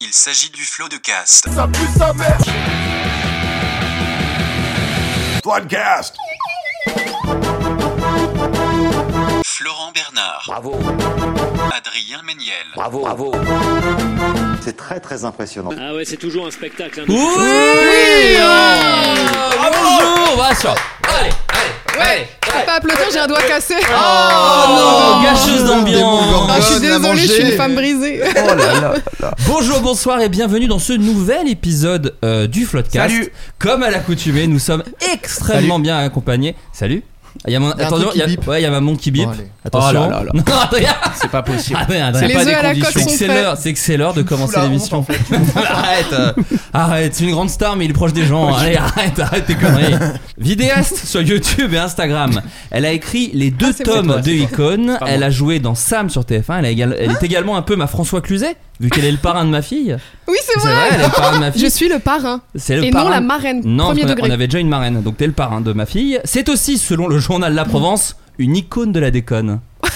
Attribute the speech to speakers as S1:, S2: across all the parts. S1: Il s'agit du flot de cast.
S2: Ça pue sa mère Podcast
S1: Florent Bernard,
S3: Bravo,
S1: Adrien Méniel,
S3: bravo, bravo.
S4: C'est très très impressionnant.
S5: Ah ouais, c'est toujours un spectacle. hein.
S6: Oui, Bonjour Bonsoir Allez, allez, allez, allez.
S7: pas applaudir, j'ai un doigt cassé.
S6: Oh non, gâcheuse
S7: Ah, je
S6: d'ambiance
S7: suis désolée, je suis une femme brisée.
S6: Oh là là là. Bonjour, bonsoir et bienvenue dans ce nouvel épisode euh, du Floodcast.
S8: Salut.
S6: Comme à l'accoutumée, nous sommes extrêmement bien accompagnés. Salut Ah, il y a mon...
S8: un
S6: Attention,
S8: truc qui
S6: il y a-
S8: bip.
S6: ouais, il y a ma montre qui bip.
S8: Oh, allez. Attention.
S6: Oh là là là. Non, Adrien.
S8: C'est pas possible.
S6: Adrien, Adrien.
S7: C'est les
S8: pas
S7: œufs
S8: des
S7: à la coque
S6: C'est
S8: conditions.
S6: que
S7: sont
S6: c'est
S7: faits.
S6: l'heure, Ah, c'est que c'est l'heure de commencer
S8: la honte,
S6: l'émission.
S8: en fait.
S6: arrête, euh, arrête, c'est une grande star mais il est proche des gens. Allez, arrête, arrête tes conneries. Vidéaste sur YouTube et Instagram. Elle a écrit les deux
S7: Ah, c'est
S6: tomes
S7: moi,
S6: de Icône.
S8: Pas
S6: Elle
S8: moi.
S6: a joué dans Sam sur TF1. Elle, a égal- elle est également un peu ma François Cluzet, vu qu'elle est le parrain de ma fille.
S7: Oui, Ah. c'est
S6: C'est
S7: vrai.
S6: vrai, elle est le parrain de ma
S7: Je
S6: fille.
S7: suis le parrain.
S6: C'est le
S7: Et
S6: parrain.
S7: non la marraine,
S6: Non,
S7: premier
S6: parce qu'on a-
S7: degré.
S6: on avait déjà une marraine, donc t'es le parrain de ma fille. C'est aussi, selon le journal La Provence, une icône de la déconne. Ouais,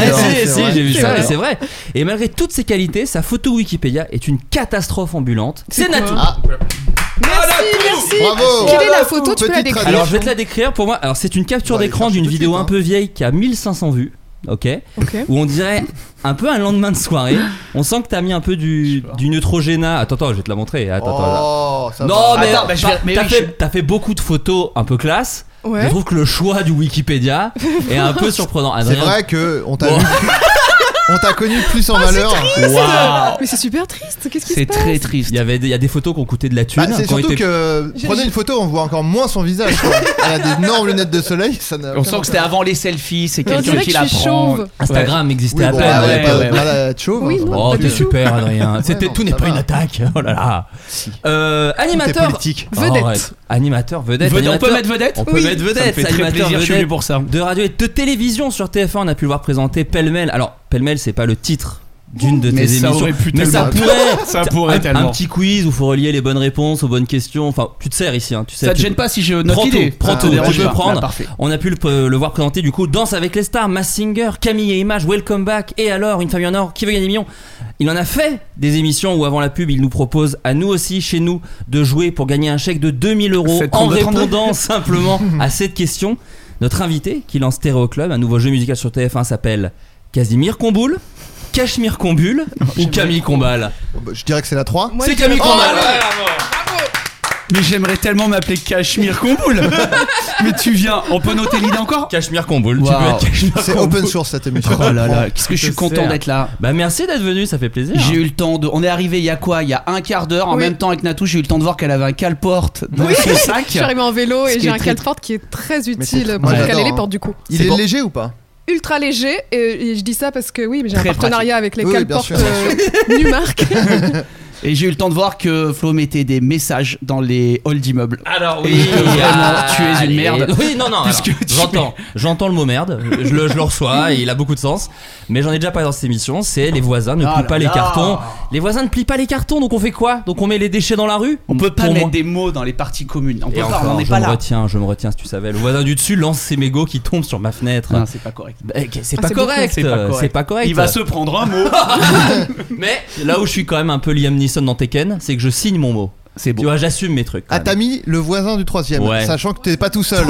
S8: J'adore,
S6: si,
S8: c'est
S6: si,
S8: vrai.
S6: j'ai vu
S7: C'est
S6: ça,
S7: vrai.
S6: et c'est vrai. Et malgré toutes ses qualités, sa photo Wikipédia est une catastrophe ambulante. C'est
S7: quoi Ah,
S6: Natou.
S7: Merci, merci.
S8: Oh, Bravo.
S7: Quelle est la photo Tu peux la
S8: Petite
S7: décrire
S8: traduction.
S6: Alors, je vais te la décrire pour moi. Alors, c'est une capture
S8: On va aller
S6: d'écran
S8: chercher
S6: d'une
S8: tout de
S6: vidéo
S8: suite,
S6: un
S8: hein.
S6: peu vieille qui a 1500 vues. Ok.
S7: Ok. Oh,
S6: Où on dirait un peu un lendemain de soirée. On sent que t'as mis un peu du, du Neutrogena. Attends, attends, je vais te la montrer. Attends, attends, attends.
S8: Oh, ça
S6: Non,
S8: va.
S6: mais,
S8: Attends, bah, je vais-
S6: t'as-
S8: mais
S6: t'as
S8: oui,
S6: fait, t'as fait beaucoup de photos un peu classe. Je
S7: Ouais.
S6: trouve que le choix du Wikipédia est un peu surprenant. Ah,
S8: C'est
S6: Adrien,
S8: vrai que on t'a
S6: Bon.
S8: vu- on t'a connu plus
S7: Oh,
S8: en valeur.
S6: Waouh.
S7: Mais c'est super triste. Qu'est-ce qui se
S8: C'est
S7: passe
S8: très
S6: il
S8: triste.
S6: y avait des- il y a des photos qui ont coûté de la thune.
S8: Bah, c'est
S6: qui ont
S8: surtout
S6: été-
S8: que
S7: J'ai-
S8: prenez une photo, on voit encore moins son visage. quoi. Elle a d'énormes lunettes de soleil, ça n'a.
S9: On sent que c'était avant les selfies, c'est
S7: On
S9: quelqu'un
S7: dirait
S9: qui
S7: que je
S9: la
S7: suis
S9: prend.
S7: chauve.
S6: Instagram existait
S8: Oui,
S6: à
S8: bon,
S6: peine.
S8: bah,
S9: ouais,
S8: y a pas
S9: ouais,
S8: de mal à être chauve.
S7: Oui,
S8: hein,
S7: non.
S8: normal.
S6: Oh,
S7: Pas
S6: t'es
S7: du tout.
S6: super, Adrien. C'était-
S8: non,
S6: tout n'est
S8: ça
S6: pas
S8: va.
S6: une attaque. Oh là là.
S8: Si. Tout
S6: Euh,
S8: est
S6: animateur.
S8: politique.
S7: Vedette.
S6: Oh, arrête. animateur, vedette.
S9: Vedette, on
S6: animateur.
S9: peut mettre vedette
S6: On peut
S7: Oui.
S6: mettre vedette.
S9: Ça me fait
S6: ça,
S9: très
S6: animateur,
S9: plaisir, je suis
S6: vedette.
S9: venu pour ça.
S6: de radio et de télévision sur TF1. On a pu le voir présenter pêle-mêle. Alors, pêle-mêle, c'est pas le titre d'une de
S9: Mais
S6: tes
S9: ça
S6: émissions.
S9: aurait pu
S6: mais ça
S9: tellement.
S6: pourrait.
S9: Ça pourrait
S6: un,
S9: tellement.
S6: un petit quiz où faut relier les bonnes réponses aux bonnes questions. Enfin, tu te sers ici. Hein, tu sais,
S9: Ça te
S6: tu-
S9: gêne pas si je note
S6: Prends
S9: l'idée
S6: tout, prends
S9: Ça te
S6: tout,
S9: dérange
S6: tu peux
S9: pas.
S6: prendre.
S9: Euh, Ah, Parfait.
S6: On a pu le, euh, le voir présenter du coup Danse avec les stars, Mass Singer, Camille et Images, Welcome Back et alors Une famille en or, qui veut gagner million. Il en a fait des émissions où avant la pub il nous propose à nous aussi chez nous de jouer pour gagner un chèque de 2000 euros
S9: Faites
S6: en
S9: 32, 32.
S6: répondant simplement à cette question. Notre invité qui lance Stéréo Club, un nouveau jeu musical sur TF1 s'appelle Casimir Comboul. Cachemire Combul ou Camille Combal
S8: Bah, Je dirais que c'est la 3.
S7: Moi,
S6: C'est
S7: je-
S6: Camille
S7: Oh,
S6: Combal
S9: Mais j'aimerais tellement m'appeler Cachemire Comboul. Mais tu viens, on peut noter l'idée encore
S6: Cachemire Comboul, tu
S9: Wow.
S6: peux être Cachemire
S8: C'est
S6: Comboul.
S8: open source cette émission.
S9: Oh là là, qu'est-ce que je suis
S6: te
S9: content
S6: sers.
S9: d'être là.
S6: Bah merci d'être venu, ça fait plaisir. hein.
S9: J'ai eu le temps de. On est arrivé il y a quoi Il y a un quart d'heure. En
S7: Oui.
S9: même temps avec Natou, j'ai eu le temps de voir qu'elle avait un calporte dans
S7: Oui.
S9: son
S7: Je
S9: sac.
S7: suis arrivée en vélo
S9: Ce
S7: et
S9: qui
S7: j'ai
S9: est
S7: un
S9: très-
S7: cale-porte qui est très utile
S8: très-
S7: pour
S8: Moi, j'adore,
S7: caler les
S8: hein.
S7: portes du cou.
S8: Il
S9: C'est
S8: est
S9: bon.
S8: léger ou pas
S7: Ultra léger et, et je dis ça parce que oui, mais j'ai un
S9: Très
S7: partenariat avec les
S8: Oui, oui, bien
S7: cale-portes
S8: sûr.
S7: euh, Numark.
S9: Et j'ai eu le temps de voir que Flo mettait des messages dans les halls d'immeubles.
S6: Alors
S9: oui, ah, allez.
S6: Oui, non, non.
S9: Puisque
S6: alors,
S9: tu-
S6: J'entends, j'entends le mot merde. Je le, je le reçois et il a beaucoup de sens. Mais j'en ai déjà parlé dans cette émission. C'est les voisins ne
S9: Ah
S6: plient
S9: là
S6: pas les
S9: là.
S6: cartons. Les voisins ne plient pas les cartons. Donc on fait quoi Donc on met les déchets dans la rue.
S9: On peut pas
S6: Pour
S9: mettre
S6: moi.
S9: des mots dans les parties communes. On peut
S6: Et
S9: pas,
S6: encore,
S9: on n'est
S6: je
S9: pas
S6: me
S9: là.
S6: retiens, je me retiens si tu savais. Le voisin du dessus lance ses mégots qui tombent sur ma fenêtre.
S9: Non, c'est pas correct.
S6: Bah, C'est
S7: Ah,
S6: pas,
S7: c'est beaucoup.
S6: correct,
S9: C'est pas correct.
S6: c'est pas
S7: Ah,
S6: correct.
S9: Il va se prendre un mot.
S6: Mais là où je suis quand même un peu Liam Neeson dans Tekken, c'est que je signe mon mot.
S9: C'est
S6: Tu
S9: bon.
S6: vois, j'assume mes trucs. quand
S8: Ah,
S6: même.
S8: t'as mis le voisin du troisième,
S6: Ouais.
S8: sachant que t'es pas tout seul.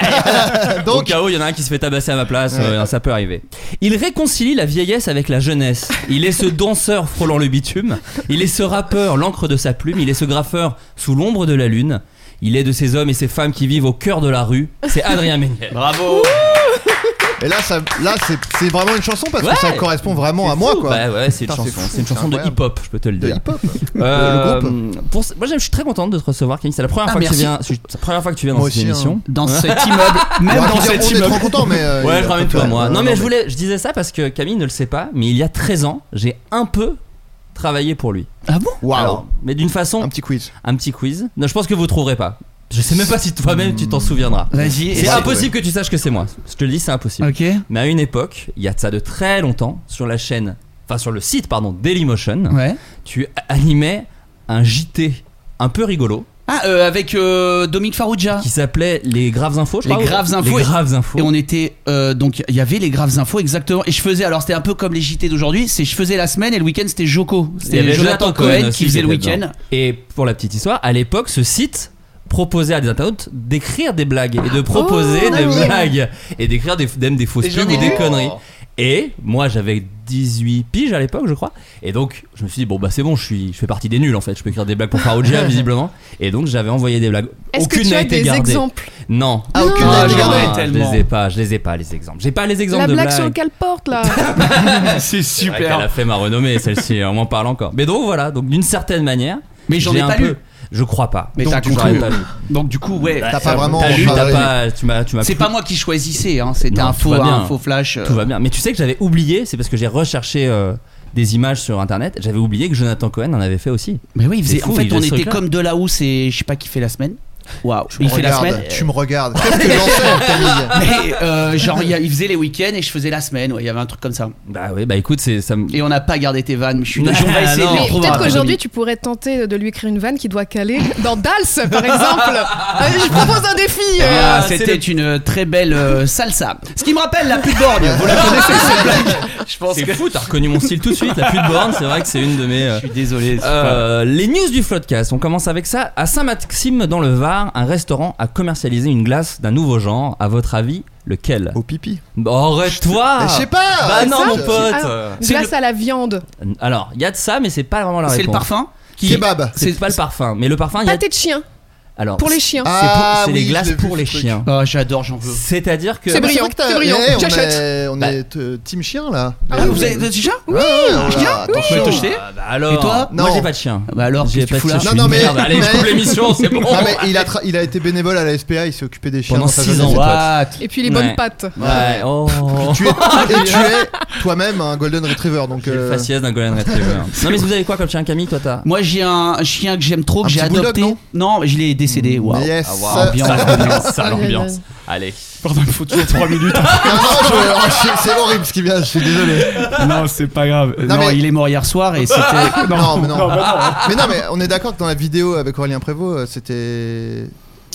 S6: Au
S8: Donc,
S6: cas où il y en a un qui se fait tabasser à ma place, euh, ça peut arriver. Il réconcilie la vieillesse avec la jeunesse. Il est ce danseur frôlant le bitume. Il est ce rappeur l'encre de sa plume. Il est ce graffeur sous l'ombre de la lune. Il est de ces hommes et ces femmes qui vivent au cœur de la rue. C'est Adrien Méniel.
S9: Bravo
S8: et là, ça, là c'est, c'est vraiment une chanson parce
S6: Ouais.
S8: que ça correspond vraiment à moi,
S6: Fou.
S8: quoi.
S6: Bah ouais, c'est une
S8: Putain,
S6: chanson,
S8: c'est fou,
S6: c'est une
S8: c'est
S6: chanson de
S8: incroyable.
S6: hip-hop, je peux te le
S8: de
S6: dire.
S8: hip-hop.
S6: Euh,
S8: Le groupe.
S6: pour ce- moi, je suis très contente de te recevoir, Camille. C'est la première
S9: Ah,
S6: fois que tu
S9: merci.
S6: viens. C'est la première fois que tu viens dans
S8: Moi
S6: cette
S8: aussi, hein.
S6: émission.
S9: Dans cet immeuble, même
S8: Bon,
S9: dans
S8: on est-
S9: cet
S8: on est trop
S9: immeuble.
S8: content, mais. euh,
S6: Ouais,
S8: il-
S6: je ramène tout à moi.
S8: Ouais,
S6: Non, mais je voulais, je disais ça parce que Camille ne le sait pas, mais il y a 13 ans, j'ai un peu travaillé pour lui.
S9: Ah bon
S8: Waouh.
S6: Alors, mais d'une façon,
S8: Un petit quiz.
S6: un petit quiz. Non, je pense que vous trouverez pas. Je sais même pas si toi-même tu t'en souviendras.
S9: Vas-y.
S6: C'est
S9: essaie.
S6: impossible que tu saches que c'est moi. Je te le dis, c'est impossible.
S9: Ok.
S6: Mais à une époque, il y a de ça de très longtemps, sur la chaîne, enfin sur le site, pardon, Dailymotion,
S9: Ouais.
S6: tu a- animais un JT un peu rigolo
S9: Ah, euh, avec euh, Dominique Farrugia.
S6: qui s'appelait Les Graves Infos, je
S9: Les
S6: crois.
S9: Graves Infos.
S6: Les Graves Infos.
S9: Et on était euh, donc il y avait les graves infos exactement et je faisais alors c'était un peu comme les JT d'aujourd'hui c'est je faisais la semaine et le week-end c'était Joko
S6: Il y
S9: c'était
S6: avait
S9: Jonathan Cohen
S6: aussi
S9: qui faisait le
S6: était dedans.
S9: week-end
S6: Et pour la petite histoire, à l'époque, ce site proposait à des internautes d'écrire des blagues et de proposer
S7: Oh,
S6: des
S7: oui.
S6: blagues et d'écrire des, même des fausses
S9: Et j'en
S6: pubs
S9: ai
S6: ou des
S9: vu.
S6: conneries. Et moi, j'avais 18 piges à l'époque, je crois. Et donc, je me suis dit, bon, bah c'est bon, je, suis, je fais partie des nuls en fait. Je peux écrire des blagues pour Farouja, visiblement. Et donc, j'avais envoyé des blagues.
S7: Est-ce que
S6: Aucune
S7: tu
S6: n'a
S7: as
S6: été
S7: des
S6: gardée.
S7: exemples
S6: Non.
S8: Ah, aucune
S9: Ah, j'en
S8: n'a été
S9: ai
S8: gardée.
S9: tellement.
S6: je les ai pas, je les ai pas, les exemples. J'ai pas les exemples
S7: La
S6: de
S7: blague
S6: blagues.
S7: sur le porte là
S9: c'est
S6: C'est vrai qu'elle a fait ma renommée, celle-ci, on m'en parle encore. Mais donc voilà, donc d'une certaine manière.
S9: Mais j'en
S6: j'ai
S9: ai
S6: un
S9: pas
S6: peu-
S9: lu.
S6: Je crois pas.
S9: Mais
S6: Donc,
S9: t'as
S6: tu
S9: conclu.
S6: l'aurais pas lu.
S9: donc du coup ouais
S8: T'as pas vraiment.
S6: T'as lu,
S8: enfin,
S6: t'as
S8: ouais.
S6: pas. Tu m'as, tu m'as.
S9: c'est pas moi qui choisissais hein, c'était
S6: Non,
S9: un
S6: tout
S9: faux
S6: va bien.
S9: un faux flash euh.
S6: Tout va bien. Mais tu sais que j'avais oublié, c'est parce que j'ai recherché euh, des images sur internet. J'avais oublié que Jonathan Cohen en avait fait aussi.
S9: mais oui il faisait
S6: C'est fou,
S9: en fait
S6: il
S9: on
S6: faisait ce
S9: était
S6: truc-là.
S9: comme Delahousse et je sais pas qui fait la semaine waouh
S8: Tu me
S9: il fait la
S8: regardes,
S9: semaine
S8: Tu me regardes. Qu'est-ce que j'en sais, Camille
S9: mais euh, genre il y a- il faisait les week-ends et je faisais la semaine ouais il y avait un truc comme ça
S6: Bah oui, bah écoute, c'est ça. me-
S9: et on n'a pas gardé tes vannes mais je suis
S6: Non,
S9: on va essayer de les
S6: non. Mais
S7: Mais
S9: retrouver
S7: peut-être
S9: après,
S7: qu'aujourd'hui
S9: Dominique.
S7: tu pourrais tenter de lui écrire une vanne qui doit caler dans Dals par exemple. Euh, Je propose un défi. euh.
S9: Ah,
S6: Ah, c'est
S9: c'était une très belle euh, salsa. Ce qui me rappelle la pute borgne. Vous la connaissez cette blague Je pense
S6: C'est
S9: que.
S6: fou, t'as reconnu mon style tout de suite. La plus de borne, c'est vrai que c'est une de mes. euh,
S9: Je suis désolé. c'est pas-
S6: Euh, les news du Floodcast, on commence avec ça. À Saint-Maxime, dans le Var, un restaurant a commercialisé une glace d'un nouveau genre. À votre avis, lequel
S8: Au pipi.
S6: Bon, Bah, Arrête-toi
S8: Mais je sais pas
S6: Bah
S8: euh,
S6: non,
S8: ça,
S6: mon
S8: je-
S6: pote
S7: Alors,
S9: c'est
S7: glace
S9: le-
S7: à la viande.
S6: Alors, il y a de ça, mais c'est pas vraiment la réponse.
S9: C'est le parfum
S6: Qui-
S8: Kebab.
S6: C'est pas le parfum, mais le parfum, il y a.
S7: Pâté de chien.
S6: Alors,
S7: Pour les chiens.
S6: c'est pour-
S8: Ah
S6: c'est
S8: oui,
S6: les
S8: je
S6: glaces
S8: l'ai vu,
S6: pour
S8: ce
S6: les
S8: truc.
S6: chiens.
S9: Oh, j'adore, j'en veux.
S6: C'est-à-dire que.
S7: C'est
S8: Ah,
S7: brillant,
S8: vrai que t'as-
S7: c'est brillant.
S8: eh, on
S7: J'achète.
S8: est- On
S6: Bah.
S8: est euh, team chien là.
S9: Ah, vous avez des chiens
S8: Oui,
S9: Je te jeter
S6: Ah, bah alors.
S9: Et toi
S6: Moi
S8: Non. Ah,
S6: j'ai pas de chien.
S9: Bah alors,
S6: j'ai
S9: qu'est-ce que tu fous
S6: pas de chien.
S9: là
S6: je suis
S8: Non, non,
S6: une
S8: mais-
S6: merde. Allez, je coupe
S8: mais-
S6: l'émission, c'est bon.
S8: Ah, mais il a, tra- il a été bénévole à la SPA, il s'est occupé des chiens.
S6: Pendant
S8: dans sa
S6: six
S8: jeunesse.
S6: ans, ouais.
S7: Et puis les
S6: Ouais.
S7: bonnes pâtes.
S6: Ouais, oh.
S8: Tu es, et tu es toi-même un Golden Retriever. Donc,
S6: J'ai le
S8: euh,
S6: faciès d'un Golden Retriever. non, mais vous avez quoi comme chien, Camille Toi, t'as.
S9: Moi, j'ai un chien que j'aime trop,
S8: Un
S9: que j'ai
S8: petit bulldog,
S9: adopté.
S8: non Mm,
S9: Non, je l'ai décédé. Waouh.
S8: yes.
S6: Ah, waouh, ambiance, ambiance, ça,
S7: Aïe, aïe, aïe.
S6: l'ambiance. Allez.
S9: Pardon, il faut toujours 3 minutes.
S8: Non, non, je- oh, je- c'est horrible ce qui vient, je suis désolé.
S9: non, c'est pas grave. Non,
S8: Non, mais-
S9: il est mort hier soir et c'était.
S8: Non, mais non.
S9: hein.
S8: Mais non, mais on est d'accord que dans la vidéo avec Aurélien Prévost, euh, c'était.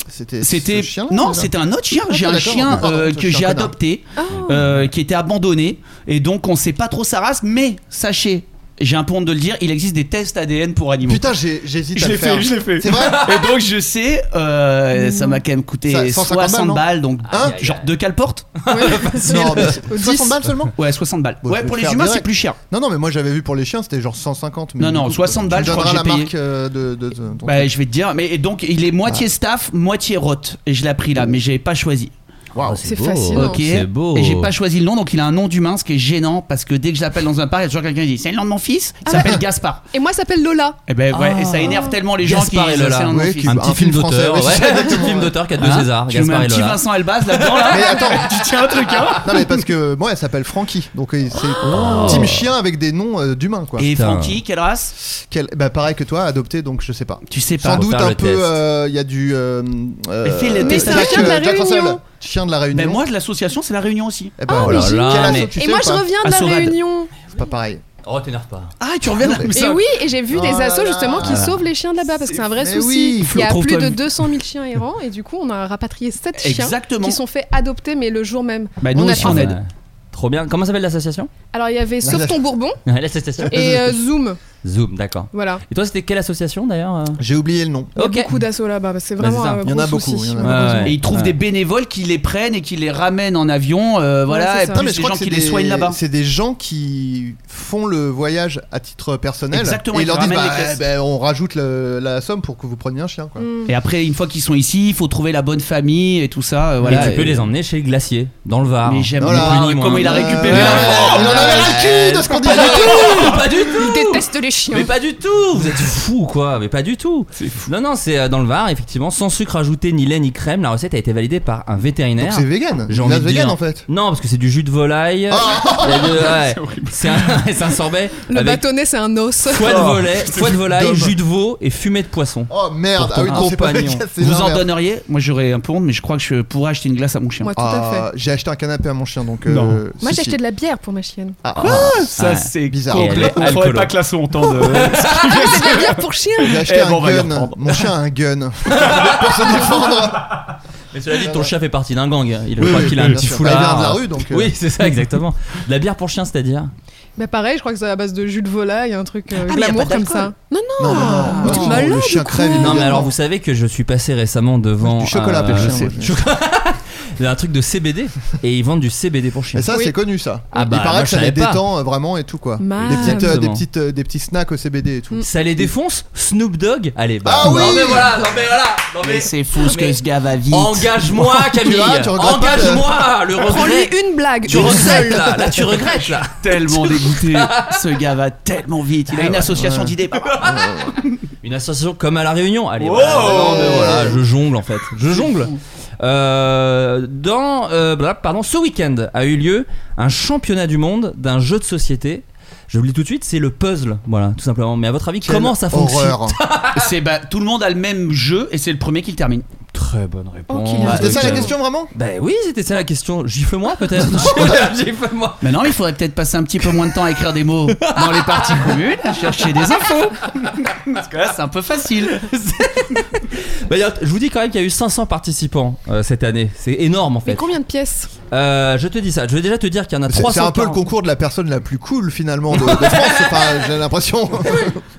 S8: C'était.
S9: C'était
S8: ce chien,
S9: non,
S8: déjà
S9: c'était un autre chien.
S8: Ah,
S9: J'ai un
S8: d'accord,
S9: chien
S8: pardon,
S9: euh,
S8: je
S9: que
S8: suis un
S9: j'ai
S8: connard.
S9: adopté, euh, qui était abandonné, et donc on sait pas trop sa race. Mais sachez, j'ai un peu honte de le dire, il existe des tests ADN pour animaux.
S8: Putain, j'ai- j'hésite
S9: je
S8: à
S9: l'ai
S8: le
S9: fait,
S8: faire.
S9: je l'ai fait.
S8: C'est vrai
S9: Et donc je sais, euh, ça m'a quand même coûté
S8: Ça, 150 balles,
S9: 60
S8: non
S9: balles, donc
S8: Hein
S9: euh, genre deux calportes.
S8: Non, mais
S7: Au
S8: 60
S7: dix.
S8: balles seulement
S9: Ouais, 60 balles.
S8: Bon,
S9: ouais,
S8: je vais
S9: pour
S8: le
S9: les
S8: faire
S9: humains,
S8: direct.
S9: c'est plus cher.
S8: Non, non, mais moi j'avais vu pour les chiens, c'était genre 150. mais
S9: Non,
S8: du
S9: non,
S8: coup,
S9: 60
S8: tu
S9: balles,
S8: me
S9: je crois
S8: donneras
S9: que j'ai
S8: la
S9: payé.
S8: marque euh, de. de- de- ton
S9: Bah,
S8: truc.
S9: je vais te dire, mais et donc il est
S8: Ah.
S9: moitié staff, moitié rot, et je l'ai pris là, mais j'ai pas choisi.
S6: Waouh,
S7: C'est
S6: beau.
S7: fascinant.
S9: Ok.
S6: C'est beau.
S9: Et j'ai pas choisi le nom, donc il a un nom d'humain, ce qui est gênant parce que dès que je l'appelle dans un parc, il y a toujours quelqu'un qui dit c'est le nom de mon fils. Il s'appelle Gaspard.
S7: Et moi, ça s'appelle Lola.
S9: Et ben ouais,
S6: Ah.
S9: et ça
S7: Oh.
S9: énerve tellement les gens qui
S6: Gaspard et Lola.
S9: c'est le nom de
S8: Oui,
S9: mon
S8: qui-
S9: fils.
S6: Un
S8: Un
S6: petit
S8: film
S6: film
S8: français,
S6: d'auteur,
S8: ouais,
S6: ouais,
S8: c'est
S6: un
S8: ça,
S6: petit
S8: exactement,
S6: film
S8: ouais.
S6: d'auteur qui a deux
S9: Hein
S6: Césars,
S9: tu mets
S6: Gaspard
S9: un
S6: et
S9: petit
S6: Lola.
S9: Vincent Elbaz là-dedans là
S8: Mais attends,
S9: Tu tiens un truc hein
S8: non, mais parce que moi elle s'appelle Frankie, donc euh, c'est team chien avec des noms euh, d'humains quoi.
S9: Oh. Et
S6: Putain.
S9: Francky, quelle race
S8: Quel- bah, pareil que toi, adopté, donc je sais pas.
S9: Tu sais
S8: Sans
S9: pas.
S8: doute
S6: faire le
S8: un peu,
S6: test.
S8: euh, il y a du. Euh, euh,
S9: fais le test.
S8: Jack-
S9: Mais c'est un chien de
S7: la
S8: euh, Jack Russell.
S7: Réunion.
S8: Chien de la
S9: Mais
S8: Réunion.
S9: Ben, moi, de l'association, c'est la réunion aussi.
S8: Eh ben,
S6: Oh là
S8: quel
S6: là,
S8: assaut,
S6: mais-
S8: tu
S7: Et
S8: sais
S7: moi,
S8: ou
S7: je
S8: pas
S7: reviens de
S9: À
S7: la
S9: Sorade.
S7: Réunion.
S8: C'est pas pareil.
S6: Oh, t'énerve pas.
S9: Ah, tu reviens de la
S7: Et oui, et j'ai vu
S8: Oh
S7: des
S8: là
S7: assos
S8: là.
S7: justement qui sauvent les chiens de là-bas parce que c'est un vrai
S8: Mais
S7: souci.
S8: oui,
S7: Il y a
S9: Flo,
S7: plus de
S9: trouve-toi-
S7: 200 000 chiens errants et du coup, on a rapatrié 7 chiens
S9: Exactement.
S7: qui sont fait adopter, mais le jour même.
S9: Bah, nous
S7: on a
S9: aussi, on
S7: fait-
S9: aide.
S6: Trop bien. Comment s'appelle l'association
S7: Alors, il y avait Sauve ton Bourbon
S6: L'association
S7: et euh, Zoom.
S6: Zoom, d'accord.
S7: Voilà.
S6: Et toi, c'était quelle association d'ailleurs euh
S8: J'ai oublié le nom.
S7: Il y a
S6: Ok.
S7: beaucoup d'assauts là-bas, parce que c'est
S6: Bah,
S7: vraiment
S6: c'est ça.
S7: un
S8: Il y en
S7: gros
S8: a beaucoup,
S7: souci,
S8: il y en a
S7: malheureusement.
S6: Ouais,
S9: Et ils trouvent
S6: ouais.
S9: des bénévoles qui les prennent et qui les ramènent en avion, euh,
S7: Ouais,
S9: voilà,
S7: c'est
S9: et
S7: ça.
S9: plus
S8: Non, mais je
S9: des
S8: crois
S9: gens
S8: que c'est
S9: qui les
S8: des-
S9: soignent là-bas.
S8: C'est des gens qui font le voyage à titre personnel.
S9: Exactement,
S8: Et
S9: ils
S8: ils leur disent
S9: ramènent
S8: bah,
S9: les caisses.
S8: eh ben, on rajoute le- la somme pour que vous preniez un chien. Quoi.
S7: Mm.
S9: Et après, une fois qu'ils sont ici, il faut trouver la bonne famille et tout ça. euh, voilà.
S6: et tu peux
S9: Et-
S6: les emmener chez le glacier, dans le Var.
S9: Mais j'aime
S8: Voilà.
S9: bien
S6: Ni moins,
S9: comment
S6: ni
S9: il a
S6: moins.
S9: récupéré
S8: Ouais,
S9: l'info.
S8: il en avait ras le cul de ce qu'on disait.
S6: pas du tout
S7: Ils détestent les chiens.
S6: Mais pas du tout Vous êtes fous quoi Mais pas du tout Non, non, c'est euh, dans le Var, effectivement, sans sucre ajouté, ni lait, ni crème. La recette a été validée par un
S8: Donc
S6: vétérinaire.
S8: c'est vegan.
S6: J'ai
S8: J'ai
S6: envie de
S8: vegan
S6: dire.
S8: en fait.
S6: Non, parce que c'est du jus de volaille.
S8: Ah.
S6: Il y a de- ouais. C'est un, c'est un sorbet
S7: Le
S6: avec
S7: bâtonnet, c'est un os.
S6: foie de,
S8: Oh.
S6: volaille, foie de volaille,
S8: Dommage.
S6: jus de veau et fumée de poisson.
S8: Oh merde,
S6: Pour
S8: ah oui,
S6: ton
S8: non, c'est pas
S6: compagnon.
S8: vegan, c'est
S9: Vous en
S8: l'inverse.
S9: donneriez Moi j'aurais un peu honte, mais je crois que je pourrais acheter une glace à mon chien.
S7: Moi, tout à fait.
S8: Ah, J'ai acheté un canapé à mon chien donc.
S9: Non.
S8: euh,
S7: Moi,
S8: si,
S7: j'ai
S8: si.
S7: acheté de la bière pour ma chienne.
S8: Ah,
S9: Ça
S6: Ouais.
S9: c'est
S8: bizarre.
S6: Et elle est
S9: complètement- On ferait
S6: alcoolo.
S9: pas hein, que là on entende.
S7: Ah, C'est de la bière pour chien
S8: J'ai acheté
S9: Eh
S8: un
S9: bon, on va y
S8: gun.
S9: reprendre.
S8: Mon chien a un gun. Pour se défendre.
S6: Mais cela dit, ton chat fait partie d'un gang. Il
S8: Oui,
S6: crois
S8: oui,
S6: qu'il a
S8: bien
S6: un petit
S8: sûr.
S6: foulard.
S8: Bah, il vient de la rue, donc, euh.
S6: Oui, c'est ça, exactement. De la bière pour chien, c'est-à-dire.
S7: Bah pareil, je crois que c'est à base de jus de volaille, un truc euh,
S6: Ah, mais y a
S7: glamour
S6: pas
S7: comme
S6: d'alcool.
S7: ça. Non, non,
S8: Non, non,
S7: mais
S8: non,
S7: t'es
S8: non,
S7: malade
S8: le
S7: ou
S8: chien
S7: quoi
S8: crève
S6: Non, mais
S8: immédiatement.
S6: alors vous savez que je suis passé récemment devant.
S8: Du chocolat pour chien,
S6: c'est-
S8: moi, je-
S6: chocolat. un truc de CBD. Et ils vendent du CBD pour chien.
S8: Et ça,
S7: Oui.
S8: c'est connu ça.
S6: Ah bah, moi,
S8: Il paraît que
S6: je
S8: ça les
S6: savais pas.
S8: détend euh, vraiment et tout quoi.
S7: Man.
S8: Des petites, euh, des,
S6: Exactement.
S8: petites, euh, des petits snacks au CBD et tout.
S6: Ça les défonce Snoop Dogg Allez, bah.
S8: Ah oui
S6: Non, mais voilà, non, mais voilà, non, mais-
S9: c'est fou
S6: ce que ce
S9: gars va vite.
S6: Engage-moi, Camille
S8: vois, tu regrettes pas euh, de-
S6: Engage-moi Le
S7: Prends-lui
S6: regret
S7: une blague,
S6: Tu
S7: une
S6: regrettes
S7: seule.
S6: là Là, tu regrettes là
S9: Tellement dégoûté. ce gars va tellement vite. Il a une association d'idées.
S6: Une association comme à La Réunion. Allez, voilà, non, mais voilà, je jongle en fait. Je jongle. Euh, dans, euh, bla- pardon, ce week-end a eu lieu un championnat du monde d'un jeu de société. Je vous le dis tout de suite, c'est le puzzle. Voilà, tout simplement. Mais à votre avis,
S8: Quelle
S6: comment ça fonctionne
S8: horreur.
S9: c'est bah, tout le monde a le même jeu et c'est le premier qui le termine.
S6: Très bonne réponse.
S7: qu'il a-
S8: Oh, C'était ça la
S7: Ok.
S8: question vraiment
S6: Ben Bah, oui, c'était ça la question. Gifle-moi peut-être. Gifle-moi.
S9: Mais non, il faudrait peut-être passer un petit peu moins de temps à écrire des mots dans les parties communes, à chercher des infos. Parce que là, c'est un peu facile.
S6: Ben, il y a- je vous dis quand même qu'il y a eu 500 participants euh, cette année. C'est énorme en
S7: Mais
S6: fait.
S7: combien de pièces
S6: Euh, je te dis ça. Je vais déjà te dire qu'il y en a
S8: C'est-
S6: 300.
S8: C'est un peu le concours de la personne la plus cool finalement de, de France, enfin, j'ai l'impression.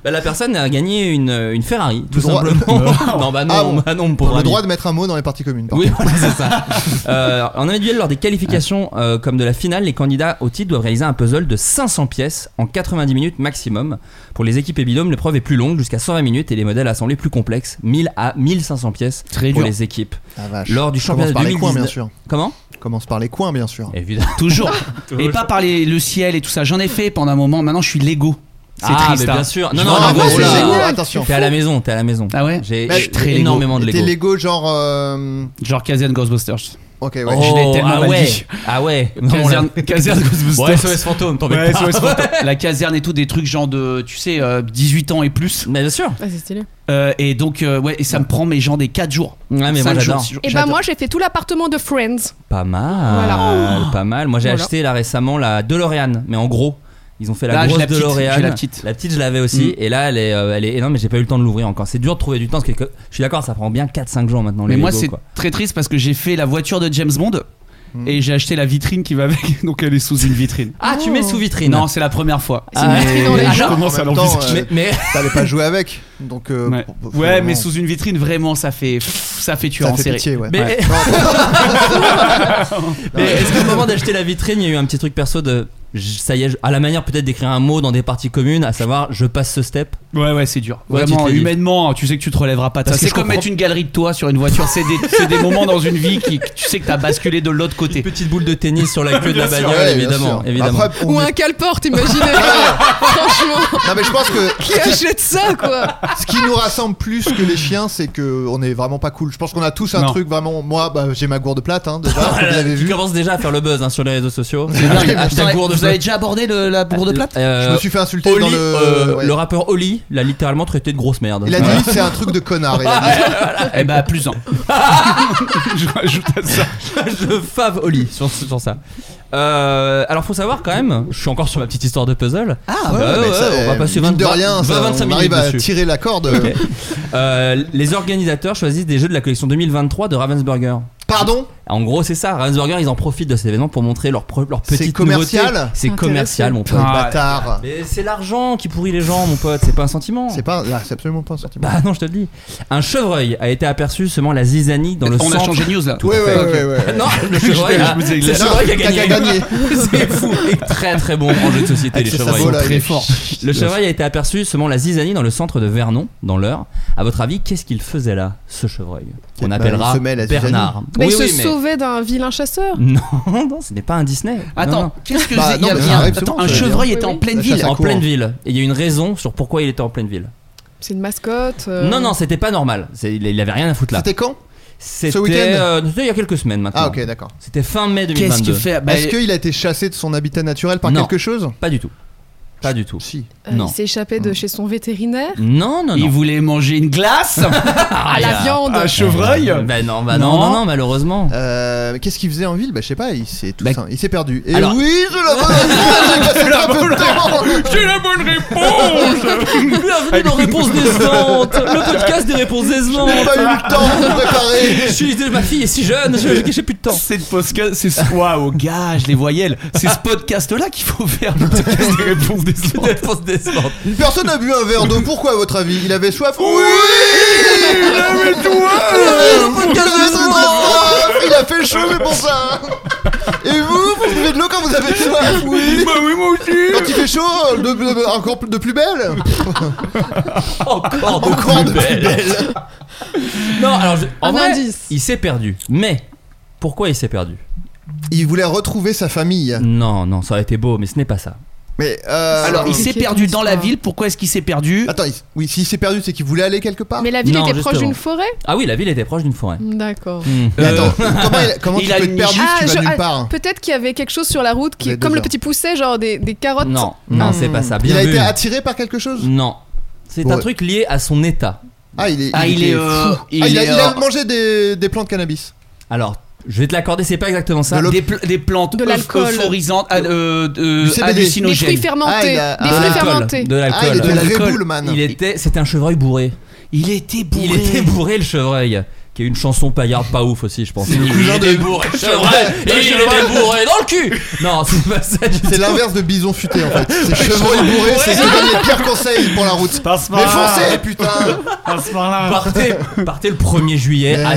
S6: Bah, la personne a gagné une, une Ferrari, tout
S8: droit-
S6: simplement. non, bah non,
S8: Ah bon.
S6: bah non, mon
S8: On
S6: pauvre
S8: a le
S6: ami.
S8: droit de mettre un mot dans les parties communes. par
S6: Oui, voilà, c'est ça. Euh, en individuel, lors des qualifications euh, comme de la finale, les candidats au titre doivent réaliser un puzzle de 500 pièces en 90 minutes maximum. Pour les équipes et binômes, l'épreuve est plus longue, jusqu'à 120 minutes, et les modèles assemblés plus complexes, 1000 à 1500 pièces
S9: Très
S6: pour
S9: dur.
S6: les équipes.
S8: contre. Ah, vache.
S6: Lors du championnat
S8: Commence par les coins
S6: 2019.
S8: bien sûr.
S6: Comment
S8: Commence par les coins bien sûr.
S6: Évidemment.
S9: Toujours. Et pas par les- le ciel et tout ça. J'en ai fait pendant un moment. Maintenant, je suis Lego. C'est
S6: Ah,
S9: triste.
S6: mais bien
S9: hein.
S6: sûr. Non,
S9: Je
S6: non,
S9: vois
S6: non,
S8: Ah,
S6: mais
S8: ouais,
S6: voilà.
S8: c'est génial, attention.
S6: T'es à la maison, t'es à la maison.
S9: Ah ouais
S6: J'ai
S9: Mais je suis très Lego.
S6: énormément de
S8: T'es
S6: Lego.
S8: Lego genre. euh,
S9: Genre Kazan Ghostbusters.
S8: Ok, ouais.
S6: Oh,
S9: Je l'ai tellement
S6: ah
S9: mal
S6: ouais.
S9: dit.
S6: Ah ouais. Non, on l'a-
S9: Caserne, caserne Ghostbusters.
S6: Ouais, SOS fantôme, t'en
S9: Ouais,
S6: pas.
S9: SOS fantôme. La caserne et tout, des trucs genre de, tu sais, euh, 18 ans et plus.
S6: Mais bien sûr.
S7: Ah, c'est stylé.
S9: Euh, et donc, euh, ouais, et ça me prend mes gens des 4 jours.
S6: Ouais, Ah, mais moi
S9: Cinq jours,
S6: j'adore.
S9: six jours.
S7: Et bah
S9: J'adore.
S7: moi, j'ai fait tout l'appartement de Friends.
S6: Pas mal.
S7: Voilà.
S6: Pas mal. Moi j'ai
S7: Voilà.
S6: acheté là récemment la DeLorean, mais en gros. Ils ont fait la
S9: Là, j'ai
S6: grosse
S9: la petite,
S6: DeLorean.
S9: j'ai la petite.
S6: je l'avais aussi. Et là, elle est, euh, elle est énorme, mais j'ai pas eu le temps de l'ouvrir encore. C'est dur de trouver du temps parce que je suis d'accord, ça prend bien 4-5 jours maintenant.
S9: Mais
S6: les
S9: moi,
S6: Lego,
S9: c'est
S6: quoi.
S9: très triste parce que j'ai fait la voiture de James Bond
S8: Hmm.
S9: et j'ai acheté la vitrine qui va avec. Donc, elle est sous une vitrine.
S6: Ah, tu mets sous vitrine.
S9: Non, c'est la première fois.
S6: Ah,
S9: Mais-
S6: c'est dans les
S9: je
S6: gens.
S9: commence
S8: En
S9: à
S8: même temps,
S9: l'envisager.
S6: mais, mais-
S8: T'allais pas jouer avec. Donc. euh,
S9: Ouais.
S8: bon,
S9: Ouais,
S8: vraiment,
S9: mais sous une vitrine, vraiment, ça fait, ça fait tueur
S8: Ça
S9: en
S8: fait
S9: série.
S8: pitié, ouais.
S6: mais-
S9: Ouais.
S6: mais est-ce qu'au moment d'acheter la vitrine, il y a eu un petit truc perso de. je- Ça y est, je- à la manière peut-être d'écrire un mot dans des parties communes, à savoir je passe ce step.
S9: Ouais, ouais, c'est dur.
S6: Ouais,
S9: Vraiment,
S6: tu te l'es dit.
S9: humainement, tu sais que tu te relèveras pas. de
S6: Parce
S9: ça.
S6: que
S9: C'est
S6: je
S9: comme
S6: comprends-
S9: mettre une galerie de toi sur une voiture. C'est des, c'est des moments dans une vie qui, tu sais que t'as basculé de l'autre côté.
S6: Petite boule de tennis sur la queue de la
S8: Ouais,
S6: bagnole,
S8: bien
S6: évidemment.
S8: sûr.
S6: évidemment.
S8: Après, on
S7: Ou un
S8: est-
S7: calport, imaginez. Franchement,
S8: Non mais je pense que
S7: qui achète ça, quoi
S8: Ce qui nous rassemble plus que les chiens, c'est que on est vraiment pas cool. Je pense qu'on a tous un
S9: Non.
S8: truc vraiment. Moi, bah, j'ai ma gourde plate, hein, déjà. vous l'avez
S6: Ah, Tu
S8: vu.
S6: commences déjà à faire le buzz hein, sur les réseaux sociaux.
S9: dingue.
S6: Hashtag
S9: Vous avez-
S6: gourde
S9: vous
S6: plate.
S9: avez déjà abordé le- la gourde plate
S6: Euh,
S8: Je me suis fait insulter
S6: Oli,
S8: dans le.
S6: euh,
S8: ouais.
S6: le rappeur Oli l'a littéralement traité de grosse merde.
S8: Il a
S6: Ouais.
S8: dit c'est un truc de connard. Il a dit ben,
S9: Eh bah, plus un. Je rajoute à ça.
S6: je fave Oli sur, sur ça. Euh, alors faut savoir quand même, je suis encore sur ma petite histoire de puzzle. Euh,
S9: Ah,
S8: Ouais,
S6: ouais,
S8: mais ça, eh,
S6: on va passer
S8: mine
S6: 20,
S8: de rien, ça,
S6: 25
S8: on arrive
S6: minutes
S8: à
S6: dessus.
S8: tirer la corde.
S6: Euh, les organisateurs choisissent des jeux de la collection 2023 de Ravensburger.
S8: Pardon
S6: En gros, c'est ça. Ravensburger, ils en profitent de cet événement pour montrer leur, pro- leur
S8: C'est
S6: petite
S8: commercial
S6: nouveauté. C'est
S7: Intéressant.
S6: commercial, mon pote.
S8: Putain,
S9: Ah,
S8: bâtard.
S6: Mais c'est l'argent qui pourrit les gens, mon pote. C'est pas un sentiment.
S8: C'est pas, là, c'est absolument pas un sentiment.
S6: Bah non, je te le dis. Un chevreuil a été aperçu semant la zizanie dans le
S9: On
S6: centre.
S9: a changé de news là.
S6: Bah,
S8: Ouais, ouais, ouais, ouais, ouais.
S6: Non, le chevreuil,
S9: Je-
S6: a-
S9: je vous ai-
S6: c'est le
S8: Non,
S6: chevreuil qui a
S8: t'as
S6: gagné.
S8: gagné. Ah,
S6: c'est fou. Et très très bon en jeu de société,
S8: Avec
S6: les
S8: ce
S6: chevreuils.
S8: sabot-là,
S9: Très
S8: il est-
S9: fort.
S6: Le chevreuil a été aperçu semant la zizanie dans le centre de Vernon, dans l'Eure. À votre avis, qu'est-ce qu'il faisait là, ce chevreuil On
S8: Bah,
S6: appellera
S8: il se met à la zizanie.
S6: Bernard.
S7: Mais
S6: Oui,
S7: il
S6: oui,
S7: se
S6: mais-
S7: sauvait d'un vilain chasseur.
S6: Non, non, ce n'est pas un Disney. Non, non.
S9: Attends, qu'est-ce que
S8: Bah,
S9: c'est Il
S8: non,
S9: y a-
S8: mais
S9: il y a-
S8: ça arrive
S9: attends,
S8: souvent,
S9: un
S8: ça,
S9: chevreuil
S7: oui,
S9: était
S7: oui.
S9: en pleine
S8: La
S9: ville.
S8: chasse à
S6: en
S8: court.
S6: pleine ville. Et il y a une raison sur pourquoi il était en pleine ville.
S7: C'est une mascotte. euh,
S6: Non, non, c'était pas normal. C'est- Il il avait rien à foutre là.
S8: C'était quand
S6: C'était
S8: ce week-end
S6: euh, c'était il y a quelques semaines maintenant.
S8: Ah, ok, d'accord.
S6: C'était fin mai 2022.
S9: Qu'est-ce qu'il fait Bah,
S8: Est-ce qu'il a été chassé de son habitat naturel par
S6: Non.
S8: quelque chose
S6: Pas du tout. Pas du tout.
S8: Si.
S7: euh,
S6: non.
S7: Il s'est échappé de chez son vétérinaire
S6: Non, non, non.
S9: Il voulait manger une glace Ah,
S7: à la viande.
S9: Un chevreuil
S6: Bah non, bah non,
S9: Non.
S6: non, non, malheureusement.
S8: Euh, Qu'est-ce qu'il faisait en ville Bah, je sais pas, il s'est tout
S9: Bah,
S8: sim- il s'est perdu. Et
S6: alors-
S8: oui, je l'ai abandonné,
S6: C'est la bonne réponse Bienvenue dans Réponses décevantes Le podcast des réponses décevantes
S8: J'ai pas eu le temps de me
S6: Je
S8: préparer
S6: suis, ma fille est si jeune, je- j'ai plus de temps.
S9: C'est le podcast, c'est ce- waouh, gars, je les voyelles. C'est ce podcast-là qu'il faut faire. Le podcast des réponses des
S6: Les
S9: autres.
S6: réponses décevantes.
S8: Une personne a bu un verre d'eau, pourquoi à votre avis Il avait soif Oui
S6: Le
S8: Il
S6: podcast
S8: avait
S6: décevant.
S8: soif Il a fait chaud, mais pour ça Et vous, vous buvez de l'eau quand vous avez soif Oui
S9: Bah oui, moi aussi.
S8: Quand il fait chaud, de, de- encore de plus belle
S6: Encore de plus
S8: Encore de plus
S6: belle. Non, alors, je- en
S7: Un
S6: vrai,
S7: indice.
S6: il s'est perdu. Mais, pourquoi il s'est perdu
S8: Il voulait retrouver sa famille.
S6: Non, non, ça aurait été beau, mais ce n'est pas ça.
S8: Mais euh...
S9: Alors, il s'est
S7: compliqué,
S9: perdu
S7: ton
S9: dans la
S7: histoire.
S9: ville. Pourquoi est-ce qu'il s'est perdu
S8: Attends, il- oui, s'il s'est perdu, c'est qu'il voulait aller quelque part
S7: Mais la ville
S6: Non,
S7: était proche
S6: justement.
S7: d'une forêt
S6: Ah oui, la ville était proche d'une forêt.
S7: D'accord.
S6: Hmm.
S8: Mais
S9: Euh,
S8: attends, comment, il- comment
S9: il
S8: tu
S9: a
S8: peux
S9: une
S8: te perdre
S7: Ah,
S8: si tu
S7: je-
S8: vas
S7: ah,
S8: nulle part
S7: Peut-être qu'il y avait quelque chose sur la route,
S8: Vous
S7: qui,
S8: avez
S7: comme
S8: deux
S7: le
S8: heures.
S7: petit pousset, genre des, des carottes.
S6: Non, non,
S8: Hmm.
S6: c'est pas ça. Bien
S8: Il a
S6: vu.
S8: été attiré par quelque chose
S6: Non. C'est
S8: Bon,
S6: un
S8: ouais.
S6: truc lié à son état.
S8: Ah, il est.
S9: Ah, il
S8: était
S9: est, euh,
S8: fou. Ah,
S9: il
S8: il a,
S9: est,
S8: il a
S9: euh,
S8: mangé des, des plantes cannabis.
S6: Alors, je vais te l'accorder, c'est pas exactement ça.
S9: des, pl- des plantes
S7: De l'alcool.
S9: euphorisantes, ah, euh, euh,
S7: Des
S8: Du CBD.
S7: fruits
S9: hallucinogènes.
S8: Ah,
S7: fermentés.
S8: il a-
S7: Des
S8: ah.
S6: de
S7: fruits
S6: l'alcool.
S7: fermentés.
S6: De
S8: Ah, il
S6: l'alcool.
S8: était
S9: De
S8: le
S9: l'alcool.
S8: Red Bull, man.
S6: Il était, c'était un chevreuil bourré.
S9: Il était bourré.
S6: Il était bourré le chevreuil. Qui a une chanson paillarde pas ouf aussi, je pense. Il
S8: cousin de-
S6: était bourré, le chevreuil, et il était bourré dans le cul. Non, c'est pas ça du
S8: C'est
S6: tout.
S8: l'inverse de bison futé en fait. C'est chevreuil bourré, c'est se donne les pires conseils pour la route.
S9: Passe par
S8: Mais
S9: là.
S8: foncez, putain
S9: Passe par là.
S6: Partez, partez le 1er juillet à
S8: Ouais.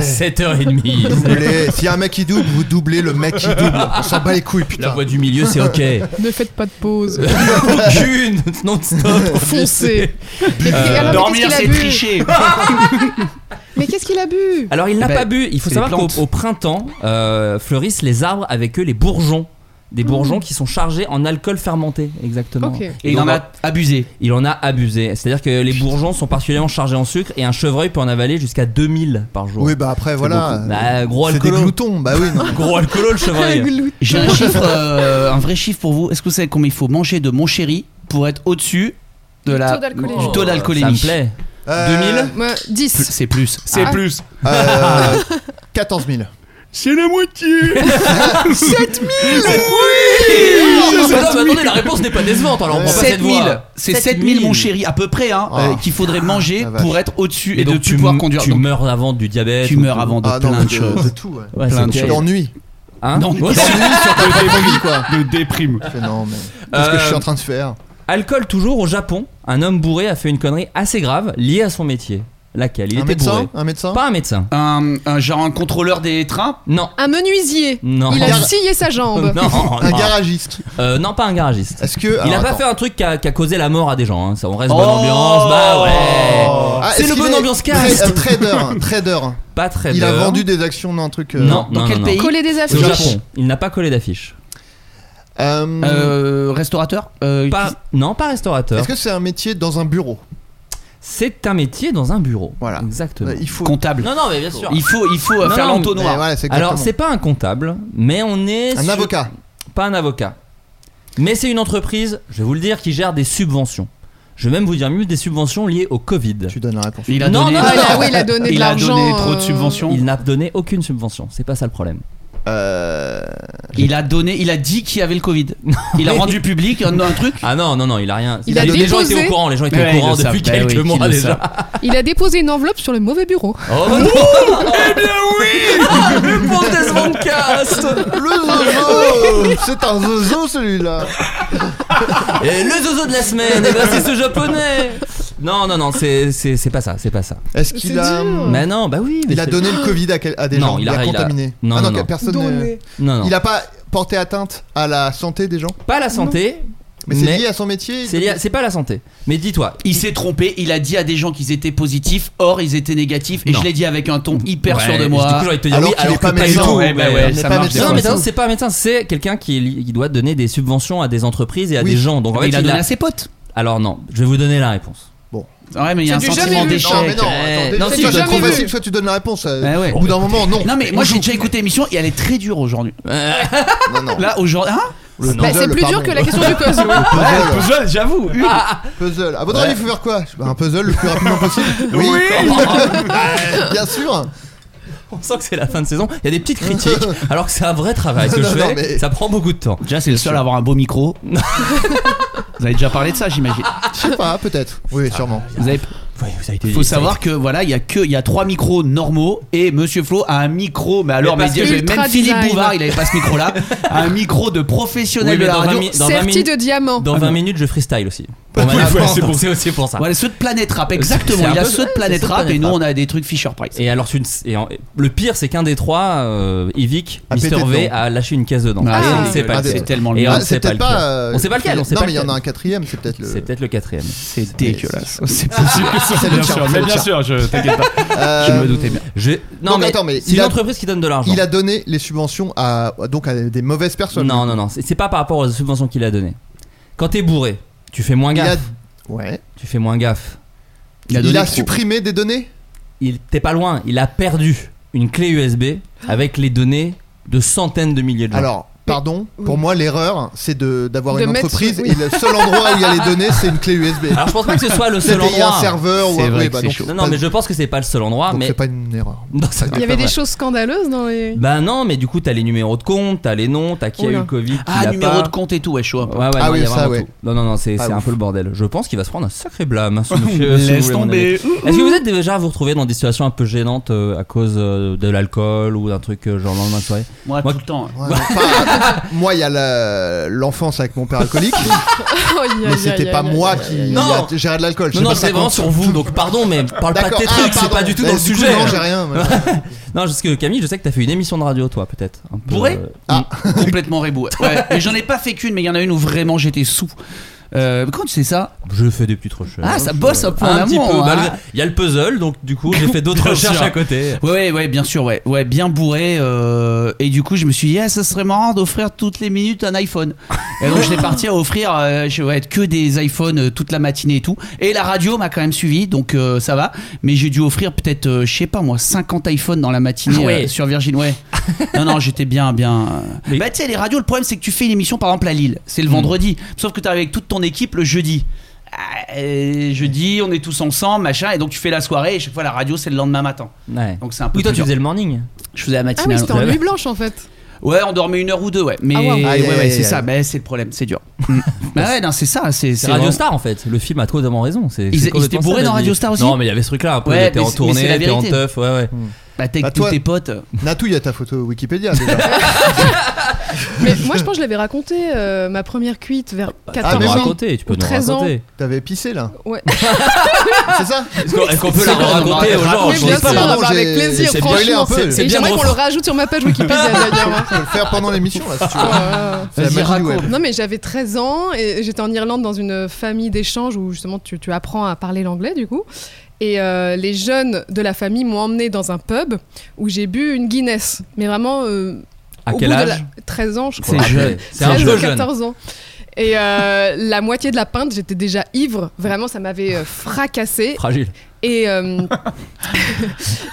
S6: 7h30.
S8: Doublez. S'il y a un mec qui double, vous doublez le mec qui double. On s'en bat les couilles,
S6: La
S8: putain.
S6: voix du milieu, c'est ok.
S7: Ne faites pas de pause.
S6: Aucune non-stop.
S7: Foncez. Mais alors, mais
S9: Bah, Dormir,
S7: qu'est-ce
S9: c'est
S7: qu'il a bu
S9: tricher.
S7: Mais qu'est-ce qu'il a bu
S6: Alors il n'a
S9: Eh ben,
S6: pas bu. Il faut
S9: c'est
S6: savoir
S9: les
S6: qu'au
S9: plantes.
S6: au printemps euh, fleurissent les arbres avec eux les bourgeons. Des bourgeons qui sont chargés en alcool fermenté, exactement.
S7: Mmh. Ok.
S6: Et
S9: Et il en a abusé.
S6: il en a abusé. C'est-à-dire que les bourgeons sont particulièrement chargés en sucre et un chevreuil peut en avaler jusqu'à 2000 par jour.
S8: Oui, bah après, voilà.
S6: beaucoup. Bah, gros
S8: C'est des
S6: alcoolo.
S8: gloutons, bah oui, non.
S6: Gros alcoolo le chevreuil.
S9: J'ai un chiffre, euh, un vrai chiffre pour vous. Est-ce que vous savez combien il faut manger de mon chéri pour être au-dessus de la
S7: taux d'alcoolémie.
S9: du taux
S6: Oh, Ça
S9: d'alcoolémie
S6: me plaît.
S8: Euh,
S6: 2000
S7: Ouais, 10.
S9: C'est plus. C'est
S7: Ah.
S9: plus.
S8: euh, 14 000.
S9: C'est la moitié.
S8: 7000
S6: Non, mais Ah, bah, attendez, la réponse n'est pas décevante alors on prend pas cette
S9: 7000.
S6: voie.
S9: C'est 7000 mon
S6: 7000.
S9: chéri à peu près hein,
S8: Ah.
S9: euh, qu'il faudrait manger
S8: la vache.
S9: pour être au-dessus
S6: Et,
S9: et, de
S6: donc
S9: plus
S6: tu,
S9: pouvoir
S6: m-
S9: conduire.
S6: tu
S9: Donc,
S6: meurs avant du diabète.
S9: tu
S6: ou-
S9: meurs avant de
S8: Ah non,
S9: plein
S8: mais
S9: de
S8: de-
S9: choses.
S8: De tout, ouais.
S6: Ouais,
S9: Plein
S6: c'est
S9: de
S6: horrible.
S9: choses.
S8: D'ennui.
S6: Hein
S9: Non,
S6: Ouais.
S8: D'ennui sur ta vie, quoi.
S9: De déprime.
S8: Je fais, Non, mais. Qu'est-ce que je
S6: Euh,
S8: suis en train de faire
S6: Alcool toujours au Japon, un homme bourré a fait une connerie assez grave liée à son métier. Laquelle Il
S8: Un
S6: était
S8: médecin
S6: bourré.
S8: Un médecin
S6: Pas un médecin.
S9: Un, un genre un contrôleur des trains.
S6: Non.
S7: Un menuisier.
S6: Non.
S7: Il a
S8: Regarde.
S7: scié sa jambe.
S6: Non,
S8: Un
S6: non.
S8: garagiste.
S6: Euh, non, pas un garagiste.
S8: Est-ce que.
S6: il a
S8: alors,
S6: pas
S8: attends.
S6: fait un truc qui a, qui a causé la mort à des gens. hein. Ça, on reste bonne
S9: Oh
S6: ambiance. Bah ouais.
S8: Ah,
S6: c'est
S8: est-ce
S6: le
S8: qu'il
S6: bon
S8: est
S6: ambiance
S8: tra-
S6: cast.
S8: un trader, un trader.
S6: Pas très.
S8: Il a
S6: d'heures.
S8: vendu des actions dans un truc. euh,
S6: Non,
S9: Dans
S6: non,
S9: quel
S6: non, non.
S9: pays
S7: Coller des
S6: C'est au
S7: affiches.
S6: Japon. Il n'a pas collé d'affiche.
S8: euh,
S9: Euh, restaurateur. Euh,
S6: Pas. Non, pas restaurateur.
S8: Est-ce que c'est un métier dans un bureau
S6: C'est un métier dans un bureau.
S8: Voilà.
S6: Exactement.
S8: Ouais, Il faut.
S9: Comptable.
S6: Euh, Non, non, mais bien sûr.
S9: Il faut, il faut euh,
S6: Non,
S9: faire
S6: non,
S8: Ouais,
S9: l'entonnoir.
S8: voilà, c'est
S6: Alors,
S8: exactement.
S6: c'est pas un comptable, mais on est.
S8: un
S6: sur-
S8: avocat.
S6: pas un avocat. Mais c'est une entreprise, je vais vous le dire, qui gère des subventions. Je vais même vous dire mieux des subventions liées au Covid.
S8: Tu donnes la réponse.
S9: Il a
S6: Non,
S9: donné,
S6: non,
S7: Ah, il a- oui, il a donné de
S9: il a
S7: l'argent.
S9: donné trop de
S7: euh,
S9: subventions.
S6: Il n'a donné aucune subvention, c'est pas ça le problème.
S8: Euh,
S9: Il a donné, il a dit qu'il y avait le Covid. Il a rendu public un, un truc.
S6: Ah non, non, non, il a rien.
S7: Il a
S6: les gens
S7: déposé
S6: étaient au courant, les gens étaient
S9: Ouais,
S6: au courant
S9: ils le
S6: depuis
S9: savent. Bah
S6: quelques
S9: oui,
S6: mois
S9: qu'ils le
S6: déjà.
S9: savent.
S7: Il a déposé une enveloppe sur le mauvais bureau.
S6: Oh non Eh bien oui Le Pontes Vancast
S8: Le zozo C'est un zozo celui-là
S6: Et le zozo de la semaine, eh ben, c'est ce japonais Non, non, non, c'est- c'est c'est pas ça, c'est pas ça.
S8: Est-ce
S7: C'est
S8: qu'il a.
S7: dur.
S6: Mais non, bah oui. mais
S8: Hmm. Il a
S6: c'est-
S8: donné le Covid à, quel- à des
S6: Non,
S8: gens
S6: il
S8: Il,
S6: a-
S8: a
S6: il a-
S8: contaminé
S6: non,
S8: Ah
S6: non,
S8: que
S6: non.
S8: personne n'est-
S6: Non, non.
S8: Il a pas porté atteinte à la santé des gens
S6: Pas la santé,
S8: Mais c'est lié à son métier
S6: c'est lié à- c'est pas la santé. Mais dis-toi,
S9: Il s'est trompé, il a dit à des gens qu'ils étaient positifs, or ils étaient négatifs, et
S6: Non.
S9: je l'ai dit avec un ton hyper
S6: Ouais,
S9: sûr de
S6: Du coup,
S9: moi.
S6: j'ai envie de te dire
S8: Alors
S6: oui,
S8: qu'il
S6: alors
S8: est
S6: que
S8: pas
S6: pas du
S8: médecin,
S6: tout.
S8: ouais, bah ouais,
S6: mais
S8: ça
S6: pas
S8: marche,
S6: médecin.
S8: ça
S6: Non, mais
S8: marche.
S6: c'est pas un médecin, c'est quelqu'un qui, est li- qui doit donner des subventions à des entreprises et à
S8: Oui.
S6: des gens. Donc en
S9: Mais
S6: fait,
S9: il a donné
S6: a-
S9: à ses potes.
S6: Alors non, je vais vous donner la réponse.
S9: Ouais, mais il y a un
S7: C'est du jamais
S9: sentiment
S7: vu.
S9: d'échec.
S8: Non, mais non,
S6: Ouais.
S8: attendez,
S6: Non,
S8: soit
S6: si,
S8: tu
S6: j'ai
S8: donnes trop
S7: jamais vu.
S8: facile, soit tu donnes la réponse. euh,
S6: Bah
S9: Ouais, ouais.
S8: Au bout d'un moment, non.
S9: Non, mais moi j'ai déjà écouté l'émission et elle est très dure aujourd'hui.
S8: Non, non.
S9: Là, aujourd'hui. Hein
S8: Le
S7: Bah, c'est
S8: puzzle,
S7: plus dur que
S8: pardon.
S7: la question Ah, du puzzle.
S8: Le puzzle.
S9: j'avoue.
S6: Ah,
S8: Puzzle. À votre avis, il faut faire quoi Bah, Un puzzle le plus rapidement possible Oui, bien sûr.
S6: On sent que c'est la fin de saison, il y a des petites critiques, alors que c'est un vrai travail que
S8: Non,
S6: je
S8: non,
S6: fais,
S8: mais-
S6: ça prend beaucoup de temps.
S9: Déjà, c'est le seul à avoir un beau micro. Vous avez déjà parlé de ça, j'imagine.
S8: Je sais pas, peut-être. Oui, sûrement.
S9: Vous avez-
S6: Ouais, ça a été-
S9: Faut
S6: ça a été-
S9: savoir que voilà, il y a que il y a trois micros normaux et Monsieur Flo a un micro. Mais alors, mais
S6: Mais parce
S9: Dieu,
S7: que
S9: mais
S7: ultra
S9: même Philippe
S7: design.
S9: Bouvard, il avait pas ce micro-là. un micro de professionnel
S6: Oui, mais
S9: de la
S6: dans 20
S9: radio.
S6: mi- dans 20
S7: Serti
S6: minutes,
S7: de diamant.
S6: dans
S9: Ah
S6: 20
S9: non.
S6: minutes, je freestyle aussi.
S8: Oui,
S6: Pour ma-
S8: ouais, c'est
S6: c'est aussi pour ça.
S9: Voilà, ceux de Planète Rap,
S6: C'est
S9: exactement.
S6: un
S9: Il y a
S6: peu
S9: ceux de
S6: ça,
S9: Planète
S6: c'est ceux de
S9: Rap et
S6: Planète
S9: nous,
S6: Rap.
S9: on a des trucs Fisher Price.
S6: Et alors, c'est une- et en- le pire, c'est qu'un des trois, euh, Evic,
S8: A
S6: Mister
S8: pété
S6: V,
S8: dedans.
S6: a lâché une caisse dedans.
S9: Ah,
S6: Et on
S9: c'est-
S6: ne sait pas
S8: ah,
S6: lequel.
S9: c'est tellement
S6: Et
S9: le
S6: on
S8: Ah,
S6: ne sait
S8: c'est
S6: pas
S8: peut-être
S6: lequel.
S8: pas. euh,
S6: On sait pas lequel, on sait
S8: Non,
S6: pas
S8: mais il y en a
S6: lequel.
S8: un quatrième, c'est peut-être le. Ah,
S6: C'est peut-être le quatrième.
S9: C'est dégueulasse. C'est
S8: C'est le chat, c'est le chat.
S9: sûr, je t'inquiète pas.
S8: Euh,
S9: Je me doutais bien.
S6: Je- Non,
S8: Donc,
S6: mais
S8: attends, mais
S6: c'est
S8: il
S6: une
S8: a-
S6: entreprise qui donne de l'argent.
S8: Il a donné les subventions à donc à des mauvaises personnes.
S6: Non, non, non, c'est c'est pas par rapport aux subventions qu'il a données. Quand t'es bourré, tu fais moins
S8: Il a,
S6: gaffe.
S8: ouais.
S6: Tu fais moins gaffe.
S8: il a,
S9: donné trop.
S8: supprimé des données.
S6: Il t'es pas loin, il a perdu une clé USB avec les données de centaines de milliers de gens.
S8: Alors, pardon, pour moi l'erreur, c'est de d'avoir
S7: De
S8: une
S7: mettre-
S8: entreprise
S7: oui.
S8: et le seul endroit où il y a les données, c'est une clé USB.
S6: Alors, je pense pas que ce soit le
S8: Peut-être
S6: seul
S8: il y a
S6: endroit.
S8: un serveur ou
S9: C'est
S8: un-
S9: vrai
S8: oui,
S9: que
S8: bah,
S9: c'est
S8: donc-
S9: chaud.
S6: Non, non, mais je pense que c'est pas le seul endroit.
S8: donc
S6: mais
S8: c'est pas une erreur.
S6: Non, ça
S7: Il y
S6: doit
S7: avait
S6: pas
S7: des
S6: vrai.
S7: choses scandaleuses dans les.
S6: Bah non, mais du coup, t'as les numéros de compte, t'as les noms, t'as qui a eu
S7: Oula.
S6: le Covid, qui
S9: Ah,
S6: l'a
S9: numéro
S6: pas.
S9: de compte et tout, ouais, chaud un peu.
S6: Ouais, ouais,
S8: Ah
S6: non,
S8: oui,
S6: il y a
S8: ça,
S6: vraiment
S8: ouais. Ah
S6: tout. Non, non, non, c'est
S8: Pas
S6: c'est un
S8: ouf.
S6: peu le bordel. Je pense qu'il va se prendre un sacré blâme. hein, ce monsieur, si vous
S9: Laisse
S6: voulez mon avis.
S9: tomber.
S6: Est-ce que vous êtes déjà vous retrouver dans des situations un peu gênantes euh, à cause euh, de l'alcool ou d'un truc euh, genre le lendemain de soirée
S9: Moi,
S6: Moi-
S9: tout le temps. hein.
S8: Ouais, enfin, moi, il y a la- l'enfance avec mon père alcoolique,
S7: Aïe, aïe,
S8: mais c'était
S7: aïe,
S8: pas
S7: aïe,
S8: moi
S7: aïe,
S8: qui
S7: aïe, aïe.
S6: Non.
S8: a géré de l'alcool. Je
S6: Non,
S8: sais
S6: non,
S8: pas si
S6: c'est
S8: ça
S6: vraiment
S8: compte.
S6: sur vous, donc pardon, mais parle pas de
S8: D'accord,
S6: tes
S8: ah,
S6: trucs, c'est
S8: pardon.
S6: pas du tout
S8: Bah,
S6: dans le
S8: du coup,
S6: sujet. hein.
S8: Non, j'ai rien. moi.
S6: Non, parce que Camille, je sais que t'as fait une émission de radio, toi, peut-être. un peu,
S9: Bourré
S6: euh,
S8: Ah.
S9: Mm. complètement rebou. Ouais. Mais j'en ai pas fait qu'une, mais il y en a une où vraiment j'étais sous. Euh, quand tu sais ça
S6: Je fais des petites recherches.
S9: Ah, ça bosse un peu en
S6: Un petit
S9: amont,
S6: peu. bah,
S9: hein.
S6: Il y a le puzzle, donc du coup, j'ai fait d'autres
S9: Bien
S6: recherches
S9: sûr.
S6: à côté.
S9: Ouais, ouais, ouais, bien sûr, ouais, ouais, bien bourré. euh, et du coup, je me suis dit, ah, ça serait marrant d'offrir toutes les minutes un iPhone. Et donc, je l'ai parti à offrir, euh, je vais être que des iPhones euh, toute la matinée et tout. Et la radio m'a quand même suivi, donc euh, ça va. Mais j'ai dû offrir peut-être, euh, je sais pas moi, 50 iPhones dans la matinée
S6: Ah ouais.
S9: euh, sur Virgin. Ouais. non, non, j'étais bien, bien. euh.
S6: Mais- Hmm.
S9: Bah, tu sais, les radios, le problème, c'est que tu fais une émission, par exemple, à Lille. C'est le vendredi. Sauf que t'es avec toute ton équipe le jeudi. Ah, euh, Jeudi, on est tous ensemble, machin, et donc tu fais la soirée, et chaque fois la radio c'est le lendemain matin.
S6: Ouais.
S9: Donc c'est un peu.
S6: Oui, toi,
S9: plus
S6: tu
S9: dur.
S6: faisais le morning.
S9: Je faisais la
S7: Ah
S9: matinée.
S7: oui, c'était en nuit blanche en fait.
S9: ouais, on dormait une heure ou deux, ouais. Mais
S7: Ah, wow.
S9: ouais,
S8: Aïe,
S9: ouais,
S8: aïe, aïe,
S9: c'est ça.
S8: aïe.
S9: Bah, c'est le problème, c'est dur. Mm. bah ouais, non, c'est ça. C'est c'est
S6: C'est Radio
S9: vraiment-
S6: Star en fait, le film a trop d'amour raison. C'est,
S9: Ils-
S6: c'est
S9: ils
S6: complètement
S9: étaient
S6: ça,
S9: bourrés
S6: la
S9: dans
S6: vie.
S9: Radio Star aussi
S6: Non, mais il y avait ce truc là un peu.
S9: Ouais,
S6: t'es
S9: mais
S6: en
S9: c'est- mais c'est
S6: tournée,
S9: la
S6: t'es en
S9: vérité.
S6: teuf, ouais, ouais.
S9: Bah, t'es
S8: Bah,
S9: avec tous
S8: toi-
S9: tes potes.
S8: Natou, il y a ta photo Wikipédia déjà.
S6: Ah,
S7: Mais moi, je pense que je l'avais raconté euh, ma première cuite vers
S6: Tu peux
S7: 14
S6: nous
S8: Ah, mais oui.
S7: ans.
S6: raconter, tu peux
S7: Ou
S6: nous
S7: 13 ans.
S6: raconter.
S8: T'avais pissé là.
S7: Ouais.
S8: C'est ça
S6: Est-ce qu'on, est-ce qu'on peut
S9: C'est
S6: la
S9: bon, on va
S6: raconter aux gens
S7: Oui,
S6: Je
S7: bien
S6: sais pas,
S7: sûr,
S6: moi.
S8: moi,
S7: bah, avec
S8: j'ai-
S7: plaisir,
S8: j'ai spoilé un
S7: franchement.
S8: peu.
S7: C'est-
S6: C'est
S7: et
S6: bien
S7: J'aimerais
S6: de
S7: qu'on le rajoute sur ma page Wikipédia d'ailleurs. hein.
S8: Tu peux le faire pendant l'émission là si tu veux.
S7: Euh,
S8: C'est la
S9: Vas-y,
S8: magie du
S9: raconte.
S8: web.
S7: Non mais j'avais 13 ans et j'étais en Irlande dans une famille d'échange où justement tu, tu apprends à parler l'anglais du coup. Et euh, les jeunes de la famille m'ont emmené dans un pub où j'ai bu une Guinness. Mais vraiment... euh,
S6: À
S7: au
S6: quel
S7: bout de
S6: âge
S7: la- 13 ans je crois.
S6: Faut
S9: C'est
S6: rappeler.
S9: jeune.
S6: Ah, C'est un
S7: 13
S6: jeu
S7: ou
S6: jeune.
S7: 14 ans. Et euh, la moitié de la pinte, j'étais déjà ivre. Vraiment, ça m'avait euh, fracassé.
S6: Fragile.
S7: Et euh,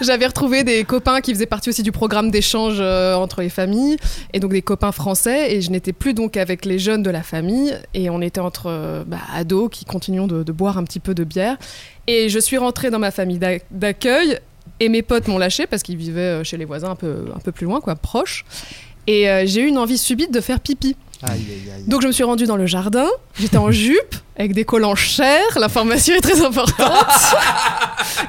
S7: j'avais retrouvé des copains qui faisaient partie aussi du programme d'échange euh, entre les familles, et donc des copains français. Et je n'étais plus donc avec les jeunes de la famille, et on était entre euh, bah, ados qui continuons de, de boire un petit peu de bière. Et je suis rentrée dans ma famille d'ac- d'accueil, et mes potes m'ont lâché parce qu'ils vivaient euh, chez les voisins un peu, un peu plus loin, quoi, proche. Et euh, j'ai eu une envie subite de faire pipi.
S8: Aïe, aïe, aïe.
S7: Donc je me suis rendue dans le jardin, j'étais en jupe, avec des collants chers, l'information est très importante.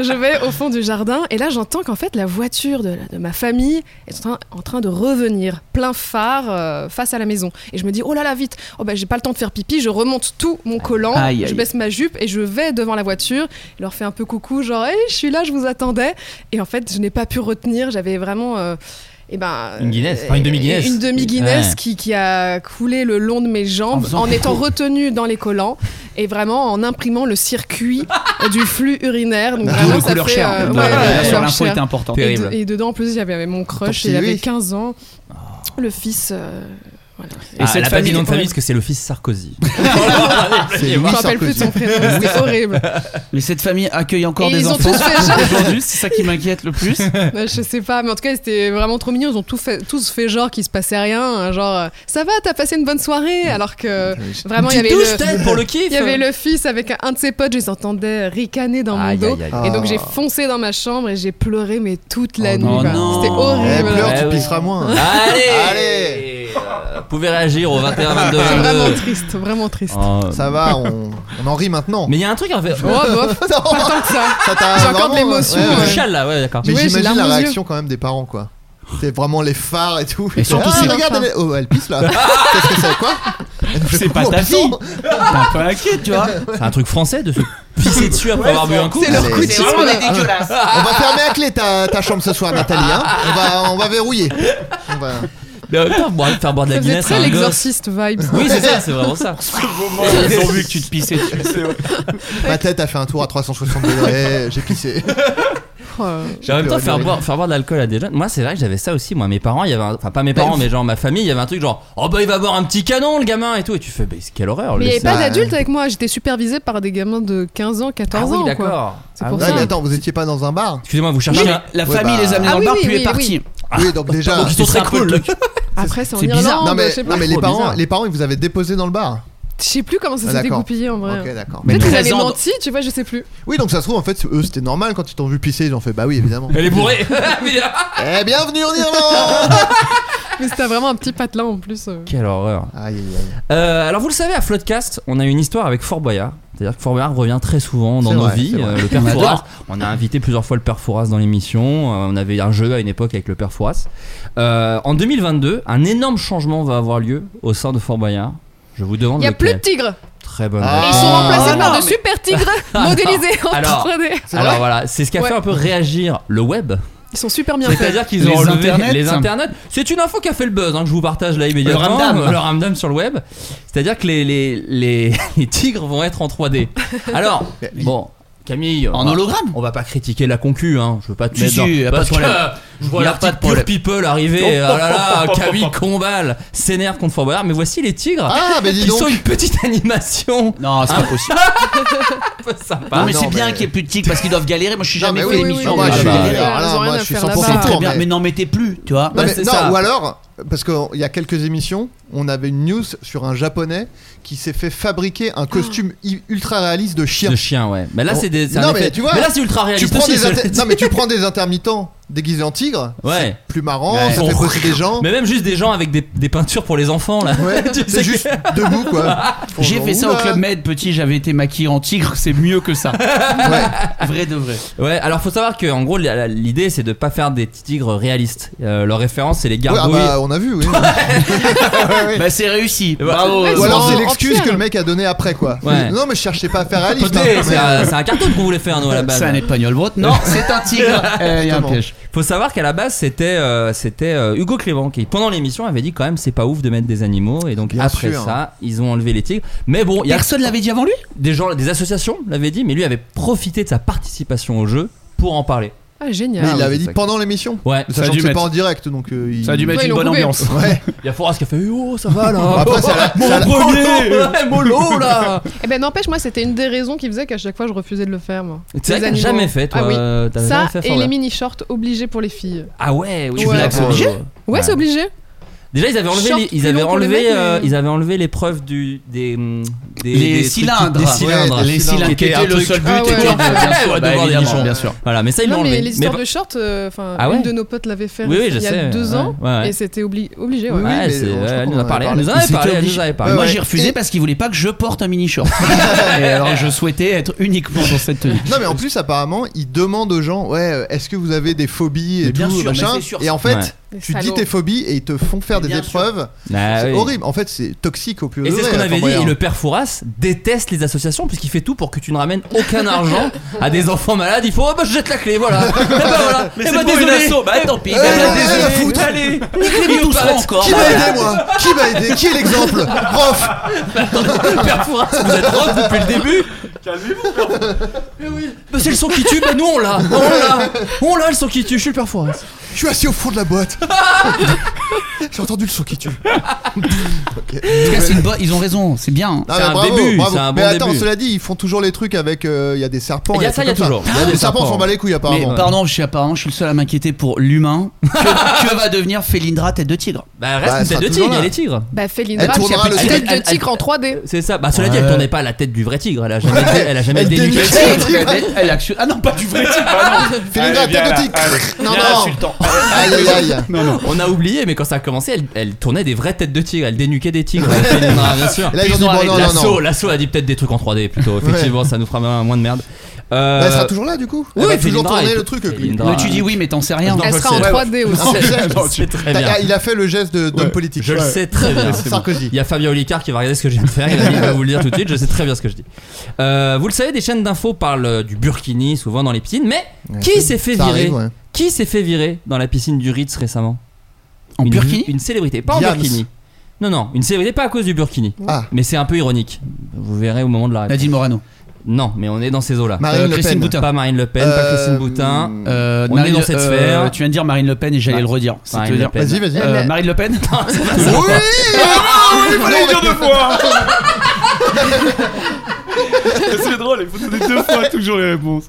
S7: je vais au fond du jardin et là j'entends qu'en fait la voiture de, de ma famille est en train, en train de revenir plein phare euh, face à la maison. Et je me dis oh là là vite, oh bah j'ai pas le temps de faire pipi, je remonte tout mon collant,
S9: Aïe, aïe.
S7: je baisse ma jupe et je vais devant la voiture, je leur fais un peu coucou genre hey, je suis là, je vous attendais. Et en fait je n'ai pas pu retenir, j'avais vraiment... euh, eh ben,
S6: Une Guinness.
S7: euh,
S6: Enfin, une demi-Guinness.
S7: Une demi-Guinness
S9: Ouais.
S7: qui, qui a coulé le long de mes jambes
S9: En
S7: en,
S9: faisant coucou.
S7: étant retenue dans les collants et vraiment en imprimant le circuit du flux urinaire. Donc
S9: D'où
S7: vraiment,
S9: le
S7: ça
S9: couleur
S7: fait,
S9: chair.
S7: euh,
S9: Bien
S7: ouais,
S9: sûr,
S7: ouais, couleur
S9: l'info
S7: chair.
S9: était importante.
S7: Et,
S6: Terrible.
S7: de- et dedans, en plus, j'avais mon crush,
S8: petit
S7: il avait
S8: Louis.
S7: 15 ans. Le fils. euh, voilà.
S9: Ah. Et
S6: Ah,
S9: cette
S6: elle a pas
S9: famille-
S6: dit nom de famille parce que c'est le fils Sarkozy.
S8: C'est
S7: Je
S8: Louis
S7: me rappelle plus de son
S8: Sarkozy.
S7: prénom, c'est horrible.
S9: Mais cette famille accueille encore
S7: Et
S9: des
S7: ils ont
S9: enfants
S7: tous fait genre.
S9: aujourd'hui, c'est ça qui m'inquiète le plus.
S7: Ouais, Je sais pas, mais en tout cas, c'était vraiment trop mignon. Ils ont tout fait- tous fait genre qu'il se passait rien. hein, Genre, euh, ça va, t'as passé une bonne soirée. Alors que vraiment, il y avait
S6: Douche
S7: le.
S6: tête pour le kiff.
S7: Il y avait le fils avec un de ses potes, je les entendais ricaner dans mon
S6: Aïe,
S7: dos.
S6: aïe, Oh. aïe.
S7: Et donc j'ai
S8: Ah.
S7: foncé dans ma chambre et j'ai pleuré mais toute la
S9: Oh
S7: nuit.
S9: non.
S7: quoi.
S9: Oh
S7: C'était
S9: non.
S8: Eh,
S7: horrible.
S8: pleure,
S6: Eh
S8: tu
S6: oui.
S8: pisseras moins.
S6: Allez,
S8: Allez.
S6: Euh, Vous pouvez réagir au 21 22
S7: C'est
S6: 22.
S7: vraiment triste, vraiment triste.
S6: Oh.
S8: Ça va, on, on en rit maintenant.
S6: Mais il y a un truc à faire.
S7: Oh bof, pas
S8: Non,
S7: tant que ça.
S8: ça t'a
S7: J'ai encore de
S8: vraiment-
S7: l'émotion,
S8: ouais,
S6: Le
S8: ouais.
S7: ouais.
S6: châle là, ouais, d'accord.
S8: Mais
S7: Ouais, j'ai
S8: j'imagine
S7: larmes
S8: la
S7: aux yeux.
S8: réaction quand même des parents, quoi. C'est vraiment les phares et tout.
S9: Et surtout,
S8: ah,
S9: c'est-
S8: regarde, elle, est- oh, elle pisse là. Qu'est-ce que c'est Quoi Elle nous fait
S9: C'est pas
S8: coucou en
S9: ta fille.
S8: pissant.
S9: T'es un peu inquiet, tu vois.
S6: C'est un truc français de se pisser dessus après avoir bu un coup.
S7: C'est leur
S8: Allez.
S7: coup de
S8: C'est
S7: chance,
S8: vraiment
S7: voilà.
S8: On va fermer à clé ta, ta chambre ce soir, Nathalie. hein. On, va, on va verrouiller. On va-
S6: Mais en même temps, boire- faire boire de la
S7: Ça faisait
S6: Guinness à
S7: très
S6: un gosse.
S7: l'exorciste vibes.
S6: Oui, c'est ça, c'est vraiment ça.
S9: Ils ont vu que tu te pissais dessus.
S8: Ma tête a fait un tour à 360 degrés. J'ai pissé.
S7: Oh, euh,
S6: J'ai en même temps,
S8: pleuré de
S6: faire
S8: rire.
S6: boire, faire boire de l'alcool à des jeunes. Moi, c'est vrai que j'avais ça aussi. Moi, mes parents, il y avait, un- enfin pas mes parents, mais genre ma famille, il y avait un truc genre, oh bah il va boire un petit canon, le gamin et tout. Et tu fais, bah quelle horreur.
S7: Mais il n'y
S6: le-
S7: avait pas
S8: Ouais.
S7: d'adultes avec moi, j'étais supervisée par des gamins de 15 ans, 14
S6: Ah
S7: ans.
S6: oui,
S7: quoi.
S6: d'accord.
S7: C'est
S6: Ah
S7: pour
S6: oui.
S8: Ouais,
S7: ça.
S8: mais attends, vous étiez pas dans un bar
S6: Excusez-moi, vous
S9: Non,
S6: cherchez.
S9: mais
S6: un-
S9: la
S8: Ouais,
S9: famille
S8: bah.
S9: les amenait
S7: Ah
S9: en
S7: oui,
S9: bar,
S7: oui,
S9: puis
S7: oui,
S9: est parti.
S8: Oui, donc déjà.
S6: Ah. Donc ils sont
S9: C'est
S6: très
S9: un peu
S6: cool.
S9: le
S6: le-
S7: Après, c'est en
S9: C'est bizarre.
S7: Irlande,
S8: Non, mais,
S7: je sais
S8: non,
S7: pas.
S8: mais les,
S6: Trop
S8: parents,
S6: Oh, bizarre.
S8: les parents, ils vous avaient déposé dans le bar.
S7: Je sais plus comment ça
S8: Ah,
S7: s'est
S8: d'accord.
S7: dégoupillé en vrai.
S8: Ok, d'accord.
S9: Mais
S7: Peut-être qu'ils
S9: 13
S7: avaient
S9: ans de-
S7: menti, tu vois, je sais plus.
S8: Oui, donc ça se trouve, en fait, eux, c'était normal quand ils t'ont vu pisser. Ils ont fait, bah oui, évidemment.
S6: Elle est bourrée. Mais-
S8: Eh, bienvenue en Irlande
S7: Mais c'était vraiment un petit patelin en plus. euh.
S6: Quelle horreur.
S8: Aïe, aïe, aïe.
S6: Euh, alors vous le savez, à Floodcast, on a une histoire avec Fort Boyard. C'est-à-dire que Fort Boyard revient très souvent dans
S8: C'est
S6: nos
S8: vrai,
S6: vies.
S8: c'est vrai.
S6: Euh, le père
S9: On adore.
S6: Fouras, on a invité plusieurs fois le père Fouras dans l'émission. Euh, on avait un jeu à une époque avec le père Fouras. Euh, en 2022, un énorme changement va avoir lieu au sein de Fort Boyard. Je vous demande
S7: Il n'y a plus
S6: lequel.
S7: de tigres.
S6: Très bonne
S8: Ah.
S7: Ils
S6: réponse.
S7: sont remplacés
S9: Ah,
S7: par
S9: non,
S7: de
S9: mais-
S7: super tigres modélisés en
S6: Ah, Alors-
S7: 3D.
S8: Ah, C'est
S6: Alors
S8: vrai
S6: voilà, c'est ce qui a
S7: Ouais.
S6: fait un peu réagir le web.
S7: Ils sont super bien faits.
S6: C'est-à-dire qu'ils
S9: Les
S6: ont enlevé
S9: internets.
S6: les internets. C'est une info qui a fait le buzz, hein, que je vous partage là immédiatement.
S9: Le ramdam.
S6: Le ramdam sur le web. C'est-à-dire que les, les, les, les tigres vont être en 3D. Alors, bon, Camille. on
S9: En
S6: va-
S9: hologramme
S6: On va pas critiquer la concu, hein. je veux pas te
S9: Si,
S6: mettre dans-
S9: si, y a pas
S6: parce
S9: de problème.
S6: que je vois
S9: Y a
S6: la
S9: pas de
S6: petite pure
S9: problème.
S6: people arriver,
S9: Oh,
S6: ah là là,
S9: oh, oh, oh,
S6: Camille
S9: oh, oh.
S6: Combal s'énerve contre Fort Boyard, mais voici les tigres
S8: Ah, mais dis
S6: qui
S8: donc
S6: sont une petite animation
S9: Non, c'est pas possible.
S6: un peu sympa.
S9: Non, mais
S8: non,
S9: c'est bien
S8: mais-
S9: qu'il y ait plus de tics parce qu'ils doivent galérer. Moi, je suis
S8: Non,
S9: jamais
S8: mais
S9: fait
S8: oui, oui,
S9: l'émission.
S8: oui, moi,
S9: Ah,
S8: je
S9: bah,
S8: suis-
S9: ouais.
S7: Ils ont
S8: alors là,
S7: rien
S8: moi,
S7: à
S8: je suis
S7: faire
S8: 100%
S9: C'est
S7: là-bas.
S8: pour,
S9: très bien,
S8: mais-
S9: mais n'en mettez plus, tu vois.
S8: Non,
S6: Ouais,
S8: mais-
S6: c'est
S8: non,
S6: ça.
S8: ou alors, parce qu'il y a quelques émissions, on avait une news sur un japonais qui s'est fait fabriquer un costume i- ultra réaliste de chien.
S6: De chien, ouais. Mais là,
S8: Bon.
S6: c'est des. c'est un
S8: Non, mais
S6: effet-
S8: tu vois,
S6: mais là, c'est ultra
S8: tu
S6: réaliste.
S8: prends
S6: aussi,
S8: des
S6: cela
S8: inter-
S6: dit.
S8: non mais tu prends des intermittents déguisés en tigre,
S6: Ouais.
S8: plus marrant,
S6: Ouais.
S8: ça
S6: Ils
S8: fait
S6: sont-
S8: bosser des gens.
S6: Mais même juste des gens avec des, des peintures pour les enfants là.
S8: Ouais,
S6: Tu sais
S8: c'est juste debout quoi. Ils font
S9: J'ai
S8: genre,
S9: fait ça au
S8: oula.
S9: Club Med, petit, j'avais été maquillé en tigre, c'est mieux que ça.
S8: Ouais.
S9: Vrai de vrai.
S6: Ouais, alors faut savoir que en gros la- la- l'idée c'est de pas faire des petits tigres réalistes. Euh, leur référence c'est les
S8: Ouais, ah
S6: gargouilles.
S8: bah on a vu, oui. Ouais,
S7: Ah
S8: ouais.
S9: Bah, c'est réussi.
S6: Et bah-
S9: Bravo.
S7: Ouais,
S8: Ou alors
S7: en-
S8: c'est
S7: en
S8: l'excuse
S7: pierre.
S8: que le mec a donné après quoi.
S6: Ouais.
S8: Non mais je cherchais pas à faire réaliste.
S6: Écoutez,
S8: hein.
S6: c'est un, c'est un cartoon qu'on voulait faire nous à la base.
S9: C'est un espagnol brut. Non, c'est un tigre. Eh, Il y a un
S8: Exactement.
S9: piège.
S6: Faut savoir qu'à la base c'était euh, c'était euh, Hugo Clément qui pendant l'émission avait dit quand même c'est pas ouf de mettre des animaux et donc
S8: Bien
S6: après
S8: sûr.
S6: ça ils ont enlevé les tigres. Mais bon, il y a
S9: Personne l'avait dit avant lui
S6: des gens des associations l'avaient dit mais lui avait profité de sa participation au jeu pour en parler.
S7: Ah,
S8: Mais
S7: génial.
S8: il
S6: ouais,
S8: l'avait
S6: c'est
S8: dit
S6: ça.
S8: pendant l'émission.
S6: Ouais.
S8: Mais
S9: Ça a
S8: Sachant
S9: dû
S8: que c'est
S9: mettre-
S8: pas en direct donc euh, il-
S9: Ça a dû mettre
S7: Ouais, ils
S9: une
S7: l'ont
S9: bonne
S7: coupé.
S9: ambiance.
S8: Ouais.
S6: Il y a Foras qui a fait oh ça va là.
S8: Bon, après, c'est à la-
S6: Mon
S8: c'est à la-
S6: premier Ouais, mollo là.
S7: Eh ben n'empêche, moi, c'était une des raisons qui faisait qu'à chaque fois, je refusais de le faire, moi.
S6: Tu
S7: Les
S6: l'as
S7: animaux.
S6: jamais fait toi
S7: Ah oui.
S6: euh, t'as
S7: Ça
S6: jamais fait, Fort
S7: et les
S6: Boyard.
S7: mini shorts obligés pour les filles.
S6: Ah ouais, oui,
S7: Tu Ouais. voulais
S6: oui,
S7: être
S6: oui.
S9: obligé
S7: Ouais, c'est obligé.
S6: Déjà, ils avaient enlevé,
S7: Short
S6: les- ils
S7: plus
S6: avaient
S7: long pour les
S6: enlevé,
S7: mecs,
S6: euh,
S7: mais-
S6: ils avaient enlevé l'épreuve du des, hum, des-
S9: Les
S6: des trucs qui-
S9: cylindres.
S6: des cylindres.
S8: Ouais, les cylindres.
S9: Ah, Qui était le seul but,
S7: Ah ouais.
S9: était
S7: Ouais,
S9: bien sûr,
S6: ouais,
S9: bah,
S6: de voir des
S9: évidemment,
S6: nichons.
S9: bien sûr.
S6: Voilà, mais ça ils l'ont
S7: Non, mais
S6: enlevé. Mais-
S7: les histoires de shorts, euh, enfin,
S6: Ah ouais
S7: une de nos potes l'avait fait
S6: Oui, oui,
S7: il
S6: je
S7: y a
S6: sais,
S7: deux
S6: ouais,
S7: ans,
S6: ouais, ouais.
S7: et c'était obli- obligé. ouais.
S8: Oui, oui.
S6: Ouais,
S8: mais
S6: c'est-
S8: je crois
S6: elle
S8: qu'on
S6: nous en a
S8: Ah, en a
S6: parlé, elle
S8: parlé.
S6: nous en avait
S9: C'était
S6: parlé, elle
S9: obligé.
S6: nous en avait parlé.
S8: Ouais,
S9: Moi
S8: ouais.
S9: j'ai refusé
S8: Et-
S9: parce qu'il voulait pas que je porte un mini short. et alors je souhaitais être uniquement dans cette tenue.
S8: Non mais en plus apparemment ils demandent aux gens ouais euh, est-ce que vous avez des phobies
S9: Mais
S8: et
S9: bien
S8: tout,
S9: sûr, mais
S8: machin
S9: c'est sûr,
S8: et
S9: ça.
S8: en fait
S6: Ouais.
S7: Des
S8: tu dis
S7: salauds.
S8: tes phobies et ils te font faire
S9: Mais
S8: des
S9: bien sûr.
S8: épreuves
S6: Ah
S8: c'est
S6: oui.
S8: horrible en fait c'est toxique au plus haut
S6: Et c'est ce
S8: degré,
S6: qu'on
S8: la
S6: avait dit,
S8: Fourrière.
S6: et le père Fouras déteste les associations puisqu'il fait tout pour que tu ne ramènes aucun argent à des enfants malades. Il faut, oh bah je jette la clé, voilà. Et bah voilà. Eh bah, désolé.
S9: bah tant pis.
S8: Eh ben,
S9: désolé.
S8: désolé.
S9: Allez, ils tousseront encore.
S8: qui m'a aidé moi qui m'a aidé qui est l'exemple prof
S6: Le père Fouras, vous êtes rock depuis le début. Calmez-vous, oui. Bah, c'est le son qui tue, bah nous on l'a. On l'a. On l'a le son qui tue, je suis le père Fouras.
S8: je suis assis au fond de la boîte j'ai entendu le son qui tue
S9: En
S8: Ok.
S9: tout cas, c'est une bonne- Ils ont raison, c'est bien. hein.
S8: Non,
S6: C'est
S8: mais
S6: un
S8: bravo,
S6: début,
S8: bravo.
S6: c'est un
S8: mais
S6: bon
S8: attends,
S6: début.
S8: cela dit, ils font toujours les trucs avec. euh, Il y a des serpents.
S6: Il y a
S8: des
S6: ça,
S8: trucs
S6: il y a
S8: comme
S6: toujours. Il y a
S8: Les
S6: des
S8: serpents, on
S6: serpents.
S8: s'en bat les couilles,
S9: Mais
S8: apparemment.
S9: pardon, je suis apparemment, je suis le seul à m'inquiéter pour l'humain. Que, que va devenir Felindra tête de tigre
S6: Bah
S8: Bah,
S6: reste une tête
S8: elle
S6: de
S8: sera
S6: tigre,
S8: toujours
S6: il y a
S8: là.
S6: les tigres.
S7: Bah, Féline
S8: Elle
S7: Drap,
S8: tournera
S7: qui a
S8: le
S7: fait une
S8: truc.
S7: tête
S6: Elle-
S7: de tigre en 3D.
S6: C'est ça. Bah cela dit, elle
S9: Ouais.
S6: tournait pas la tête du vrai tigre. Elle a jamais, dé- elle a jamais
S8: Elle
S6: dénuclé.
S8: dénuclait.
S9: Elle- elle- elle actionne- Ah non, pas du vrai tigre. bah non.
S8: Fais-les là, tête de tigre. Non, non. Aïe, aïe, aïe.
S6: On a oublié, mais quand ça a commencé, elle, elle tournait des vraies têtes de tigre. Elle dénuquait des tigres. elle fait des bras, Ah, bien sûr.
S8: Et là, ils ont
S9: Ils
S8: dit
S9: ont
S8: bon,
S9: arrêté
S8: non, non,
S6: L'assaut,
S8: non.
S6: l'assaut a dit peut-être des trucs en 3D plutôt. Effectivement, ça nous fera moins moins de merde. Euh,
S8: Bah, Elle sera toujours là, du coup
S6: oui,
S8: Elle va
S6: Félindra
S8: toujours tourner
S6: est-
S8: le truc.
S6: Félindra.
S9: Mais tu dis oui, mais t'en sais rien.
S6: Non,
S7: Elle
S6: je
S7: sera en
S6: le sais.
S7: 3D aussi.
S8: Non, je-
S6: Je le sais très bien.
S8: T'as- Il a fait le geste de- d'homme politique.
S6: Je le
S8: Ouais.
S6: sais très bien.
S8: Sarkozy.
S6: Il y a Fabien Olicard qui va regarder ce que je viens de faire. Il va- il va vous le dire tout de suite. Je sais très bien ce que je dis. Euh, vous le savez, des chaînes d'infos parlent euh, du Burkini souvent dans les piscines. Mais qui s'est fait
S8: Ça
S6: virer
S8: arrive, ouais.
S6: Qui s'est fait virer dans la piscine du Ritz récemment
S9: En
S6: une,
S9: Burkini
S6: Une célébrité, pas en
S8: Diams.
S6: Burkini. Non, non, une célébrité pas à cause du Burkini.
S8: Ah.
S6: Mais c'est un peu ironique. Vous verrez au moment de la réponse.
S9: Nadine Morano.
S6: Non, mais on est dans ces eaux-là.
S8: Marine
S9: Euh,
S8: Le
S9: Christine
S8: Pen.
S9: Boutin.
S6: Pas Marine Le Pen, pas
S8: Euh,
S6: Christine Boutin.
S9: Euh,
S6: On est dans cette sphère.
S9: Tu viens de dire Marine Le Pen et j'allais
S6: Ouais.
S9: le redire. c'est
S6: Marine
S9: te
S6: Le
S9: dire.
S6: Pen.
S8: Vas-y, vas-y.
S9: Euh, Marine Le Pen
S8: Oui Ah, Il fallait le dire deux fois
S3: C'est drôle, il faut donner deux fois toujours les réponses.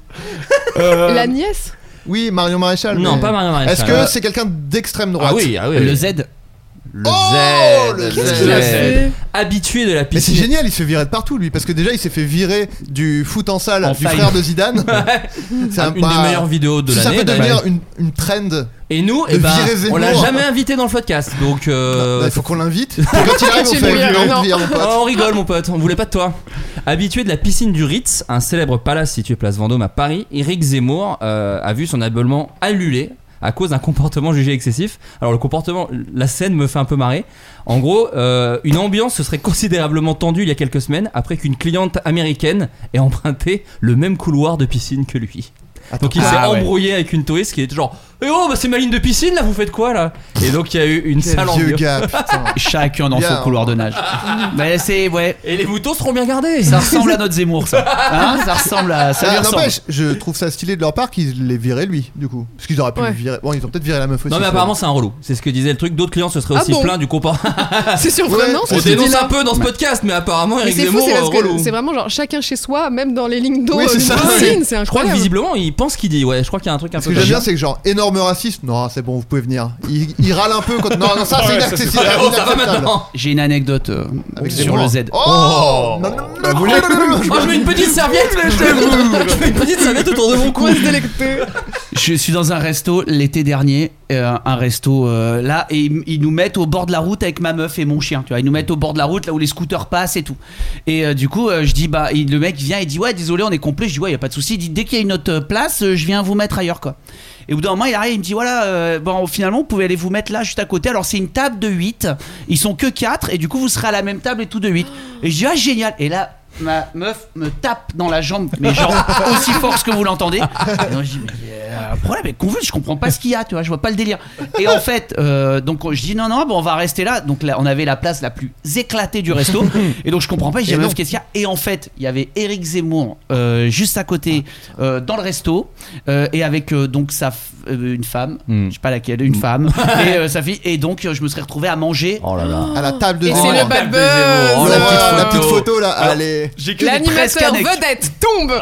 S7: La nièce
S8: Oui, Marion Maréchal.
S6: Non,
S8: mais-
S6: pas Marion Maréchal.
S8: Est-ce que c'est quelqu'un d'extrême droite
S6: Ah oui, ah oui.
S9: Le
S6: oui.
S9: Z
S6: Le
S8: Oh,
S6: Z.
S8: le
S6: le
S8: Z.
S7: Qu'est-ce qu'il a
S6: Z.
S7: fait
S6: Habitué de la
S8: Mais c'est
S6: piscine.
S8: génial, il se fait virer de partout lui, parce que déjà il s'est fait virer du foot en salle
S9: En
S8: du
S9: faille.
S8: frère de Zidane. C'est un-
S6: Une
S8: bah,
S6: des meilleures vidéos de
S8: si ça
S6: l'année.
S8: peut
S6: d'ailleurs.
S8: devenir une, une trend.
S6: Et nous, eh
S8: de
S6: ben,
S8: virer Zemmour.
S6: on l'a jamais invité dans le podcast. Donc, euh,
S8: Bah, il faut qu'on l'invite. Et Quand il arrive, on
S7: Tu
S8: fait
S7: lui vires,
S8: virer,
S7: non.
S8: on te vire, mon pote.
S6: Oh, on rigole, mon pote, on voulait pas de toi. Habitué de la piscine du Ritz, un célèbre palace situé place Vendôme à Paris, Éric Zemmour euh, a vu son abonnement annulé à cause d'un comportement jugé excessif. Alors le comportement, la scène me fait un peu marrer. En gros, euh, une ambiance se serait considérablement tendue il y a quelques semaines après qu'une cliente américaine ait emprunté le même couloir de piscine que lui. Donc il s'est
S9: Ah ouais.
S6: embrouillé avec une touriste qui était genre Eh oh bah c'est ma ligne de piscine là vous faites quoi là Et donc il y a eu une
S8: Quel
S6: sale
S8: vieux
S6: ambiance
S8: gars, putain.
S9: Chacun dans
S8: Bien.
S9: son couloir de nage. Mais c'est ouais.
S6: Et les moutons seront bien gardés
S9: Ça ressemble à notre Zemmour, ça. Hein ça ressemble à. Ça lui
S8: Ah,
S9: ressemble.
S8: N'empêche, je trouve ça stylé de leur part qu'ils l'aient viré lui, du coup. Parce qu'ils auraient pu
S7: Ouais.
S8: le virer. Bon, ils ont peut-être viré la meuf aussi.
S6: Non mais
S8: ça.
S6: apparemment c'est un relou, c'est ce que disait le truc, d'autres clients se seraient
S7: Ah
S6: aussi
S7: bon
S6: plaints du comportement.
S7: C'est surprenant
S8: Ouais,
S7: ce
S6: On
S7: que tu dis
S6: dénonce
S7: là.
S6: un peu dans ce podcast mais apparemment
S7: Mais
S6: Eric
S7: c'est fou,
S6: Zemmour
S7: c'est
S6: euh,
S7: parce que
S6: relou.
S7: c'est vraiment genre chacun chez soi, même dans les lignes d'eau,
S8: Oui,
S7: euh,
S8: c'est
S7: d'une
S8: ça.
S7: piscine, c'est
S6: Je crois que
S7: incroyable.
S6: visiblement il pense qu'il dit, ouais je crois qu'il y a un truc un
S8: Ce
S6: peu...
S8: que j'aime
S6: comme
S8: bien,
S6: ça.
S8: c'est que genre énorme raciste. Non, c'est bon, vous pouvez venir. Il, il râle un peu quand. Non, non, ça c'est inaccessible.
S6: Ah, oh, ça va
S8: inacceptable.
S6: maintenant
S9: J'ai une anecdote euh,
S8: Avec
S9: sur
S8: Zemmour.
S9: le Z.
S8: Oh, Non, non, non, non, non, non,
S6: Oh je mets une petite serviette Je mets une petite serviette autour de mon cou
S9: Oh, Je suis dans un resto l'été dernier, euh, un resto euh, là, et ils, ils nous mettent au bord de la route avec ma meuf et mon chien. Tu vois, ils nous mettent au bord de la route là où les scooters passent et tout. Et euh, du coup, euh, je dis bah, il- le mec vient, il dit ouais, désolé, on est complet. Je dis ouais, y a pas de souci. Il dit dès qu'il y a une autre euh, place, euh, je viens vous mettre ailleurs quoi. Et au bout d'un moment, il arrive, il me dit voilà, euh, bon, finalement, vous pouvez aller vous mettre là, juste à côté. Alors, c'est une table de 8, ils sont que 4, et du coup, vous serez à la même table et tout de 8. Et je dis ah, génial. Et là, ma meuf me tape dans la jambe, mais genre aussi fort que vous l'entendez. Et donc, je dis mais il y a un problème avec convulse, je comprends pas ce qu'il y a, tu vois, je vois pas le délire. Et en fait, euh, donc je dis non, non, bon, on va rester là. Donc là, on avait la place la plus éclatée du resto. Et donc, je comprends pas, je dis
S8: Et
S9: à ma
S8: non.
S9: meuf, qu'est-ce qu'il y a Et en fait, il y avait Eric Zemmour euh, juste à côté euh, dans le resto. Euh, et avec euh, donc sa f- euh, une femme,
S6: Mm.
S9: je sais pas laquelle, une femme et euh, sa fille et donc euh, je me serais retrouvé à manger.
S6: Oh là là
S8: non. À la table de
S7: Et
S8: Zemmour.
S7: c'est le
S8: Ouais,
S7: bad
S6: Oh, la
S8: la,
S7: buzz
S6: petite
S8: petite
S6: photo.
S8: photo là, allez.
S9: J'ai que des
S7: L'animateur
S9: presque anecdotes.
S7: vedette tombe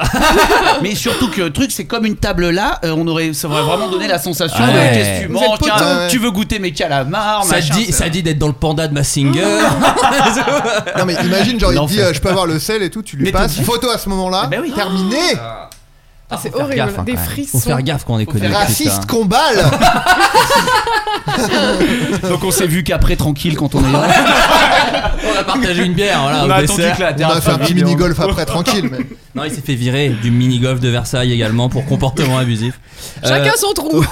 S9: Mais surtout que le truc c'est comme une table là, euh, on on aurait, ça aurait vraiment donné la sensation
S6: Ouais.
S9: de qu'est-ce que tu
S6: Vous
S9: manges,
S6: êtes potos.
S9: tiens,
S8: hein.
S6: Ouais.
S9: tu veux goûter mes calamars,
S6: Ça
S9: machin,
S6: dit,
S9: c'est-
S6: ça dit d'être dans le panda de Massinger.
S8: non mais imagine genre il te dit
S6: L'enfer.
S8: euh, je peux avoir le sel et tout, tu lui
S6: Mais Eh
S8: passes
S6: tout de suite.
S8: photo à ce moment-là,
S6: ben
S8: terminé.
S6: Ah,
S7: Ah, c'est
S6: Faut faire
S7: horrible,
S6: gaffe, hein,
S7: des
S6: quand même.
S7: frissons.
S6: Faut faire gaffe quand on est
S9: Faut
S6: connu.
S9: faire
S8: Raciste qu'on balle.
S9: Donc on s'est vu qu'après tranquille quand on est
S6: On a partagé une bière, voilà.
S9: On
S6: au
S9: a
S6: dessert.
S9: attendu que la
S8: On
S9: dernière
S8: va faire un petit
S6: hein.
S9: famille-
S8: mini golf après tranquille. Mais...
S6: Non, il s'est fait virer du mini-golf de Versailles également pour comportement abusif. Euh,
S7: Chacun son trou.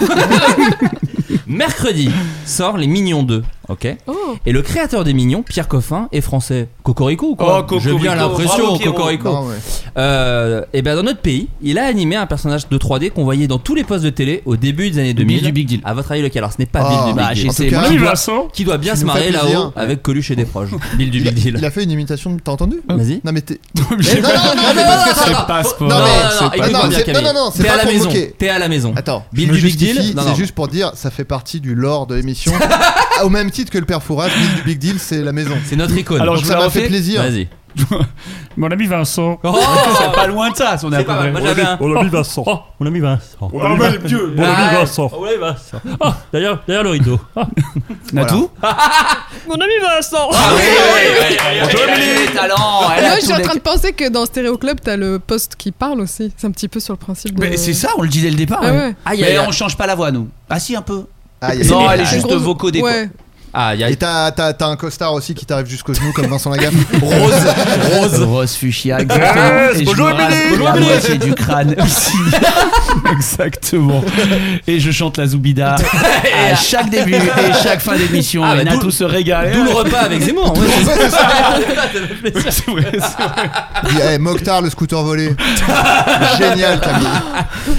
S6: Mercredi sort les Mignons 2, ok
S7: Oh.
S6: Et le créateur des Mignons, Pierre Coffin, est français. Cocorico ou quoi
S9: Oh, Cocorico,
S6: J'ai bien l'impression,
S9: bravo, Pierrot.
S6: Cocorico.
S8: Non, ouais.
S6: Euh, et ben dans notre pays, il a animé un personnage de 3D qu'on voyait dans tous les postes de télé au début des années 2000.
S9: Bill du Big Deal.
S6: À votre avis lequel Alors ce n'est pas
S8: Ah,
S6: Bill du
S8: bah,
S6: Big Deal.
S8: En tout
S9: c'est-
S8: cas,
S6: Qui doit,
S3: Vincent
S6: qui doit bien
S8: Tu
S6: se
S8: nous fais
S6: marrer
S8: plaisir.
S6: là-haut avec Coluche et des proches. Bill du
S8: il, a,
S6: Big Deal.
S8: il a fait une imitation, de- t'as entendu
S9: Hein?
S6: Vas-y.
S8: Non mais t'es.
S6: Ah Mais-
S8: non, non, non, Ah, mais parce que c'est-
S3: pas
S6: Faut-
S3: sport.
S6: Non,
S8: Non, mais-
S6: non, non,
S8: c'est pas-
S6: écoute-moi
S8: non,
S6: bien,
S8: c'est-
S6: Camille.
S8: non, non, non, c'est
S6: T'es
S8: pas
S6: à la
S8: pour
S6: maison.
S8: moquer.
S6: T'es à la maison.
S8: Attends,
S6: Bill
S8: je me
S6: du Big Deal
S8: justifie,
S6: Non,
S8: C'est
S6: non.
S8: juste pour dire, ça fait partie du lore de l'émission. Au même titre que le père Fourage, Bill du Big Deal, c'est la maison.
S6: C'est notre icône.
S3: Alors,
S8: Donc
S3: je
S8: ça
S3: vous la
S8: m'a fait
S3: refais.
S8: plaisir.
S6: Vas-y.
S3: Mon ami Vincent.
S6: Oh
S9: C'est pas loin de ça, si on est à
S6: C'est
S9: peu
S6: pas
S9: près.
S6: mal. Moi j'avais un.
S3: Mon ami Vincent.
S6: Mon ami Vincent.
S3: Mon ami Dieu.
S6: Mon ami Vincent. Mon ami Vincent. Ah, D'ailleurs, derrière le rideau.
S9: Natou
S7: Mon ami Vincent.
S6: Ah,
S9: Dominique Talent elle a
S7: Moi,
S9: tout
S7: je suis en
S9: les-
S7: train de penser que dans Stéréo Club, t'as le poste qui parle aussi. C'est un petit peu sur le principe de.
S9: Mais c'est ça, on le dit dès le départ.
S7: Ah
S9: ouais.
S7: ouais.
S6: Aïe, aïe,
S9: Mais
S6: aïe.
S9: on change pas la voix, nous. Ah si, un peu.
S8: Aïe, aïe,
S9: Non,
S8: aïe.
S9: elle est
S7: Une
S9: juste
S7: grosse-
S9: vocodée. quoi.
S7: Ouais.
S6: Aïe,
S8: Et
S6: aïe.
S8: t'as, t'as- t'as un costard aussi qui t'arrive jusqu'aux genoux comme Vincent Lagaffe.
S9: Rose, rose, Eh, rose fuchsia, exactement. Et je
S3: bonjour,
S9: me rase
S3: Émilie.
S9: la
S3: Bonjour,
S9: moitié du crâne ici. exactement. Et je chante la Zoubida à chaque début et chaque fin d'émission. et
S6: Ah, bah,
S9: Natou
S6: d'où-
S9: se régale.
S6: D'où le repas avec Zemmour. hein,
S9: hein.
S6: en vrai.
S3: C'est vrai, c'est vrai.
S8: Puis, eh, Mokhtar, le scooter volé. Génial, Camille.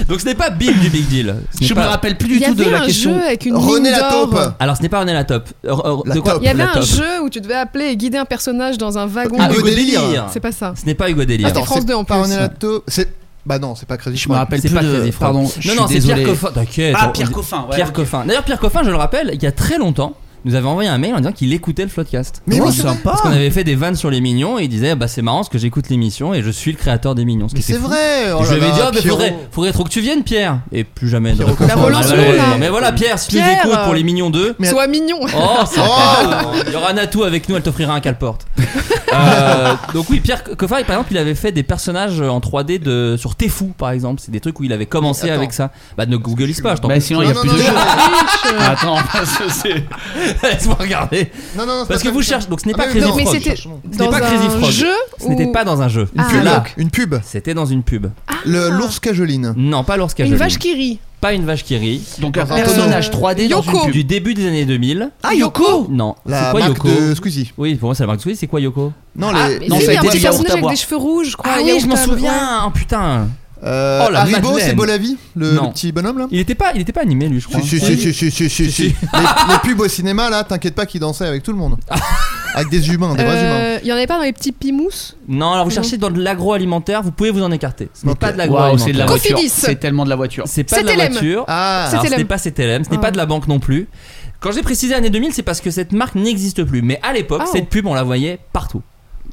S6: Donc ce n'est pas Bill du Big Deal. Ce n'est
S9: Je me
S6: pas-
S9: rappelle plus
S7: Il
S9: du
S7: y
S9: tout de
S7: avait
S9: la
S7: un
S9: question.
S7: jeu avec une
S8: René
S7: ligne
S8: la
S7: d'or.
S8: taupe.
S6: Alors ce n'est pas René la top. Euh,
S8: La
S6: de quoi
S8: taupe.
S7: Il y avait
S6: La
S7: un
S6: taupe.
S7: jeu où tu devais appeler et guider un personnage dans un wagon.
S6: Ah,
S8: Hugo
S6: Hugo
S8: Délire.
S6: Délire.
S7: C'est pas ça.
S6: Ce n'est pas Hugo Délire.
S8: Attends,
S7: France
S8: c'est
S7: 2 en
S8: pas
S7: plus.
S8: René Latto- C'est. Bah non, c'est pas Crazy
S9: Je me
S8: Frog.
S9: rappelle
S6: C'est
S9: plus
S6: pas
S9: de.
S6: Crazy Frog.
S9: Pardon. je
S6: Non,
S9: suis
S6: non, c'est
S9: désolé.
S6: Pierre Coffin. T'inquiète.
S9: Ah,
S6: on-
S9: Pierre Coffin. Ouais,
S6: Pierre
S9: ok.
S6: Coffin. D'ailleurs, Pierre Coffin, je le rappelle, il y a très longtemps, nous avait envoyé un mail en disant qu'il écoutait le Floodcast.
S8: Mais oui,
S6: Parce
S8: c'est
S6: qu'on-
S8: vrai.
S6: Parce qu'on avait fait des vannes sur les mignons et il disait bah c'est marrant parce que j'écoute l'émission et je suis le créateur des mignons. Ce qui
S8: Mais c'est
S6: était fou.
S8: vrai. oh
S6: je
S8: là
S6: lui avais
S8: là,
S6: dit ah, mais
S8: Pierrot.
S6: faudrait, faudrait trop que tu viennes Pierre et plus jamais. de
S8: Pierrot
S6: réponse.
S8: Coffin.
S7: La volonté,
S6: ouais.
S7: là.
S6: Mais voilà Pierre, si tu
S7: Pierre,
S6: écoutes
S7: euh,
S6: pour les mignons 2
S8: Mais-
S7: Sois mignon.
S6: Oh, c'est
S8: Oh.
S6: il y aura Natou avec nous, elle t'offrira un calporte. Euh, donc oui, Pierre Coffin, par exemple, il avait fait des personnages en 3D de, sur Tefou, par exemple. C'est des trucs où il avait commencé
S8: Attends.
S6: avec ça. Bah ne googleise pas, je t'en
S9: Bah,
S6: prie.
S9: sinon, il y a
S8: Non,
S9: plus
S8: non,
S9: de
S8: non,
S9: jeux.
S7: Riche.
S9: Attends, parce que c'est.
S6: Laisse-moi regarder.
S8: Non, non, non, c'est
S6: Parce
S8: pas
S6: que vous
S8: Crazy Frog.
S6: cherchez, donc ce n'est
S8: Ah,
S6: pas
S8: mais
S6: Crazy
S8: non,
S6: Frog.
S7: Mais
S8: Frog.
S7: c'était
S8: Cherchons.
S6: Ce n'est
S7: dans
S6: pas
S7: un
S6: Crazy Frog.
S7: jeu
S6: Ce n'était
S7: où-
S6: pas dans un jeu.
S7: Ah,
S6: Que là,
S7: donc.
S8: Une pub.
S6: c'était dans une pub.
S8: Le l'ours cajoline.
S6: Non, pas l'ours
S7: Une
S6: cajoline.
S7: vache qui rit.
S6: Pas une vache qui rit.
S9: Donc, un
S8: Euh,
S9: personnage 3D dans
S7: Yoko.
S9: une pub.
S6: Du début des années 2000.
S9: Ah, Yoko
S6: Non. C'est
S8: La
S6: quoi
S8: marque
S6: Yoko
S8: de Squeezie.
S6: Oui, pour moi c'est la marque de Squeezie. C'est quoi Yoko
S8: Non,
S9: Ah,
S8: les.
S9: non,
S7: Si,
S9: ça
S7: il y
S9: a
S7: a un
S9: été
S7: petit
S9: du yaourt à
S7: personnage avec
S9: boire.
S7: des cheveux rouges, je crois.
S6: Ah
S7: un
S6: oui, je m'en
S7: yaourt à- ouais.
S6: souviens. Oh putain.
S8: Euh,
S6: Oh, la
S8: Haribo,
S6: Madeleine.
S8: c'est Bolavi, le,
S6: Non.
S8: le petit bonhomme là
S6: Il était pas, il était pas animé lui, je crois.
S8: si si,
S6: Oui.
S8: si, si, si, si, si, si.
S6: Si, si.
S8: Les, les pubs au cinéma là, t'inquiète pas qu'ils dansaient avec tout le monde. Avec des humains, des vrais humains.
S7: Euh, Il y en avait pas dans les petits pimous
S6: Non, alors vous
S7: Non.
S6: cherchez dans de l'agroalimentaire, vous pouvez vous en écarter. Ce n'est
S8: Ok.
S6: pas de
S9: Waouh,
S6: l'agroalimentaire.
S9: c'est de la
S7: Cofidis.
S9: voiture. C'est tellement de la voiture.
S6: C'est pas de la
S7: CTLM.
S6: voiture.
S8: Ah,
S6: Alors, ce
S7: CTLM.
S6: n'est pas CTLM, ce n'est
S7: Ah.
S6: pas de la banque non plus. Quand j'ai précisé années 2000, c'est parce que cette marque n'existe plus. Mais à l'époque,
S7: Ah.
S6: cette pub, on la voyait partout.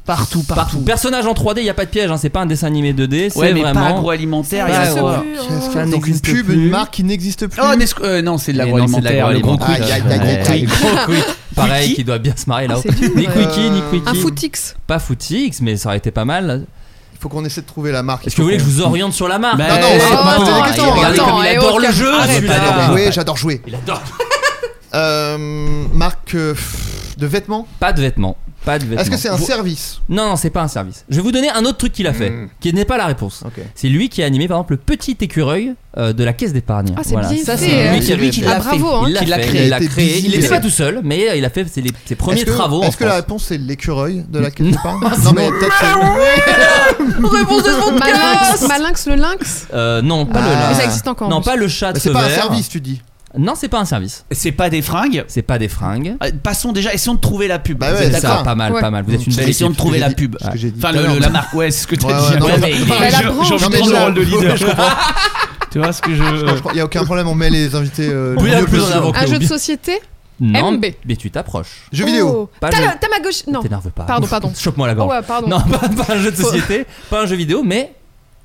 S9: Partout, partout.
S6: Personnage en 3D, il n'y a pas de piège, hein, c'est pas un dessin animé 2D, c'est
S9: Ouais, mais pas
S6: vraiment.
S9: agroalimentaire. il y
S6: Ah,
S9: a
S7: Ça
S6: ouais.
S7: se
S9: quoi
S7: pue,
S8: qu'est-ce
S7: hein.
S8: que-
S6: Ça
S8: donc une
S6: n'existe
S8: pub,
S6: plus.
S8: une marque qui n'existe plus.
S9: Oh, Nesqu- euh, non, c'est de
S6: Et non, c'est de
S9: l'agroalimentaire, le gros
S6: l'agroalimentaire.
S9: quick.
S8: Aïe, aïe, aïe, aïe, aïe.
S9: Gros quick.
S6: Pareil,
S9: Wiki.
S6: qui doit bien se marrer là-haut.
S7: c'est dur,
S6: Ni
S7: ouais.
S6: Wiki, ni Wiki.
S7: Un footix.
S6: Pas Footix, mais ça aurait été pas mal.
S8: Il faut qu'on essaie de trouver la marque.
S6: Est-ce que vous voulez que je vous oriente sur la marque
S9: Bah,
S8: Non, non,
S9: Eh,
S8: on va- on va
S9: attends,
S8: poser des
S9: attends,
S8: questions.
S6: regardez
S8: Attends,
S6: comme il
S7: eh,
S6: adore
S7: oh,
S6: le
S7: calme.
S6: jeu
S7: Arrête,
S6: celui-là.
S8: j'adore
S7: Ah,
S8: jouer, j'adore jouer.
S6: Il adore.
S8: Euh, marque euh, pff, de vêtements.
S6: Pas de vêtements. Pas de vêtements.
S8: Est-ce que c'est un
S6: Vous-
S8: service
S6: Non, non, c'est pas un service. Je vais vous donner un autre truc qu'il a fait,
S8: Mm.
S6: qui n'est pas la réponse.
S8: Ok.
S6: C'est lui qui a animé par exemple le petit écureuil euh, de la caisse d'épargne.
S7: Ah, c'est
S6: voilà.
S7: bien
S6: Ça,
S7: fait,
S6: c'est
S8: hein.
S6: lui qui
S8: C'est
S6: avait
S8: lui qui
S6: fait.
S8: l'a
S7: Ah,
S6: fait.
S7: bravo, hein.
S6: Il l'a
S8: Qui l'a
S6: fait,
S8: créé.
S6: il l'a
S8: Il était
S6: créé.
S8: busy,
S6: Il n'était
S8: mais-
S6: pas tout seul, mais il a fait ses, les- ses premiers
S8: Est-ce que-
S6: travaux. en
S8: Est-ce que la
S6: France.
S8: réponse c'est l'écureuil de la caisse
S6: Non,
S8: d'épargne Non, mais peut-être.
S6: Réponse de son
S7: Malinx, Malinx, le lynx.
S6: Euh, non, pas
S8: Ah.
S6: le
S8: Mais
S6: lynx.
S7: Bah, ça existe encore, en
S6: Non,
S7: plus.
S6: pas le chat
S8: Mais
S6: de
S8: C'est pas un
S6: Sevère.
S8: service, tu dis.
S6: Non, c'est pas un service.
S9: C'est pas des fringues.
S6: C'est pas des fringues.
S9: Euh, Passons déjà, essayons de trouver la pub.
S8: Bah Ah ouais,
S9: Vous êtes
S8: c'est
S9: d'accord
S8: ça.
S6: Pas mal,
S7: Ouais.
S6: pas mal. Vous êtes une belle
S9: Essayons de
S6: équipe.
S9: trouver la
S8: dit-
S9: pub.
S8: ce que j'ai dit
S9: Enfin,
S8: tout à
S9: le-
S8: l'heure.
S9: le- la marque, ouais, c'est ce que
S8: Ouais,
S9: t'as
S8: ouais,
S9: dit.
S8: non,
S9: Ouais,
S8: non,
S9: mais-
S7: Bah, la
S3: J'ai
S7: branche.
S3: j'ai envie
S8: Non,
S3: de
S8: mais
S3: prendre le
S8: je-
S3: rôle de leader. tu vois ce que je.
S8: Il y a aucun problème, on met les invités. euh,
S6: Oui,
S8: le mieux
S6: plus en
S8: possible.
S6: avant.
S7: Un
S6: Ok,
S7: jeu de
S6: oublie-
S7: société
S6: Non,
S7: MB.
S6: mais tu t'approches.
S8: Jeux vidéo.
S7: Oh.
S6: Pas
S7: T'as
S6: le-
S7: la- T'as ma gauche. Non.
S6: T'énerve pas.
S7: Pardon, pardon.
S6: Chope-moi la
S7: Ah
S6: gorge.
S7: ouais, pardon.
S6: Non, pas, pas un jeu de
S7: Faut-
S6: société, pas un jeu vidéo, mais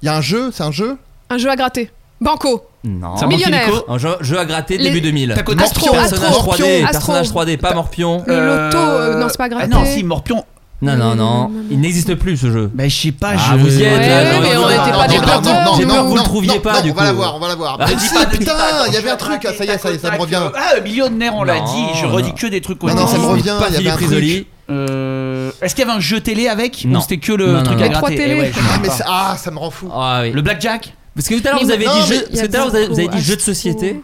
S8: Il y a un jeu, c'est un jeu
S7: Un jeu à gratter. Banco.
S6: Non.
S7: Ça manque Millionnaire. illico.
S6: Un jeu, jeu à gratter
S7: Les-
S6: début 2000.
S9: T'as connu
S7: Astro,
S6: Morpion, personnage
S7: Astro,
S6: 3D,
S7: Astro.
S6: personnage 3D, pas Morpion.
S7: Le loto, euh, non, c'est pas grave.
S9: Ah non, si, Morpion.
S6: Non, non, non, il n'existe plus ce jeu.
S9: Bah, je sais pas.
S6: Ah,
S9: je...
S6: vous y êtes,
S7: Ouais,
S6: là,
S7: mais on
S6: non,
S7: était
S6: non, non,
S7: pas des
S6: non,
S7: menteurs.
S6: non,
S8: non,
S6: J'ai peur que
S8: non,
S6: vous le
S8: non,
S6: trouviez
S8: non,
S6: pas,
S8: non,
S6: du
S8: on
S6: coup.
S8: va la voir, on va la voir.
S6: Ah,
S8: Mais
S6: dis
S8: si,
S6: pas,
S8: putain, il y avait un truc, ah, ça y est, ça y est, ça me revient.
S9: Ah, euh, millionnaire, on l'a
S6: Non,
S9: dit. Je
S6: non.
S9: redis que des trucs.
S8: Non, non, ça me
S9: authentiques.
S8: revient,
S6: Pas
S8: il y avait
S6: Philippe
S8: un truc.
S6: Risoli.
S9: Euh, Est-ce qu'il y avait un jeu télé avec
S6: Non.
S9: Ou c'était que le
S6: Non, non,
S9: truc
S6: non.
S9: à
S7: Les trois
S9: gratter
S7: télés.
S9: Eh ouais, je sais
S8: Ah, mais
S9: pas.
S8: ça- ah, ça me rend fou.
S6: Ah oui.
S9: Le blackjack
S6: Parce que tout à l'heure
S7: Mais
S6: vous avez
S8: non,
S6: dit
S8: mais
S6: jeu,
S7: il y a
S6: parce que tout à l'heure, vous avez- vous avez dit
S7: beaucoup,
S6: jeu de société.
S7: Astro.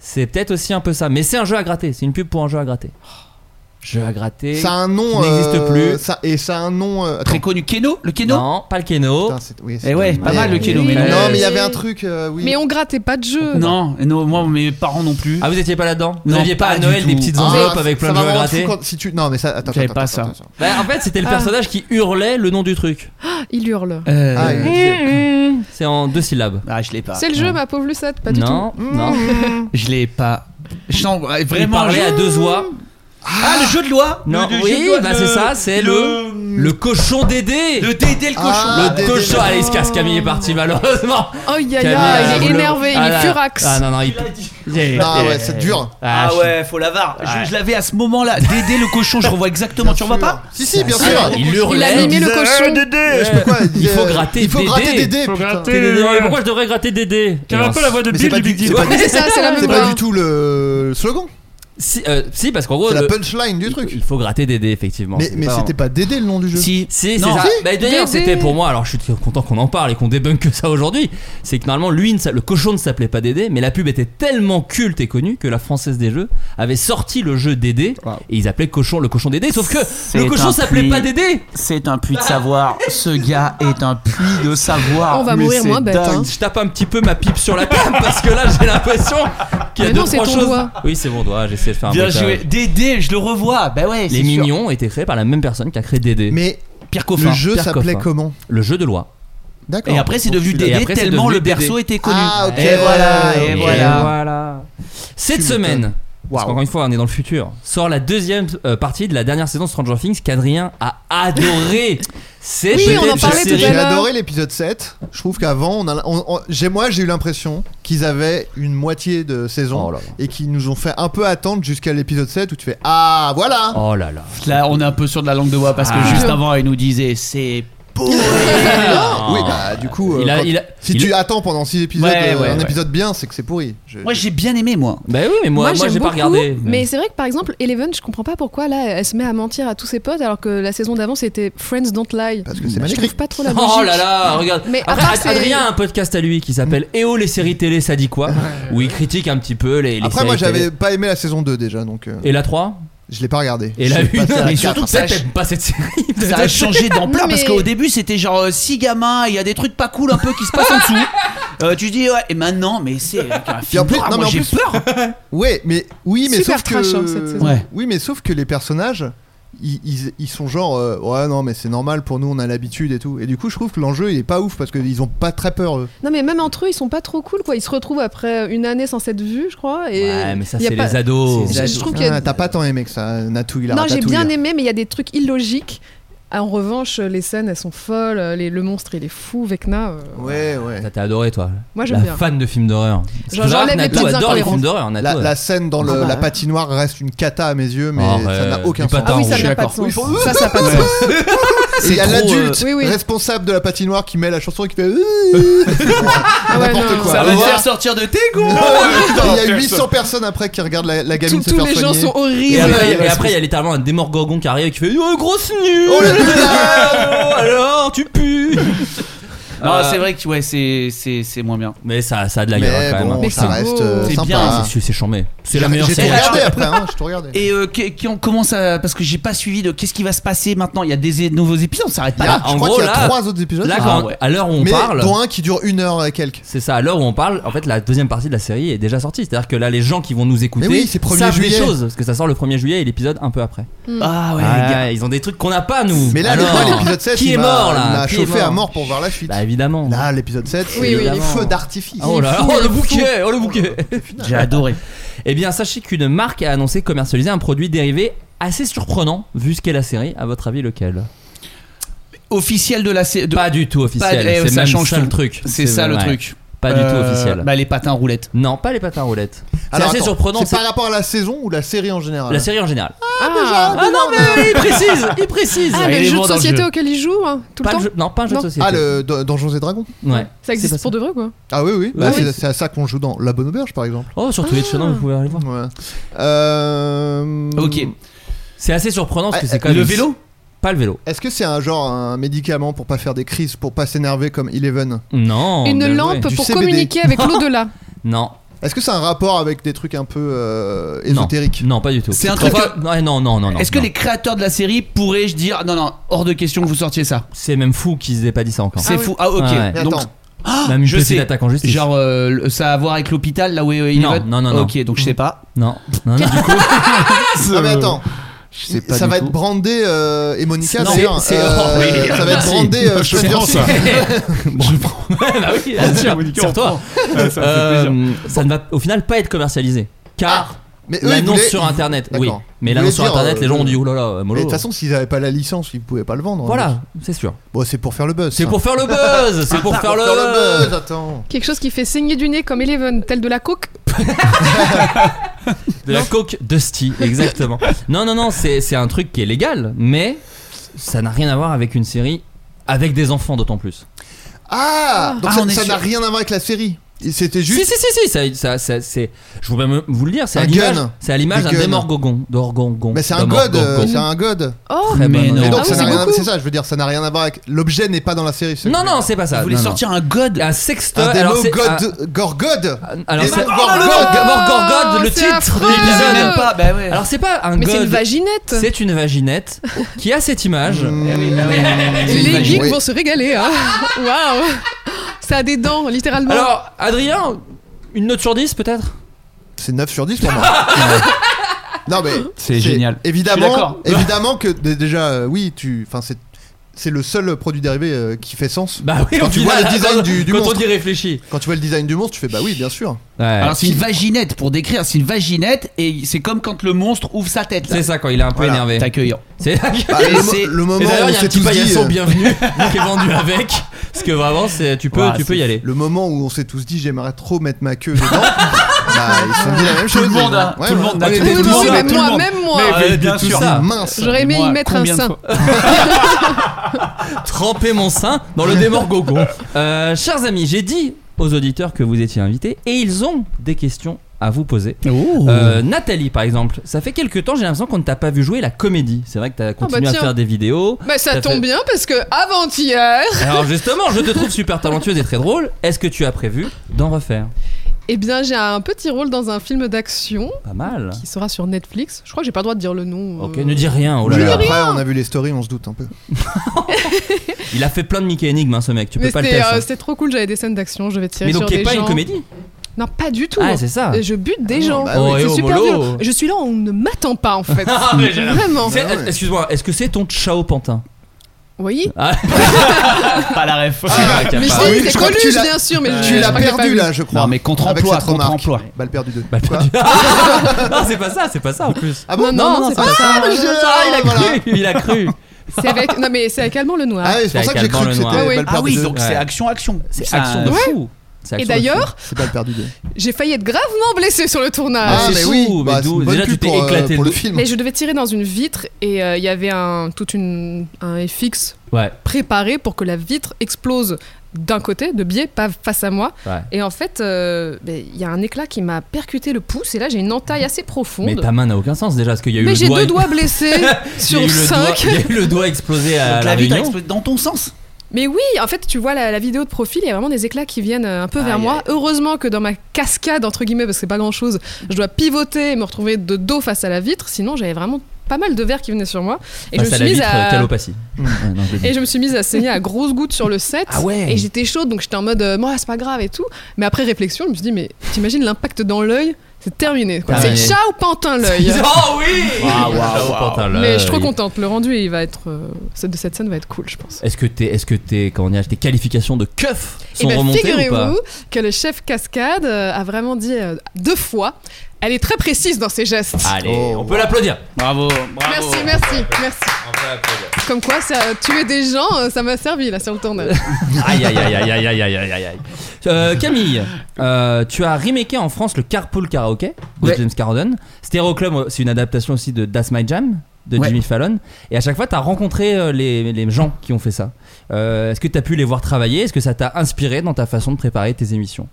S6: C'est peut-être aussi un peu ça, mais c'est un jeu à gratter. C'est une pub pour un jeu à gratter. Jeu à gratter.
S8: Ça a un nom.
S6: Qui n'existe
S8: euh,
S6: plus.
S8: ça- et ça a un nom. euh, attends,
S9: Très connu. Keno Le Keno
S6: Non, pas le Keno.
S8: putain, c'est- oui,
S9: Eh
S8: c'est
S9: ouais,
S8: dingue.
S9: pas mal le Keno.
S7: Oui.
S9: mais
S8: Non, mais il y
S7: Euh,
S8: avait un truc. euh, oui.
S7: Mais on grattait pas de jeu.
S9: Non, non, moi, mes parents non plus.
S6: Ah vous étiez pas là-dedans Vous
S9: Non,
S6: aviez pas,
S9: pas
S6: à
S9: du
S6: Noël
S9: tout.
S6: des petites
S8: Ah,
S6: enveloppes
S8: ça-
S6: avec plein
S8: ça
S6: de
S8: m'a
S6: jeux à
S8: rendu
S6: gratter
S8: fou quand- si tu... Non, mais ça. Attends,
S9: J'avais
S8: attends,
S9: pas
S8: attends,
S9: ça.
S8: attends, attends.
S6: Bah, En fait c'était le
S7: Ah.
S6: personnage qui hurlait le nom du truc.
S7: Il hurle.
S9: Euh,
S8: Ah, il disait-
S6: C'est en deux syllabes.
S9: ah, je l'ai pas.
S7: C'est le jeu, bah. ma pauvre Lucette, pas du tout. Mmh.
S6: Non, non.
S9: Je l'ai pas. Je sens ouais,
S6: Il
S9: vraiment.
S6: parlait
S9: je-
S6: à deux oies.
S9: Ah, le jeu de loi
S6: Non,
S9: Le- le jeu de
S6: oui,
S9: loi,
S6: bah
S9: le-
S6: c'est ça, c'est le le cochon Dédé.
S9: Le DD le cochon.
S8: Ah,
S6: Le
S8: Dédé,
S6: cochon,
S8: le-
S6: allez, il se casse, Camille est parti malheureusement.
S7: Oh, ya
S6: Camille,
S7: ya, il
S6: euh,
S7: est
S6: le-
S7: énervé, il
S6: Ah,
S7: est
S6: là.
S7: furax.
S6: Ah non, non, il.
S8: Ah ouais, c'est dur.
S9: Ah,
S6: je-
S9: ouais, faut l'avoir.
S6: Ouais.
S9: Je, je l'avais à ce moment-là. Dédé le cochon, je revois exactement.
S8: Bien
S9: tu revois
S8: sûr.
S9: pas
S8: Si, si, bien
S6: Ah,
S8: sûr.
S6: Il
S7: Il a
S6: hurlait.
S7: mimé le cochon.
S8: Je sais pas quoi,
S6: Il faut
S8: euh,
S6: gratter
S8: Il faut
S6: Dédé.
S8: gratter Dédé.
S3: Faut
S8: putain.
S3: gratter.
S6: Dédé, ouais, Pourquoi je devrais gratter Dédé
S3: Qui a un
S6: Et
S3: peu
S6: en-
S3: la voix de
S8: Mais c'est
S3: Bill
S8: pas
S3: du
S8: du-
S3: Big Deal.
S8: c'est pas du-
S7: C'est ça, c'est la
S8: C'est
S7: même
S8: pas
S7: voix.
S8: du tout le slogan.
S6: Si, euh, si, parce qu'en gros,
S8: C'est la
S6: le-
S8: punchline du
S6: il-
S8: truc.
S6: il faut gratter Dédé, effectivement.
S8: Mais
S6: C'est
S8: mais
S6: pas
S8: c'était pas Dédé le nom du jeu.
S9: Si.
S6: Si, c'est
S9: Non.
S6: ça.
S8: Si.
S6: Bah, D'ailleurs,
S7: Dédé.
S6: c'était pour moi. Alors, je suis très content qu'on en parle et qu'on débunk que ça aujourd'hui. C'est que normalement, lui, ne s'a- le cochon ne s'appelait pas Dédé, mais la pub était tellement culte et connue que la Française des Jeux avait sorti le jeu Dédé et ils appelaient cochon le cochon Dédé. Sauf que le
S9: C'est
S6: cochon
S9: un
S6: s'appelait
S9: puits.
S6: pas Dédé.
S9: C'est un puits de savoir. Ce gars est un puits de savoir.
S7: On va Mais mourir c'est moins bête, dingue. hein.
S6: Je tape un petit peu ma pipe sur la table parce que là, j'ai l'impression qu'il y a
S7: Mais
S6: deux
S7: non, c'est
S6: trois
S7: ton
S6: choses.
S7: doigt.
S6: Oui, c'est mon doigt. J'essaie de faire un
S9: Bien
S6: botage.
S9: joué. Dédé, je le revois. Bah ouais, c'est
S6: Les
S9: sûr.
S6: Mignons étaient créés par la même personne qui a créé Dédé.
S8: Mais
S9: Pierre
S8: le
S9: Coffin.
S8: jeu
S6: hein. Pierre
S8: s'appelait
S6: Coffin.
S8: comment
S6: Le jeu de loi.
S8: D'accord.
S9: Et après, c'est
S8: Donc,
S9: devenu
S8: tu
S6: Et
S8: l'as-
S9: Dédé
S6: après, c'est
S9: tellement
S6: devenu
S9: le
S6: Dédé.
S9: perso était connu.
S8: Ah, ok.
S9: Et voilà, et
S8: ok.
S9: voilà.
S6: Cette
S8: Tu
S6: semaine,
S8: m'étonnes.
S6: Parce
S8: Waouh.
S6: qu'encore une fois, on est dans le futur. Sort la deuxième euh, partie de la dernière saison de Stranger Things qu'Adrien a adoré. C'est
S7: Oui,
S6: peut-être
S7: on en
S6: la
S7: parlait tout à
S6: série-
S8: J'ai
S7: l'heure.
S8: adoré l'épisode 7. Je trouve qu'avant, on a- on- on- j'ai- moi j'ai eu l'impression qu'ils avaient une moitié de saison
S6: Oh là là.
S8: et qu'ils nous ont fait un peu attendre jusqu'à l'épisode 7 où tu fais Ah voilà
S6: Oh là là.
S9: Là, on est un peu sur de la langue de bois parce que
S6: Ah.
S9: juste avant, il nous disait c'est.
S7: Ah.
S8: Oui, bah du coup, euh,
S6: Ah. Il a-
S8: quand-
S6: il a-
S8: si
S6: il
S8: tu
S6: a-
S8: attends pendant 6 épisodes,
S9: Ouais,
S8: euh,
S9: ouais,
S8: un
S9: ouais.
S8: épisode bien, c'est que c'est pourri. Je-
S9: Moi, j'ai bien aimé, moi.
S6: Bah oui, mais moi, moi
S7: j'aime
S6: j'ai pas
S7: beaucoup,
S6: regardé.
S7: Mais c'est vrai que par exemple, Eleven, je comprends pas pourquoi là, elle se met à mentir à tous ses potes alors que la saison d'avant c'était Friends Don't Lie.
S8: Parce que c'est mal
S7: Je
S8: écrit.
S7: trouve pas trop la logique.
S6: Oh là là, regarde.
S7: Mais
S6: Après,
S7: à part,
S6: Ad-
S7: c'est- Mm.
S6: Adrien a un podcast à lui qui s'appelle EO les séries télé, ça dit quoi Où il critique un petit peu les, les
S8: Après,
S6: séries
S8: moi
S6: télé.
S8: j'avais pas aimé la saison 2 déjà, donc euh,
S6: Et la 3
S8: je l'ai pas regardé.
S6: Et la 1
S9: Mais
S6: Et
S9: surtout
S6: surtout
S9: que
S6: ça,
S9: ça
S6: t'aimes pas cette série.
S9: Ça a changé d'ampleur
S7: Non, mais-
S9: parce qu'au début c'était genre euh, six gamins, il y a des trucs pas cool un peu qui se passent en dessous. Euh, tu dis ouais, et maintenant mais c'est avec un film.
S8: en plus-
S9: noir,
S8: non,
S9: moi,
S8: mais en
S9: j'ai
S8: plus-
S9: peur.
S8: Ouais, mais oui, mais
S7: Super
S8: sauf
S7: trash,
S8: que
S7: hein, cette saison.
S9: Ouais.
S8: oui, mais sauf que les personnages, ils, ils- ils sont genre euh, ouais non mais c'est normal pour nous, on a l'habitude et tout. Et du coup, je trouve que l'enjeu il est pas ouf parce qu'ils ont pas très peur. Eux.
S7: Non mais même entre eux, ils sont pas trop cool quoi. Ils se retrouvent après une année sans s'être vus, je crois. Et
S6: Ouais, mais ça,
S7: il y a
S6: c'est
S7: pas-
S6: les ados.
S7: Je- je trouve qu'il y a-
S8: Ah, T'as pas tant aimé que ça, Natou il a
S7: Non, j'ai
S8: ratatouille. hein.
S7: bien aimé, mais il y a des trucs illogiques. Ah, En revanche, les scènes, elles sont folles. Les- le monstre, il est fou. Vecna, euh,
S8: Ouais, ouais.
S6: Ça, T'as adoré, toi. La
S7: Moi, j'aime bien.
S6: fan de films d'horreur.
S7: Genre, j'enlève les
S6: Natou
S7: petites
S6: adore les films
S7: incohérences.
S6: d'horreur. Natou,
S8: La,
S6: elle-
S8: la scène dans le-
S7: Ah bah.
S8: la patinoire reste une cata à mes yeux, mais
S6: Ah,
S8: ça
S6: ouais,
S8: n'a aucun
S6: du
S8: sens.
S6: patin,
S7: Ah oui,
S6: Je
S7: ça
S6: suis
S7: n'a pas de
S9: d'accord.
S7: sens.
S8: Oui, faut-
S7: Ça, ça n'a pas de sens.
S8: Et il y a
S9: trop,
S8: l'adulte
S7: euh, oui, oui.
S8: responsable de la patinoire qui met la chanson et qui fait
S7: Ah ouais,
S8: n'importe
S7: non.
S8: quoi.
S9: Ça va
S8: Au
S9: te
S8: revoir.
S9: faire sortir de tes gonds.
S8: Et Il y a
S3: Personne.
S8: 800 personnes après qui regardent la, la gamine
S7: Tous-
S8: se
S7: tous
S8: faire
S7: les gens
S8: soigner.
S7: sont horribles.
S6: Et après,
S8: Ouais,
S6: et
S8: ouais,
S6: après, il y a littéralement un démorgorgon qui arrive et qui fait Oh, grosse nulle
S8: Oh là
S6: alors, alors, tu pues Euh,
S9: Non c'est vrai que ouais c'est c'est c'est moins bien.
S6: Mais ça, ça a de la gueule
S8: Mais
S6: quand même.
S8: bon,
S6: hein,
S8: ça
S6: putain.
S8: reste
S7: beau.
S8: euh,
S9: C'est
S8: sympa.
S9: bien,
S6: C'est- C'est chambé. C'est la
S8: J'ai-
S6: meilleure
S8: J'ai tout
S6: série.
S8: regardé après, hein, je te regardais.
S9: Et euh, qui, qui- on commence à parce que j'ai pas suivi de qu'est-ce qui va se passer maintenant. Il y a des é- nouveaux épisodes, ça s'arrête
S8: Il
S9: pas
S8: y
S9: là.
S8: a,
S6: Bah,
S8: je
S6: en
S8: crois
S6: gros,
S8: qu'il y a
S6: là-
S8: trois autres épisodes.
S6: Là,
S9: Ah,
S6: quand-
S9: ouais.
S6: à l'heure où on
S8: mais
S6: parle.
S8: dont un qui dure une heure et quelques.
S6: C'est ça, à l'heure où on parle, en fait, la deuxième partie de la série est déjà sortie. C'est-à-dire que là, les gens qui vont nous écouter
S8: Mais oui, c'est 1er
S6: savent des
S8: juillet.
S6: choses. Parce que ça sort le 1er juillet et l'épisode un peu après.
S9: Ah ouais.
S6: Ah,
S9: les gars.
S6: ils ont des trucs qu'on n'a pas, nous.
S8: Mais là, le-
S6: Alors,
S8: moi, l'épisode 7,
S6: Qui
S8: il
S6: est
S8: m'a-
S6: mort, là
S8: il m'a
S6: Qui est
S8: chauffé à mort pour voir la suite.
S6: Bah, évidemment.
S8: Là, l'épisode 7, c'est
S7: Oui, oui,
S8: le
S7: oui.
S8: feu d'artifice.
S6: Oh là là, oh, le bouquet, oh le bouquet.
S9: J'ai adoré.
S6: Eh bien, sachez qu'une marque a annoncé commercialiser un produit dérivé assez surprenant vu ce qu'est la série. À votre avis, lequel
S9: Officiel de la sé- de-
S6: Pas du tout
S9: Pas-
S6: officiel.
S9: eh,
S6: c'est
S9: ça
S6: même
S9: change
S6: ça
S9: tout.
S6: le truc.
S9: C'est ça le
S6: ouais.
S9: truc.
S6: Pas du
S9: Euh,
S6: tout officiel.
S9: bah, les patins roulettes.
S6: Non, pas les patins roulettes. C'est
S8: Alors,
S6: assez
S8: attends,
S6: surprenant.
S8: C'est par rapport à la saison ou la série en général
S6: La série en général.
S7: Ah,
S8: déjà,
S6: Ah non, mais il précise, il précise.
S7: Ah,
S9: Il
S7: mais
S9: est
S7: le jeu
S9: bon
S7: de
S9: dans le
S7: société
S9: jeu.
S7: auquel il joue hein, tout le
S6: Pas
S7: temps
S6: le jeu- non, pas un jeu de
S7: Non.
S6: société.
S8: Ah, le D- Dungeons et Dragons
S6: Ouais.
S7: Ça
S6: C'est pas
S7: existe pour de vrai quoi
S8: Ah oui, oui.
S6: Bah
S8: Bah,
S6: oui.
S8: c'est c'est à ça qu'on joue dans La Bonne Auberge par exemple.
S6: Oh, sur Twitch, non, vous pouvez aller voir.
S8: Ouais. Euh,
S9: Ok.
S6: C'est assez surprenant parce que
S8: Ah,
S6: c'est quand même.
S9: Le vélo
S6: Pas le vélo.
S8: Est-ce que c'est un genre un médicament pour pas faire des crises, pour pas s'énerver comme Eleven
S6: Non.
S7: Une
S6: bien joué.
S7: lampe
S8: Du
S7: pour
S8: CBD.
S7: communiquer avec l'au-delà.
S6: Non.
S8: Est-ce que c'est un rapport avec des trucs un peu euh, ésotériques
S6: Non, pas du tout.
S9: C'est un truc
S6: Enfin, ouais, Non, non, non, non.
S9: Est-ce que
S6: non.
S9: les créateurs de la série pourraient je dire non non hors de question que vous sortiez ça
S6: C'est même fou qu'ils aient pas dit ça encore.
S9: C'est
S7: Ah oui.
S9: fou. Ah ok.
S6: Ouais.
S8: Mais
S9: Donc
S8: attends,
S6: Même une
S9: je
S6: petite
S9: sais.
S6: attaque en justice.
S9: genre euh, le- ça a à voir avec l'hôpital là où est
S6: Non,
S9: Eleven
S6: non, non, non.
S9: Ok donc je sais pas.
S6: Non. Non, non.
S8: ah, mais attends,
S9: Je sais pas
S8: ça
S9: du
S8: va
S9: tout.
S8: être brandé euh, et Monica
S6: Non,
S8: d'ailleurs,
S6: c'est- c'est-
S8: euh,
S6: oh, oui,
S8: ça va être
S6: merci.
S8: brandé euh,
S3: Je
S8: Stranger
S3: prends
S8: Things.
S3: ça.
S6: Je prends. bah oui, bien sûr.
S3: Monica,
S6: Sur
S3: on
S6: toi.
S3: Ah, ça me fait
S6: Euh,
S3: plaisir.
S6: ça ne va au final pas être commercialisé. Car
S8: Mais Ah, eux, ils
S6: l'annonce
S8: voulaient-
S6: sur internet,
S8: D'accord.
S6: oui. Mais
S8: Ils
S6: l'annonce sur
S8: voulaient dire,
S6: internet, les
S8: euh,
S6: gens ont dit oh là là,
S8: Mais
S6: mollo.
S8: de toute façon, euh, s'ils avaient pas la licence, ils pouvaient pas le vendre. hein.
S6: Voilà, c'est sûr.
S8: Bon, c'est pour faire le buzz.
S6: C'est
S8: ça.
S6: pour faire le buzz, c'est pour
S8: Ah,
S6: faire le buzz.
S8: Attends.
S7: Quelque chose qui fait saigner du nez comme Eleven, tel de la coke.
S6: De la coke Dusty, exactement. non, non, non, c'est c'est un truc qui est légal, mais ça n'a rien à voir avec une série avec des enfants d'autant plus.
S8: Ah, donc
S9: Ah,
S8: ça-
S9: on est
S8: ça
S9: sur-
S8: n'a rien à voir avec la série. C'était
S6: Si,
S8: juste.
S6: si, si, si, ça, ça, ça- c'est. Je voulais me- vous le dire, c'est à
S8: Un
S6: l'image,
S8: gun.
S6: c'est à l'image
S8: Des
S6: d'un
S8: guns.
S6: démorgogon, d'orgongon.
S8: Mais c'est un god,
S6: d'Amorgogon.
S8: euh, c'est un god.
S7: Oh
S9: Mais
S6: Très
S9: non.
S6: bonne
S8: Et
S6: annonce.
S8: donc
S7: Ah
S8: ça
S7: oui,
S8: n'a
S7: c'est
S8: rien,
S7: beaucoup.
S8: c'est ça. Je veux dire, ça n'a rien à voir avec l'objet n'est pas dans la série. c'est-
S6: Non, non, c'est pas ça.
S9: Vous voulez
S6: non, Ah, non.
S9: sortir un god
S6: un sextoy
S8: Un
S6: alors
S8: démo
S6: c'est-
S8: god, gorgod.
S6: ah, alors
S8: Et
S6: c'est
S8: Gorgorgod.
S6: Gorgorgod, le
S7: Oh, C'est
S6: titre
S9: Ah,
S7: affreux.
S6: de l'épisode.
S9: même pas. Bah ouais.
S6: Alors c'est pas un
S7: Mais c'est
S6: god,
S7: une vaginette.
S6: c'est une vaginette qui a cette image.
S8: Mm. Hmm, une
S7: Les
S8: vagine.
S7: geeks
S8: Oui.
S7: vont se régaler. hein. Waouh Ça a des dents, littéralement.
S6: Alors Adrien, une note sur 10 peut-être
S8: C'est 9 sur 10 pour moi. non mais
S9: C'est génial. Je suis
S8: Évidemment,
S9: d'accord.
S8: évidemment que d- déjà euh, oui, tu enfin c'est c'est le seul produit dérivé euh, qui fait sens.
S6: Bah oui,
S8: Quand
S6: au
S8: tu
S6: final,
S8: vois le design
S6: quand-
S8: du- du
S6: quand on
S8: monstre.
S6: y réfléchit.
S8: Quand tu vois le design du monstre, tu fais bah oui, bien sûr.
S6: Ouais.
S9: Alors c'est une vaginette pour décrire, c'est une vaginette et c'est comme quand le monstre ouvre sa tête. là. Ah,
S6: c'est ça quand il est un peu
S8: Voilà,
S6: énervé.
S9: T'accueillant.
S6: Ah, C'est
S8: Bah, le,
S9: Et
S8: mo-
S9: c'est-
S8: le moment
S6: Et d'ailleurs,
S8: où
S6: il y a un
S8: c'est
S6: petit
S8: tout dit,
S6: paillasson
S8: euh,
S6: bienvenu qui est vendu avec. Parce que vraiment, c'est- tu peux,
S9: Ouah,
S6: tu peux y
S9: c'est-
S6: aller.
S8: le moment où on s'est tous dit j'aimerais trop mettre ma queue dedans. bah, ils se sont dit la même
S9: Tout
S8: chose.
S9: le monde,
S8: les gens.
S9: hein,
S8: Ouais,
S9: tout le
S8: ouais.
S9: monde,
S8: On
S9: tout
S8: était
S9: le
S8: tous
S9: monde,
S8: là.
S7: même
S9: tout le
S7: moi,
S9: monde.
S7: même moi.
S9: Mais-
S6: Ah,
S9: bien
S6: tout
S9: sûr.
S6: ça.
S8: Mince.
S7: J'aurais aimé
S9: Moi,
S7: y mettre un
S9: combien de
S7: sein.
S9: fois
S6: Tremper mon sein dans le démorgogon. Euh, chers amis, j'ai dit aux auditeurs que vous étiez invités et ils ont des questions à vous poser. Euh, Nathalie, par exemple, ça fait quelques temps, j'ai l'impression qu'on ne t'a pas vu jouer la comédie. C'est vrai que tu as continué à
S7: tiens.
S6: faire des vidéos.
S7: Bah ça
S6: Ça
S7: tombe
S6: fait-
S7: bien parce que avant-hier,
S6: Alors justement, je te trouve super talentueuse et très drôle. Est-ce que tu as prévu d'en refaire
S7: eh bien j'ai un petit rôle dans un film d'action
S6: Pas mal.
S7: qui sera sur Netflix. Je crois que j'ai pas le droit de dire le nom.
S6: Ok,
S7: euh.
S6: ne dis rien. Oh là
S8: Oui,
S6: là.
S8: après, on a vu les stories, on se doute un peu.
S6: Il a fait plein de Mickey Enigme, hein, ce mec. Tu peux
S7: Mais
S6: pas le
S7: c'était
S6: tester.
S7: euh, c'était trop cool, j'avais des scènes d'action, je vais tirer
S6: Mais
S7: sur
S6: donc, qui
S7: des
S6: est pas
S7: gens.
S6: une comédie
S7: Non, pas du tout.
S6: Ah, c'est ça.
S7: Et je bute des gens.
S8: bah
S6: oui. Oh,
S7: c'est
S6: eh, oh,
S7: super
S6: mollo.
S7: violent. Je suis là, on ne m'attend pas en fait.
S6: Ah, mais j'ai la-
S7: Vraiment.
S6: C'est- euh,
S8: Ah ouais.
S6: Excuse-moi, est-ce que c'est ton Chao Pantin
S7: Oui.
S6: Ah,
S9: Pas la ref.
S7: Mais
S6: bah
S7: je sais
S8: oui,
S7: que
S8: je
S7: c'est
S8: crois que tu
S7: Coluche,
S8: l'as-
S7: bien sûr,
S6: euh,
S7: mais je-
S8: Tu
S7: je
S8: l'as
S7: crois que j'ai pas
S8: perdu
S7: vu.
S8: là, je crois.
S9: Non, mais contre-emploi,
S8: Avec cette remarque.
S9: contre-emploi.
S8: Balle perdue 2.
S6: Bah,
S8: Quoi
S6: perdu. non, c'est pas ça, c'est pas ça en plus.
S8: Ah bon
S7: Non, non, c'est
S8: ah,
S7: pas
S8: ah,
S7: ça.
S8: mais je-
S6: Ah, il a
S8: voilà.
S6: cru, il a cru.
S7: C'est avec non mais c'est avec Allemand le Noir.
S8: Ah oui, c'est pour
S6: C'est
S8: ça que
S6: avec
S8: j'ai cru
S6: Alban
S8: que
S6: Lenoir.
S8: c'était
S7: Ah oui.
S8: Balle
S9: Ah
S8: perdue
S9: oui,
S8: 2.
S9: donc
S6: Ouais.
S9: c'est action-action.
S6: C'est
S9: Ça-
S6: action de
S7: Ouais.
S6: fou. C'est action
S7: Et
S6: de fou.
S7: d'ailleurs,
S8: C'est Balle perdue 2.
S7: j'ai failli être gravement blessée sur le tournage.
S6: Ah, c'est fou, mais
S8: c'est une
S6: d'où-
S8: bonne
S6: déjà, tu
S8: pub
S6: t'es
S8: pour, euh,
S6: éclaté
S8: pour
S6: de
S8: le
S6: ouf.
S8: film.
S7: Mais je devais tirer dans une vitre et euh, il y avait un tout une un FX
S6: ouais,
S7: préparé pour que la vitre explose d'un côté, de biais, pas face à moi.
S6: ouais.
S7: Et en fait, euh, ben, il y a un éclat qui m'a percuté le pouce et là j'ai une entaille assez
S6: Mais
S7: profonde.
S6: ta main n'a aucun sens déjà, parce qu'il y a eu
S7: Mais
S6: le
S7: j'ai
S6: doigt.
S7: deux doigts blessés
S6: il y a eu
S7: sur
S6: le doigt-
S7: cinq.
S6: Il y a eu le doigt explosé à
S9: Donc
S6: Euh, la
S9: la vitre
S6: réunion.
S9: explose dans ton sens.
S7: Mais oui, en fait, tu vois la, la vidéo de profil, il y a vraiment des éclats qui viennent euh, un peu vers
S9: Aïe,
S7: moi. Heureusement que dans ma cascade, entre guillemets, parce que c'est pas grand chose, je dois pivoter et me retrouver de dos face à la vitre, sinon j'avais vraiment pas mal de verre qui venait sur moi. Et
S6: Face
S7: je me
S6: à
S7: suis
S6: la
S7: mise
S6: vitre
S7: à.
S6: Calopatie. Ouais, non, je l'ai dit.
S7: Et je me suis mise à saigner à grosses gouttes sur le set.
S6: Ah ouais.
S7: Et j'étais chaude, donc j'étais en mode, euh, moi, c'est pas grave et tout. Mais après réflexion, je me suis dit, mais t'imagines l'impact dans l'œil C'est terminé. quoi.
S6: Terminé.
S7: C'est ciao pantin l'œil.
S6: Oh oui
S9: Waouh, waouh,
S6: Chao
S9: waouh.
S6: Pantin, là,
S7: Mais je suis trop
S6: il-
S7: contente. Le rendu, il va être, euh, cette- de cette scène va être cool, je pense.
S6: Est-ce que, t'es, est-ce que t'es, comment dire, tes qualifications de keuf
S7: Et
S6: sont
S7: bien
S6: remontées ou pas
S7: Eh ben, figurez-vous que le chef cascade euh, a vraiment dit euh, deux fois. Elle est très précise dans ses gestes.
S6: Allez,
S8: Oh,
S6: on peut l'applaudir.
S9: Bravo, bravo.
S7: Merci, merci, merci.
S6: On peut l'applaudir.
S7: Comme quoi, ça, tuer des gens, euh, ça m'a servi là sur le tournage.
S6: Aïe aïe aïe aïe aïe aïe aïe aïe aïe aïe. Euh, Camille, euh, tu as remaké en France le Carpool Karaoke de
S9: Ouais.
S6: James Carden. Stereo Club, euh, c'est une adaptation aussi de That's My Jam de
S9: Ouais.
S6: Jimmy Fallon. Et à chaque fois, tu as rencontré euh, les, les gens qui ont fait ça. Euh, Est-ce que tu as pu les voir travailler Est-ce que ça t'a inspiré dans ta façon de préparer tes émissions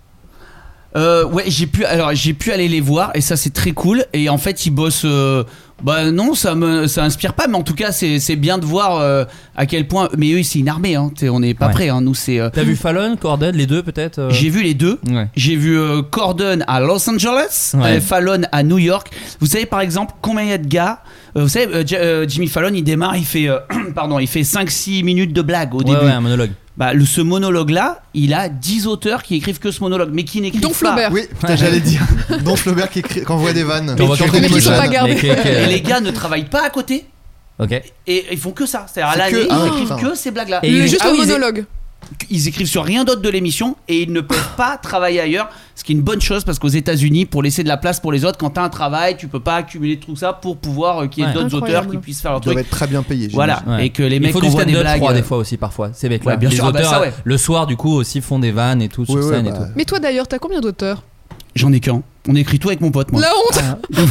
S9: Euh, ouais, j'ai pu. Alors, j'ai pu aller les voir et ça c'est très cool. Et en fait, ils bossent. euh, bah non, ça me ça inspire pas, mais en tout cas, c'est c'est bien de voir euh, à quel point. Mais eux, c'est une armée. Hein, T'sais, on n'est pas
S6: Ouais.
S9: prêts. Hein, nous, c'est. euh,
S6: T'as vu Fallon, Corden, les deux peut-être euh
S9: J'ai vu les deux.
S6: Ouais.
S9: J'ai vu euh, Corden à Los Angeles,
S6: Ouais.
S9: euh, Fallon à New York. Vous savez par exemple combien il y a de gars euh, Vous savez, euh, J- euh, Jimmy Fallon, il démarre, il fait, euh, pardon, il fait 5-6 minutes de blague au
S6: Ouais,
S9: début.
S6: ouais, un monologue.
S9: Bah, le, ce monologue-là, il a 10 auteurs qui écrivent que ce monologue, mais qui n'écrivent
S7: Dont
S9: pas.
S7: Flaubert.
S8: Oui, putain, j'allais dire. Don Flaubert qui écrit- qui envoie des vannes.
S6: T'envoies
S8: Sur
S6: quelques
S7: Mais qui
S8: Dailymotion.
S7: sont pas gardés.
S6: Mais que- que-
S9: Et les gars ne travaillent pas à côté
S6: Ok.
S9: et ils font que ça. C'est-à-dire à
S8: C'est
S9: l'année,
S8: que- ah,
S9: ils écrivent
S8: putain.
S9: que ces blagues-là.
S6: Et
S7: Le-
S6: ils-
S7: juste
S9: ah
S7: le
S9: oui, ils-
S7: monologue.
S9: ils écrivent sur rien d'autre de l'émission et ils ne peuvent pas travailler ailleurs, ce qui est une bonne chose parce qu'aux États-Unis, pour laisser de la place pour les autres, quand t'as un travail, tu peux pas accumuler tout ça pour pouvoir euh, qu'il y ait
S6: Ouais.
S9: d'autres
S7: Incroyable.
S9: auteurs qui puissent faire leur
S8: Ils doivent
S9: truc.
S8: être très bien payés.
S9: Voilà,
S6: Ouais.
S9: et que les
S6: Il
S9: mecs
S6: faut du
S9: envoient des
S6: stand-up, je
S9: blagues.
S6: crois,
S9: euh,
S6: des fois aussi parfois. Ces mecs-là.
S9: Ouais, bien
S6: les
S9: sûr, ah bah
S6: auteurs,
S9: ça, ouais.
S6: le soir, du coup, aussi font des vannes et tout sur
S8: Oui, oui,
S6: scène et
S8: bah,
S6: tout.
S7: Mais toi d'ailleurs, t'as combien d'auteurs
S9: J'en ai qu'un. On écrit tout avec mon pote, moi. Ah. Eh,
S7: La honte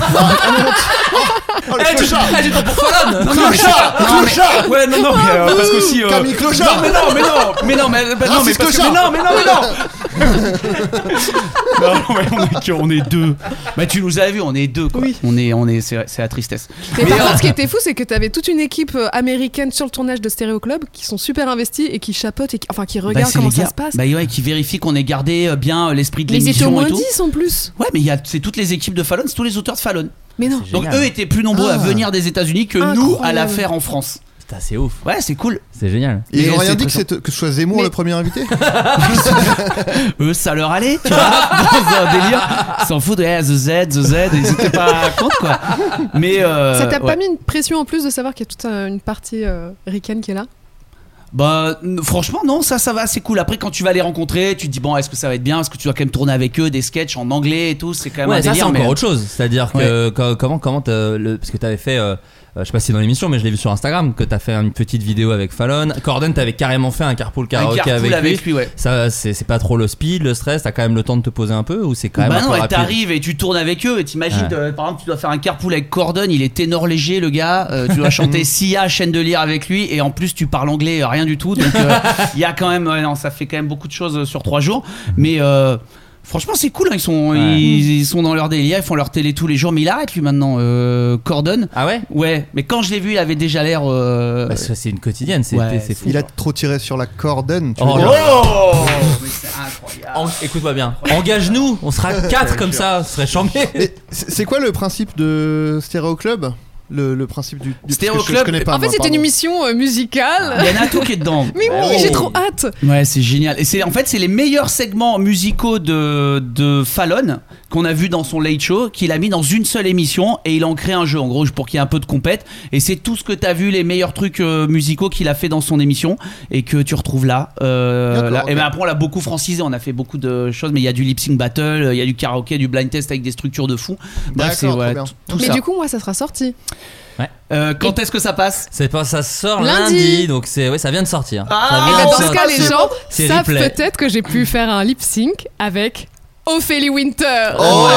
S8: Oh, le clochard
S6: Ah, j'ai ton pour Fallon
S8: Clochard Clochard
S3: Ouais, non, non, mais,
S7: Ah,
S3: euh, parce qu'aussi. euh,
S8: Camille Clochard
S3: mais non, mais non
S9: Mais non, mais, bah, non, mais
S8: Francisco
S9: parce que-
S8: Jean.
S9: mais non, mais non, mais non.
S3: Non, mais on est, que- on est deux.
S9: Bah tu nous as vu, on est deux quoi. On est, on est, c'est c'est la tristesse.
S7: Mais par contre, ce qui était fou, c'est que t'avais toute une équipe euh, américaine sur le tournage de Stéréo Club qui sont super investis et qui chapotent et qui, enfin qui
S9: Bah,
S7: regardent
S9: c'est
S7: comment
S9: les
S7: ça
S9: gars-
S7: se passe.
S9: Bah ouais, qui vérifie qu'on ait gardé euh, bien euh, l'esprit de
S7: mais ils étaient au
S9: l'émission
S7: moins
S9: et tout.
S7: 10 en plus.
S9: Ouais, mais il y a- c'est toutes les équipes de Fallon, c'est tous les auteurs de Fallon.
S7: Mais non.
S6: C'est
S9: Donc
S6: Génial.
S9: eux étaient plus nombreux à
S8: Ah.
S9: venir des États-Unis que nous à
S7: Incroyable.
S9: la faire en France.
S6: Putain, c'est ouf.
S9: Ouais, c'est cool.
S6: C'est génial.
S8: Et Ils
S9: Mais
S8: ont rien
S9: c'est
S8: dit que,
S9: très
S8: c'est- que ce soit Zemmour
S7: Mais-
S8: le premier invité
S9: Eux, ça leur allait, tu vois, dans un délire. Ils s'en foutent, eh, The Z, The Z, ils étaient pas contre quoi. Mais euh,
S7: ça t'a
S9: ouais.
S7: pas mis une pression en plus de savoir qu'il y a toute euh, une partie euh, ricaine qui est là
S9: Bah, n- franchement, non, ça, ça va, c'est cool. Après, quand tu vas les rencontrer, tu te dis, bon, est-ce que ça va être bien Est-ce que tu dois quand même tourner avec eux des sketchs en anglais et tout C'est quand même un
S6: Ouais, ça c'est
S9: délire.
S6: encore
S9: mais-
S6: autre chose. C'est-à-dire que co- comment comment t'as- le, parce que t'avais fait, euh, euh, je sais pas si c'est dans l'émission, mais je l'ai vu sur Instagram que t'as fait une petite vidéo avec Fallon. Corden, t'avais carrément fait un carpool
S9: Un
S6: karaoke
S9: carpool
S6: avec, lui.
S9: ouais.
S6: Ça c'est c'est pas trop le speed, le stress. T'as quand même le temps de te poser un peu ou c'est quand même
S9: Bah
S6: un
S9: non,
S6: peu
S9: ouais,
S6: rapide.
S9: t'arrives et tu tournes avec eux et t'imagines,
S6: Ouais.
S9: euh, par exemple, tu dois faire un carpool avec Corden, il est ténor léger le gars, euh, tu dois chanter Sia, Chandelier avec lui et en plus tu parles anglais, euh, rien du tout, donc euh, il y a quand même, ouais, non, ça fait quand même beaucoup de choses euh, sur trois jours, mais euh, franchement c'est cool, hein, ils, sont,
S6: Ouais.
S9: ils, ils sont dans leur délire, ils font leur télé tous les jours, mais il arrête lui maintenant, euh, Corden.
S6: Ah ouais.
S9: Ouais, mais quand je l'ai vu, il avait déjà l'air... euh,
S6: Bah, ça, c'est une quotidienne, c'est
S9: Ouais,
S6: c'est fou.
S8: Il a trop tiré sur la cordonne. tu
S6: Oh
S8: veux
S6: là
S8: dire.
S6: là.
S9: Oh Mais c'est incroyable
S6: Oh, En- Écoute-moi bien. Engage-nous, on sera quatre comme ça, ce serait chambé.
S8: Mais c'est c'est quoi le principe de Stéréo Club le, le principe du, du
S9: Stéréo
S8: parce que je-
S9: Club,
S8: je connais pas,
S7: En fait,
S8: moi,
S7: c'était une
S8: pardon.
S7: émission euh, musicale.
S6: Ah.
S9: Il y en a tout qui est dedans.
S7: Mais oui,
S9: Oh.
S7: j'ai trop hâte.
S9: Ouais, c'est génial. Et c'est en fait c'est les meilleurs segments musicaux de, de Fallon qu'on a vu dans son late show qu'il a mis dans une seule émission et il en crée un jeu en gros pour qu'il y ait un peu de compète. Et c'est tout ce que t'as vu les meilleurs trucs euh, musicaux qu'il a fait dans son émission et que tu retrouves là. Euh,
S8: D'accord,
S9: là. Et
S8: ok.
S9: ben après on l'a beaucoup francisé, on a fait beaucoup de choses, mais il y a du lip sync battle, il y a du karaoké, du blind test avec des structures de fou. Bref,
S8: D'accord,
S9: c'est
S8: trop
S9: ouais,
S8: bien.
S9: tout, tout
S7: Mais
S9: ça.
S7: du coup, moi, ça sera sorti.
S6: Oh,
S9: Euh, quand est-ce que ça passe
S6: C'est pas ça sort lundi,
S7: Lundi.
S6: donc c'est ouais, ça vient de sortir.
S9: Ah,
S6: Ça
S9: et
S7: Et
S6: vient
S9: bah,
S6: de
S7: dans
S9: ça,
S7: ce cas,
S6: sortir.
S7: les gens
S6: c'est
S7: savent
S6: replay.
S7: peut-être que j'ai pu faire un lip sync avec Ophélie Winter.
S8: Oh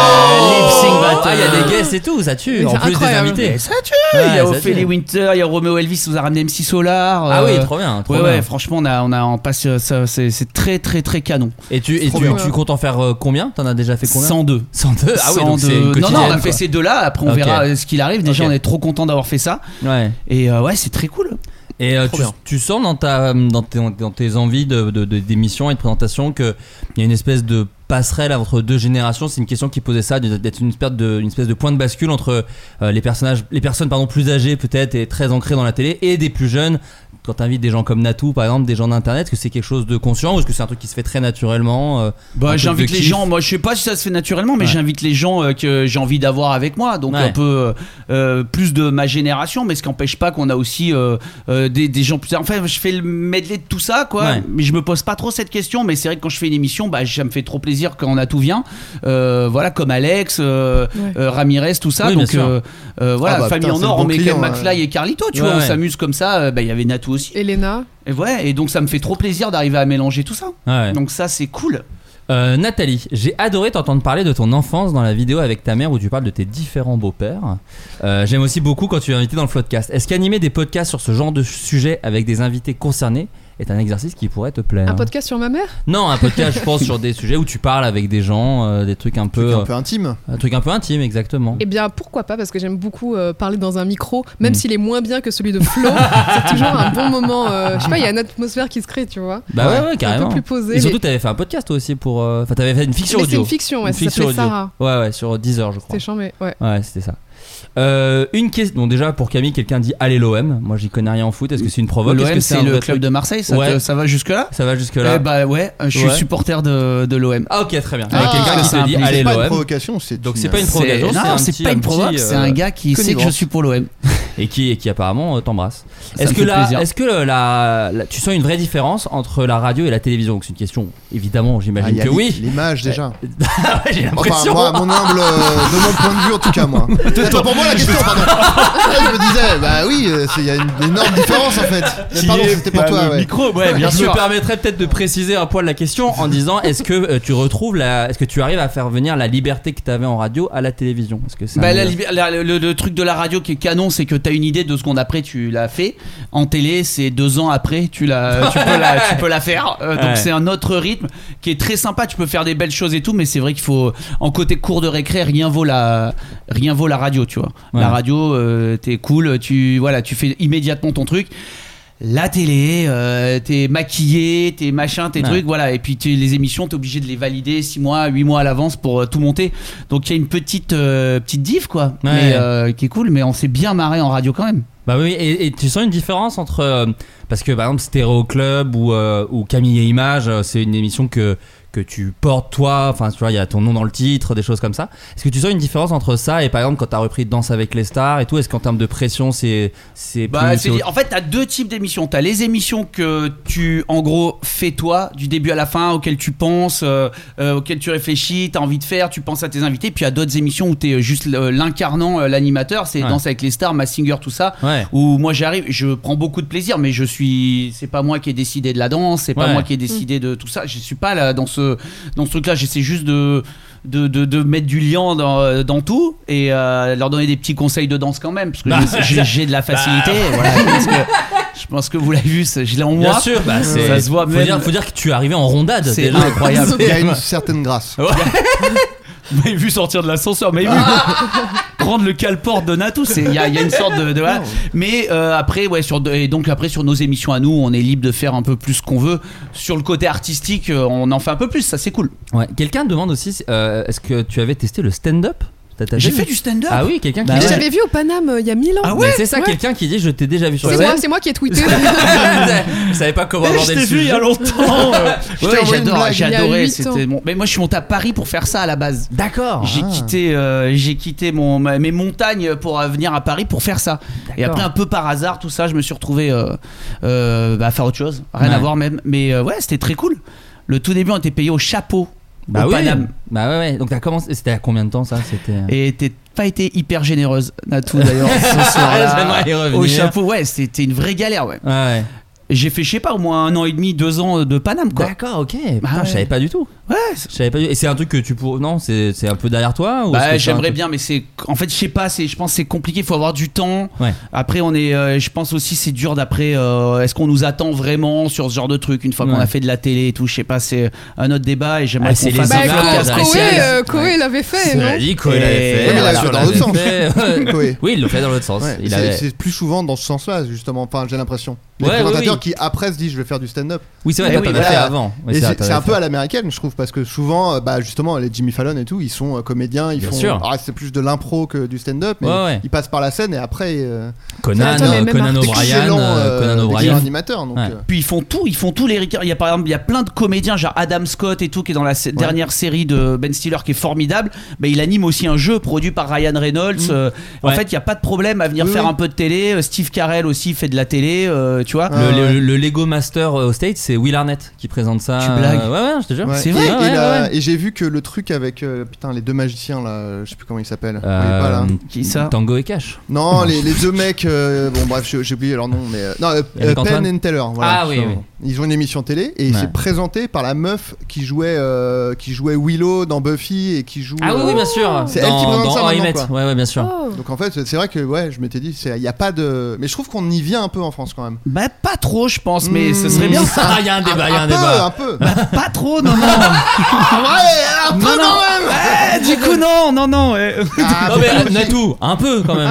S9: Lip Sync Battle.
S6: Ah, il y a des guests et tout, ça tue.
S7: Mais
S6: En
S7: c'est
S6: plus
S7: incroyable.
S6: des invités.
S9: Ça tue Il y a
S6: Ouais, Ah, ça
S9: Ophélie
S6: tue.
S9: Winter, il y a Romeo Elvis, vous a ramené MC Solar.
S6: Ah
S9: euh,
S6: oui, trop bien, trop
S9: Ouais,
S6: bien.
S9: ouais, franchement, on a, on a, on passe, euh, ça, c'est, c'est très, très, très canon.
S6: Et tu, et
S8: Trop
S6: tu,
S8: bien.
S6: tu comptes en faire euh, combien T'en as déjà fait combien
S9: 102.
S6: 102 Ah oui, donc c'est une
S9: 102. Non,
S6: quotidienne.
S9: non, on a
S6: quoi.
S9: fait ces deux-là. Après, on
S6: Ok.
S9: verra euh, ce qu'il arrive. Déjà,
S6: Ok.
S9: on est trop content d'avoir fait ça.
S6: Ouais.
S9: Et euh, ouais, c'est très cool.
S6: Et euh,
S9: Trop
S6: tu,
S9: bien.
S6: tu sens dans, ta, dans, tes, dans tes envies d'émissions de, de, d'émissions et de présentation qu'il y a une espèce de passerelle entre deux générations. C'est une question qui posait ça, de- d'être une, espèce de- une espèce de point de bascule entre euh, les, personnages, les personnes pardon, plus âgées peut-être et très ancrées dans la télé et des plus jeunes. Quand tu invites des gens comme Natou, par exemple, des gens d'Internet, est-ce que c'est quelque chose de conscient ou est-ce que c'est un truc qui se fait très naturellement euh, un
S9: Bah,
S6: peu
S9: j'invite
S6: de
S9: les
S6: kiff
S9: gens. Moi, je sais pas si ça se fait naturellement, mais
S6: Ouais.
S9: j'invite les gens euh, que j'ai envie d'avoir avec moi. Donc,
S6: Ouais.
S9: un peu euh, euh, plus de ma génération, mais ce qui n'empêche pas qu'on a aussi euh, euh, des, des gens plus. Enfin, je fais le medley de tout ça, quoi.
S6: Ouais.
S9: Mais je me pose pas trop cette question. Mais c'est vrai que quand je fais une émission, bah, ça me fait trop plaisir quand on a tout vient. Euh, voilà, comme Alex, euh,
S7: Ouais.
S9: euh, Ramirez, tout ça.
S6: Oui, bien
S9: donc,
S6: sûr.
S9: euh, euh, voilà,
S8: Ah bah,
S9: Famille
S8: putain,
S9: en
S8: c'est
S9: or,
S8: le
S9: on
S8: bon
S9: met
S8: client,
S9: Ken
S8: ouais.
S9: McFly et Carlito, tu
S6: Ouais,
S9: vois, on
S6: ouais.
S9: s'amuse comme ça. Euh, Bah, il y avait Natou aussi.
S7: Elena.
S9: Et ouais, et donc ça me fait trop plaisir d'arriver à mélanger tout ça.
S6: ouais.
S9: Donc, ça, c'est cool.
S6: Euh, Nathalie, j'ai adoré t'entendre parler de ton enfance dans la vidéo avec ta mère où tu parles de tes différents beaux-pères. Euh, J'aime aussi beaucoup quand tu es invité dans le Floodcast. Est-ce qu'animer des podcasts sur ce genre de sujet avec des invités concernés est un exercice qui pourrait te plaire
S7: Un podcast sur ma mère
S6: Non, un podcast, je pense, sur des sujets où tu parles avec des gens, euh, des trucs un peu. euh,
S8: un peu intimes.
S6: Un truc un peu intime, exactement.
S7: Eh bien, pourquoi pas Parce que j'aime beaucoup euh, parler dans un micro,
S6: Mm.
S7: même s'il est moins bien que celui de Flo. c'est toujours un bon moment. euh, je sais pas, il y a une atmosphère qui se crée, tu vois.
S6: Bah ouais, ouais,
S7: C'est
S6: carrément.
S7: Un peu plus posé.
S6: Et surtout,
S7: mais
S6: t'avais fait un podcast toi aussi pour. euh, Enfin, t'avais fait une fiction
S7: Mais c'est
S6: audio.
S7: une fiction, ouais, ça s'appelait Sarah.
S6: Ouais, ouais, Ah sur 10 heures, je crois.
S7: C'était chambé, ouais.
S6: Ouais, c'était ça. Euh, une question. Bon, déjà, pour Camille, quelqu'un dit Allez, l'OM. Moi, j'y connais rien en foot. Est-ce que c'est une provoque Est-ce
S9: L'OM,
S6: que
S9: c'est
S6: un
S9: le
S6: vrai
S9: club
S6: truc
S9: de Marseille, ça,
S6: Ouais.
S9: te- ça va jusque-là
S6: Ça va jusque-là
S9: Eh bah ouais, je suis
S6: Ouais.
S9: supporter de, de l'OM.
S6: Ah, ok, très bien.
S9: Ah,
S6: Avec quelqu'un
S9: parce
S6: qui
S9: que ça
S6: se dit
S9: implique-
S6: Allez,
S8: C'est pas une
S6: l'OM.
S8: provocation, c'est
S6: Donc,
S8: une-
S6: c'est pas une provocation, c'est un
S9: Non, c'est
S6: petit-
S9: pas
S6: un
S9: une
S6: petit,
S9: provoque, c'est
S6: euh,
S9: un gars qui sait que je
S8: connivence.
S9: suis pour l'OM.
S6: et qui, et qui apparemment euh, t'embrasse.
S9: Ça
S6: Est-ce
S9: me
S6: que,
S9: fait
S6: la,
S9: plaisir.
S6: est-ce que le- la, la- tu sens une vraie différence entre la radio et la télévision Donc, C'est une question, évidemment,
S8: Ah, il
S6: j'imagine
S8: y a
S6: que
S8: l'im-
S6: oui.
S8: L'image déjà.
S6: J'ai
S8: Enfin,
S6: l'impression.
S8: moi, à mon humble, euh, de mon point de vue en tout cas, moi. Attends, pour moi la question, pardon. Là, je me disais, bah oui, euh, c'est- il y a une énorme différence en fait. Mais
S3: Qui
S8: pardon,
S3: est
S8: c'était pour
S3: pas
S8: toi,
S3: le
S8: ouais.
S3: micro,
S6: Bah, Ouais, bien
S9: bien
S6: sûr. Je
S9: sûr.
S6: me permettrais peut-être de préciser un poil la question en disant est-ce que euh, tu retrouves la, est-ce que tu arrives à faire venir la liberté que tu avais en radio à la télévision Est-ce que c'est
S9: Bah,
S6: un-
S9: la lib- la- le, le truc de la radio qui est canon, c'est que t'as une idée de ce qu'on a après, tu l'as fait. En télé, c'est deux ans après, tu, la, tu, peux, la, tu peux la faire. Euh, donc
S6: Ouais.
S9: c'est un autre rythme qui est très sympa. Tu peux faire des belles choses et tout, mais c'est vrai qu'il faut en côté cours de récré, rien vaut la, rien vaut la radio, tu vois.
S6: Ouais.
S9: La radio, euh, t'es cool, tu voilà, tu fais immédiatement ton truc. La télé, euh, t'es maquillé, t'es machin, t'es
S6: Ouais.
S9: trucs, voilà. Et puis t'es- les émissions, t'es obligé de les valider 6 mois, 8 mois à l'avance pour euh, tout monter. Donc il y a une petite euh, petite diff quoi,
S6: Ouais.
S9: mais, euh, qui est cool, mais on s'est bien marré en radio quand même.
S6: Bah oui, et, et tu sens une différence entre euh, parce que par exemple Stéréo Club ou, euh, ou Camille et Images, euh, c'est une émission que que tu portes toi, enfin tu vois, il y a ton nom dans le titre, des choses comme ça. Est-ce que tu sens une différence entre ça et par exemple quand t'as repris Danse avec les stars et tout Est-ce qu'en termes de pression c'est c'est
S9: Bah,
S6: plus-
S9: c'est- en fait, t'as deux types d'émissions. T'as les émissions que tu, en gros, fais toi, du début à la fin, auxquelles tu penses, euh, euh, auxquelles tu réfléchis, t'as envie de faire, tu penses à tes invités. Puis il y a d'autres émissions où t'es euh, juste euh, l'incarnant, euh, l'animateur. C'est
S6: Ouais.
S9: Danse avec les stars, Massinger, tout ça.
S6: ouais.
S9: Où moi j'arrive, je prends beaucoup de plaisir, mais je suis, c'est pas moi qui ai décidé de la danse, c'est pas
S6: Ouais.
S9: moi qui ai décidé de tout ça. Je suis pas là dans ce, dans ce truc-là. J'essaie juste de, de, de, de mettre du lien dans, dans tout et euh, leur donner des petits conseils de danse quand même, parce que
S6: Bah,
S9: je- j'ai j'ai de la facilité. voilà, je, pense que, je pense que vous l'avez vu, c'est- je l'ai en moi.
S6: Bien sûr, bah, c'est-
S9: Ça se voit
S6: faut
S9: même.
S6: Dire, faut dire que tu es arrivé en rondade.
S9: C'est
S6: déjà.
S9: incroyable.
S8: Il y a une certaine grâce.
S9: Vous m'avez vu sortir de l'ascenseur, vous m'avez vu prendre le calport de Natou. c'est- Il y, a il y a une sorte de. de- voilà. Mais euh, après, ouais, sur, de- et donc après, sur nos émissions à nous, on est libre de faire un peu plus ce qu'on veut. Sur le côté artistique, euh, on en fait un peu plus, ça c'est cool.
S6: Ouais. Quelqu'un demande aussi, euh, est-ce que tu avais testé le stand-up T'as- t'as
S9: J'ai
S6: déjà
S9: fait
S6: vu
S9: du stand-up.
S6: Ah oui, quelqu'un qui
S9: Bah
S6: dit.
S7: Mais
S9: ouais.
S7: je t'avais vu au Paname euh, il y a mille ans.
S9: Ah
S6: Mais c'est ça, quelqu'un qui dit je t'ai déjà vu sur
S7: C'est
S6: scène.
S7: moi, c'est moi qui ai tweeté.
S6: Je savais pas comment aborder le sujet.
S9: longtemps.
S8: Je t'ai envoyé une
S9: j'adore,
S8: blague
S9: j'ai
S7: il y a
S9: adoré.
S7: huit
S9: c'était
S7: ans.
S9: mon- Mais moi, je suis monté à Paris pour faire ça à la base.
S6: D'accord.
S9: J'ai
S8: Ah.
S9: quitté, euh, j'ai quitté mon, ma- mes montagnes pour euh, venir à Paris pour faire ça. Et
S6: D'accord.
S9: après, un peu par hasard, tout ça, je me suis retrouvé euh, euh, bah, à faire autre chose. Rien
S6: Ouais.
S9: à voir même. Mais euh, ouais, c'était très cool. Le tout début, on était payé au chapeau.
S6: Bah
S9: au
S6: oui.
S9: Paname.
S6: Bah ouais, ouais. Donc t'as commencé. C'était à combien de temps ça C'était. euh,
S9: Et t'es pas été hyper généreuse, Natou, d'ailleurs, ce soir-là.
S6: J'aimerais y revenir.
S9: Au chapeau, ouais, c'était une vraie galère, ouais.
S6: Ouais, Ah ouais.
S9: J'ai fait, je sais pas, au moins un an et demi, deux ans de Paname, quoi.
S6: D'accord, ok. Putain,
S9: Ah ouais.
S6: je savais pas du tout.
S9: Ouais,
S6: Je savais pas du- Et c'est un truc que tu pour. Non, c'est c'est un peu derrière toi ou est-ce que
S9: Bah,
S6: c'est
S9: j'aimerais
S6: un truc-
S9: bien, mais c'est. En fait, je sais pas, c'est- je pense que c'est compliqué, il faut avoir du temps.
S6: Ouais.
S9: Après, on est. euh, je pense aussi, c'est dur d'après. euh, Est-ce qu'on nous attend vraiment sur ce genre de truc une fois qu'on
S6: Ouais.
S9: a fait de la télé et tout Je sais pas, c'est un autre débat et j'aimerais
S6: Ah,
S9: qu'on
S6: c'est
S9: fasse
S6: les
S9: un
S7: Bah,
S6: images,
S9: podcast
S6: ça,
S7: Koé,
S9: spécial.
S6: c'est-
S7: euh, Koé l'avait fait,
S6: Cela
S7: non
S6: dit, quoi, il avait
S9: Et- Ouais,
S6: fait.
S9: mais il
S6: voilà,
S9: l'a fait
S6: on
S9: dans
S6: l'avait
S8: l'autre sens.
S6: fait.
S8: Koé.
S6: Oui, il le fait dans l'autre sens.
S8: Ouais,
S6: Il
S8: c'est
S6: avait-
S8: c'est plus souvent dans ce sens-là, justement. Enfin, j'ai l'impression. Les
S6: Ouais, oui,
S8: présentateurs
S6: oui.
S8: qui après se disent je vais faire du stand-up.
S6: Oui, c'est vrai,
S9: Eh
S6: toi,
S9: oui,
S6: t'en as
S9: voilà.
S6: fait avant. Mais
S8: Et
S6: ça,
S8: c'est
S6: t'en
S8: c'est
S6: as
S8: un peu
S6: fait.
S8: à l'américaine, je trouve, parce que souvent, euh, bah, justement, les Jimmy Fallon et tout, ils sont euh, comédiens, ils
S6: Bien
S8: font.
S6: sûr.
S8: Ah, c'est plus de l'impro que du stand-up, mais
S6: Ouais, ouais.
S8: ils passent par la scène et après. euh,
S6: Conan,
S7: Attends, mais
S6: euh,
S7: même
S6: Conan
S7: Arthur
S6: O'Brien,
S8: excellent,
S6: euh,
S8: euh,
S6: Conan
S8: excellent
S6: O'Brien.
S8: animateur. Donc,
S6: Ouais.
S8: euh,
S9: Puis ils font tout, ils font tout les Ricard. Il y a par exemple, il y a plein de comédiens, genre Adam Scott et tout, qui est dans la sé- dernière série de Ben Stiller, qui est formidable. Mais il anime aussi un jeu produit par Ryan Reynolds. euh, En
S6: Mmh. Ouais.
S9: fait, il y a pas de problème à venir
S8: Oui,
S9: faire
S8: oui.
S9: un peu de télé. Euh, Steve Carell aussi fait de la télé, euh, tu vois.
S8: Le- le-
S6: le, le Lego Master euh, au States, c'est Will Arnett qui présente ça.
S9: Tu blagues.
S6: Euh, Ouais, ouais, je te jure.
S8: Ouais.
S9: C'est
S8: Et-
S9: vrai
S8: Et,
S6: Ouais, ouais,
S8: la-
S6: ouais.
S8: et j'ai vu que le truc avec euh, putain les deux magiciens là, euh, je sais plus comment ils s'appellent.
S6: Euh,
S8: Vous voyez pas, là
S9: Qui ça
S6: Tango et Cash.
S8: Non, les, les deux mecs. euh, bon, bref, j'ai j'ai oublié leur nom, mais euh, non, euh,
S6: Avec
S8: euh,
S6: Antoine
S8: Penn and Teller. voilà,
S6: Ah oui,
S8: ça,
S6: oui.
S8: Ils ont une émission télé et
S6: Ouais.
S8: c'est présenté par la meuf qui jouait euh, qui jouait Willow dans Buffy et qui joue.
S6: Ah oui,
S8: euh,
S6: oui, bien sûr.
S8: C'est elle qui
S6: Dans-
S8: présente
S6: dans
S8: ça
S6: How I
S8: maintenant,
S6: Met.
S8: quoi.
S6: Ouais, ouais, bien sûr.
S7: Oh.
S8: Donc en fait, c'est vrai que ouais, je m'étais dit, c'est- il y a pas de. Mais je trouve qu'on y vient un peu en France quand même.
S9: Bah, pas trop, je pense, mais ce
S8: Mmh.
S9: serait bien ça.
S6: Ah, il y a un débat, il y a un
S8: peu,
S6: débat. Bah,
S8: un peu.
S9: Pas trop, non, non.
S6: hein.
S8: ouais, un peu
S9: Non, non.
S8: quand même.
S9: Eh, du coup, non, non, non. eh.
S8: Ah,
S6: Non,
S8: mais
S6: mais
S8: aussi,
S6: Natou, un peu quand même.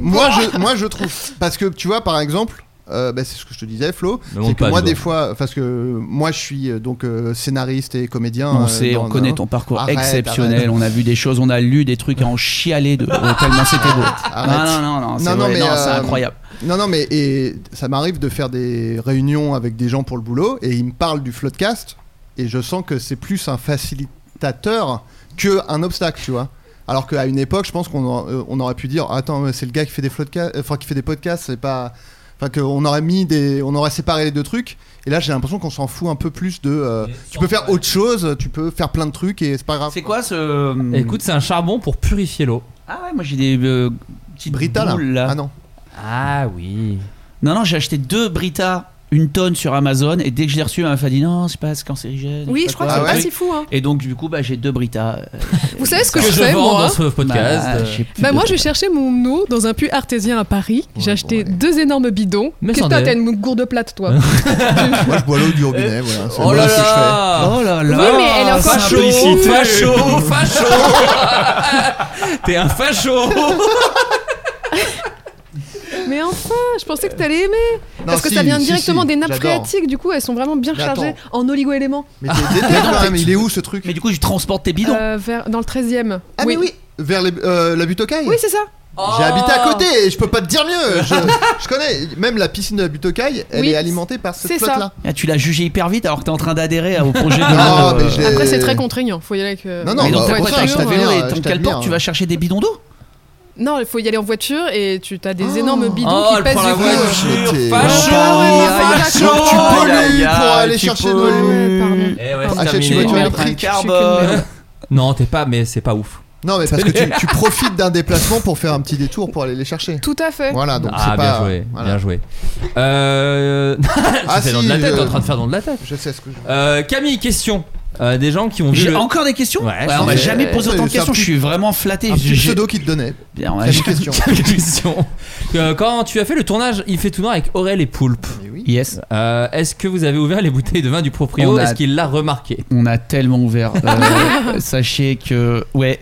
S8: moi, je, moi, je trouve. Parce que tu vois, par exemple. euh, bah, c'est ce que je te disais, Flo.
S6: Mais montre
S8: C'est que
S6: pas,
S8: moi,
S6: du
S8: des
S6: doigt.
S8: fois, parce que moi, je suis euh, donc euh, scénariste et comédien.
S9: On
S8: euh,
S9: sait,
S8: dans-
S9: on connaît
S8: dans-
S9: ton parcours
S8: Arrête,
S9: exceptionnel.
S8: arrête.
S9: On a vu des choses, on a lu des trucs à en chialer de euh, tellement c'était beau.
S8: Arrête.
S9: Non, non, non, non, c'est
S8: Non, non,
S9: vrai,
S8: mais,
S9: non,
S8: euh,
S9: c'est incroyable.
S8: Non, non, mais et ça m'arrive de faire des réunions avec des gens pour le boulot et ils me parlent du floodcast et je sens que c'est plus un facilitateur que un obstacle, tu vois. Alors qu'à une époque, je pense qu'on en- euh, on aurait pu dire attends, mais c'est le gars qui fait des floodcasts, enfin qui fait des podcasts, c'est pas, enfin qu'on aurait mis des, on aurait séparé les deux trucs. Et là, j'ai l'impression qu'on s'en fout un peu plus de. euh, tu peux faire autre chose, tu peux faire plein de trucs et c'est pas grave.
S9: C'est quoi ce.
S6: Eh, Écoute, c'est un charbon pour purifier l'eau.
S9: Ah ouais, moi j'ai des euh, petites
S8: Brita là.
S9: boules, là.
S8: Ah non.
S6: Ah oui.
S9: non, non, j'ai acheté deux Brita, une tonne sur Amazon, et dès que je l'ai reçu, ma mère m'a dit non, c'est pas c'est cancérigène.
S7: Oui,
S9: c'est
S7: je crois
S9: pas
S7: que
S8: Ah
S7: c'est
S9: quoi,
S7: pas
S9: truc.
S7: si fou. hein.
S9: Et donc, du coup, bah, j'ai deux Brita. euh,
S7: Vous savez ce que,
S6: Que
S7: je
S6: je
S7: fais,
S6: vends dans
S7: moi
S6: ce podcast.
S9: bah,
S6: euh,
S9: j'ai plus
S7: bah
S9: de
S7: moi je
S9: Brita.
S7: cherchais mon eau dans un puits artésien à Paris. J'ai acheté deux énormes bidons.
S6: Oh, Mais
S7: Qu'est-ce que
S6: sans
S7: t'as
S6: dé-
S7: T'as une gourde plate toi
S8: Moi, je bois l'eau du robinet. voilà, c'est
S6: Oh
S8: voilà
S6: là
S8: ce que je fais.
S6: là
S9: Oh là là
S7: Oui, mais elle est encore
S6: facho,
S9: Simplicité.
S6: facho, facho. T'es un facho.
S7: Mais enfin, je pensais que t'allais aimer.
S8: Non,
S7: Parce que
S8: si,
S7: ça vient
S8: si,
S7: directement
S8: si,
S7: des nappes
S8: j'adore.
S7: phréatiques, du coup elles sont vraiment bien
S8: Mais
S7: chargées
S8: attends.
S7: en oligo-éléments.
S8: Mais t'es- t'es- t'es- quand même, il est où ce truc
S9: Mais du coup, je transporte tes bidons.
S7: Euh, vers- dans le 13 e
S8: Ah mais oui, vers les- euh, la butte aux cailles
S7: Oui, c'est ça.
S8: J'ai habité à côté et je peux pas te dire mieux. Je, je connais même la piscine de la butte aux cailles, elle
S7: Oui,
S8: est alimentée par cette
S7: c'est ça.
S8: flotte là.
S9: Ah, tu l'as jugé hyper vite alors que t'es en train d'adhérer à- au projet de.
S8: Non, mais je l'ai-
S7: Après, c'est très contraignant. Faut y aller avec. euh,
S8: Non,
S9: Mais
S8: non,
S7: avec
S8: bah,
S9: donc,
S7: ta
S8: au
S9: t'as quoi,
S8: contraire,
S9: t'as
S8: je
S9: ton
S7: voiture,
S8: t'admire,
S9: vélo
S7: euh,
S9: et
S8: je
S9: ton
S8: t'admire.
S9: calepin, tu vas chercher des bidons d'eau
S7: Non, il faut y aller en voiture et tu as des
S8: Oh.
S7: énormes bidons
S6: Oh,
S7: qui
S6: elle
S7: pèsent
S6: prend la
S7: du coup.
S6: voiture.
S8: J'étais-
S6: Facho,
S9: Paris,
S6: facho.
S8: Donc tu pollues
S9: Aïe, aïe,
S8: pour
S9: aïe,
S8: aller
S9: tu
S8: chercher
S9: pollues.
S8: de l'eau.
S7: Ouais, pardon.
S6: Eh ouais,
S7: Pardon.
S6: c'est
S8: Achète une
S6: terminé.
S8: voiture
S9: Ouais,
S8: électrique.
S9: empreinte carbone.
S6: Non, t'es pas, mais c'est pas ouf.
S8: Non mais parce que tu, tu profites d'un déplacement pour faire un petit détour pour aller les chercher.
S7: Tout à fait.
S8: Voilà donc
S6: ah,
S8: c'est
S6: bien
S8: pas.
S6: joué,
S8: voilà.
S6: bien joué. Euh.
S8: Ah,
S6: tu fais dans de
S8: si,
S6: la tête,
S8: je-
S6: t'es en train de faire dans de la tête.
S8: Je sais ce que je.
S6: Euh, Camille, question. Euh, des gens qui ont vu.
S9: J'ai
S6: le-
S9: encore des questions
S6: Ouais,
S9: on m'a
S8: c'est-
S9: jamais posé
S8: c'est-
S9: autant de
S8: c'est un
S9: questions, je
S8: petit-
S9: suis vraiment flatté.
S8: Un petit
S9: J'ai- j'ai-
S8: pseudo qui te donnait.
S9: Bien, ouais,
S8: T'as
S9: j'ai-
S8: une question.
S6: Camille, question. Euh, Quand tu as fait le tournage, il fait tout noir avec Aurel et Poulpe.
S8: Mais oui.
S9: Yes,
S6: Euh, Est-ce que vous avez ouvert les bouteilles de vin du
S9: On
S6: proprio
S9: a-
S6: Est-ce qu'il l'a remarqué
S9: on a tellement ouvert. Euh, sachez que, ouais,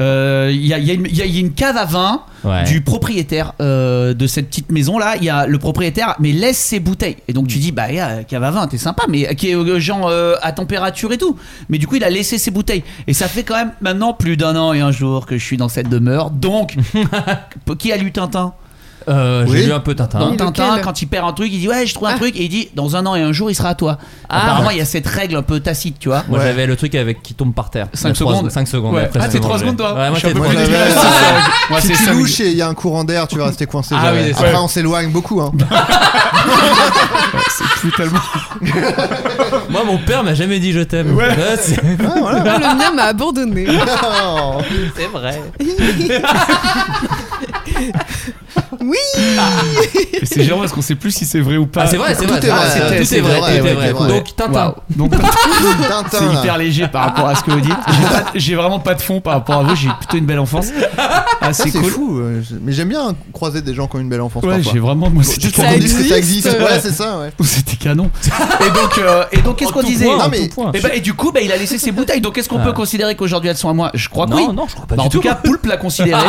S9: Euh, il y, a, il y a une- il y a- il y a une cave à vin
S6: Ouais.
S9: du propriétaire euh, de cette petite maison là. Il y a le propriétaire, mais laisse ses bouteilles. Et
S3: Mm.
S9: donc tu dis, bah, gars, cave à vin, t'es sympa, mais qui est euh, genre euh, à température et tout. Mais du coup, il a laissé ses bouteilles. Et ça fait quand même maintenant plus d'un an et un jour que je suis dans cette demeure. Donc, qui a lu Tintin
S3: Hein?
S6: Euh,
S8: Oui.
S6: J'ai lu un peu Tintin.
S9: Dans
S7: Et
S9: Tintin,
S7: lequel
S9: quand il perd un truc, il dit ouais, je trouve
S3: Ah.
S9: un truc, et il dit dans un an et un jour, il sera à toi.
S6: Ah.
S9: Apparemment, il y a cette règle un peu tacite, tu vois.
S6: Moi j'avais le truc avec qui tombe par terre.
S9: Cinq
S6: Il y a trois-
S9: secondes.
S6: cinq secondes.
S9: Ouais.
S6: après,
S9: Ah,
S6: c'est
S9: t'es
S6: bon,
S9: trois
S6: j'ai-
S9: secondes, toi
S6: Ouais, moi
S9: Je suis un
S6: j'étais-
S9: peu
S8: Moi,
S9: plus-
S8: j'avais-
S9: Moi,
S8: si
S9: c'est
S8: tu
S9: cinq
S8: louches
S9: minutes.
S8: et il y a un courant d'air, tu vas rester coincé.
S6: Ah oui,
S8: j'avais-
S6: c'est
S8: Après
S6: vrai.
S8: on s'éloigne beaucoup. Hein.
S9: C'est plus tellement.
S6: Moi mon père m'a jamais dit je t'aime. Ouais, c'est-
S7: Ah, Le mien m'a abandonné.
S8: Non.
S6: c'est vrai.
S3: C'est gênant parce qu'on sait plus si c'est vrai ou pas.
S6: Ah, c'est vrai, c'est vrai.
S8: est vrai,
S6: Ah, c'est- Tout
S8: c'était
S6: est vrai,
S8: vrai,
S6: tout est
S8: ouais,
S6: vrai.
S8: c'est vrai.
S6: Donc Tintin.
S9: Donc,
S8: Tintin,
S9: c'est
S8: là.
S9: hyper léger par rapport à ce que vous dites. J'ai pas- J'ai vraiment pas de fond par rapport à vous. J'ai plutôt une belle enfance. Ah,
S8: Ça,
S9: c'est
S8: c'est
S9: cool.
S8: fou. euh, je- Mais j'aime bien croiser des gens qui ont une belle enfance.
S9: Ouais,
S8: parfois.
S9: j'ai vraiment. Moi, c'était
S8: Juste pour
S7: Ça
S8: qu'on dise que ça
S7: existe.
S8: existe. Ouais, c'est ça, ouais.
S9: c'était canon. Et donc, euh, et donc, qu'est-ce
S6: En
S9: qu'on
S6: tout
S9: disait
S6: point,
S8: Non,
S6: en
S8: mais-
S6: tout point.
S9: et, bah, et du coup, bah, il a laissé ses bouteilles. Donc, est-ce qu'on peut considérer qu'aujourd'hui elles sont à moi Je crois que
S6: Non,
S9: oui.
S6: non, je crois pas
S9: Bah,
S6: du
S9: en tout
S6: tout.
S9: cas, Poulpe l'a considéré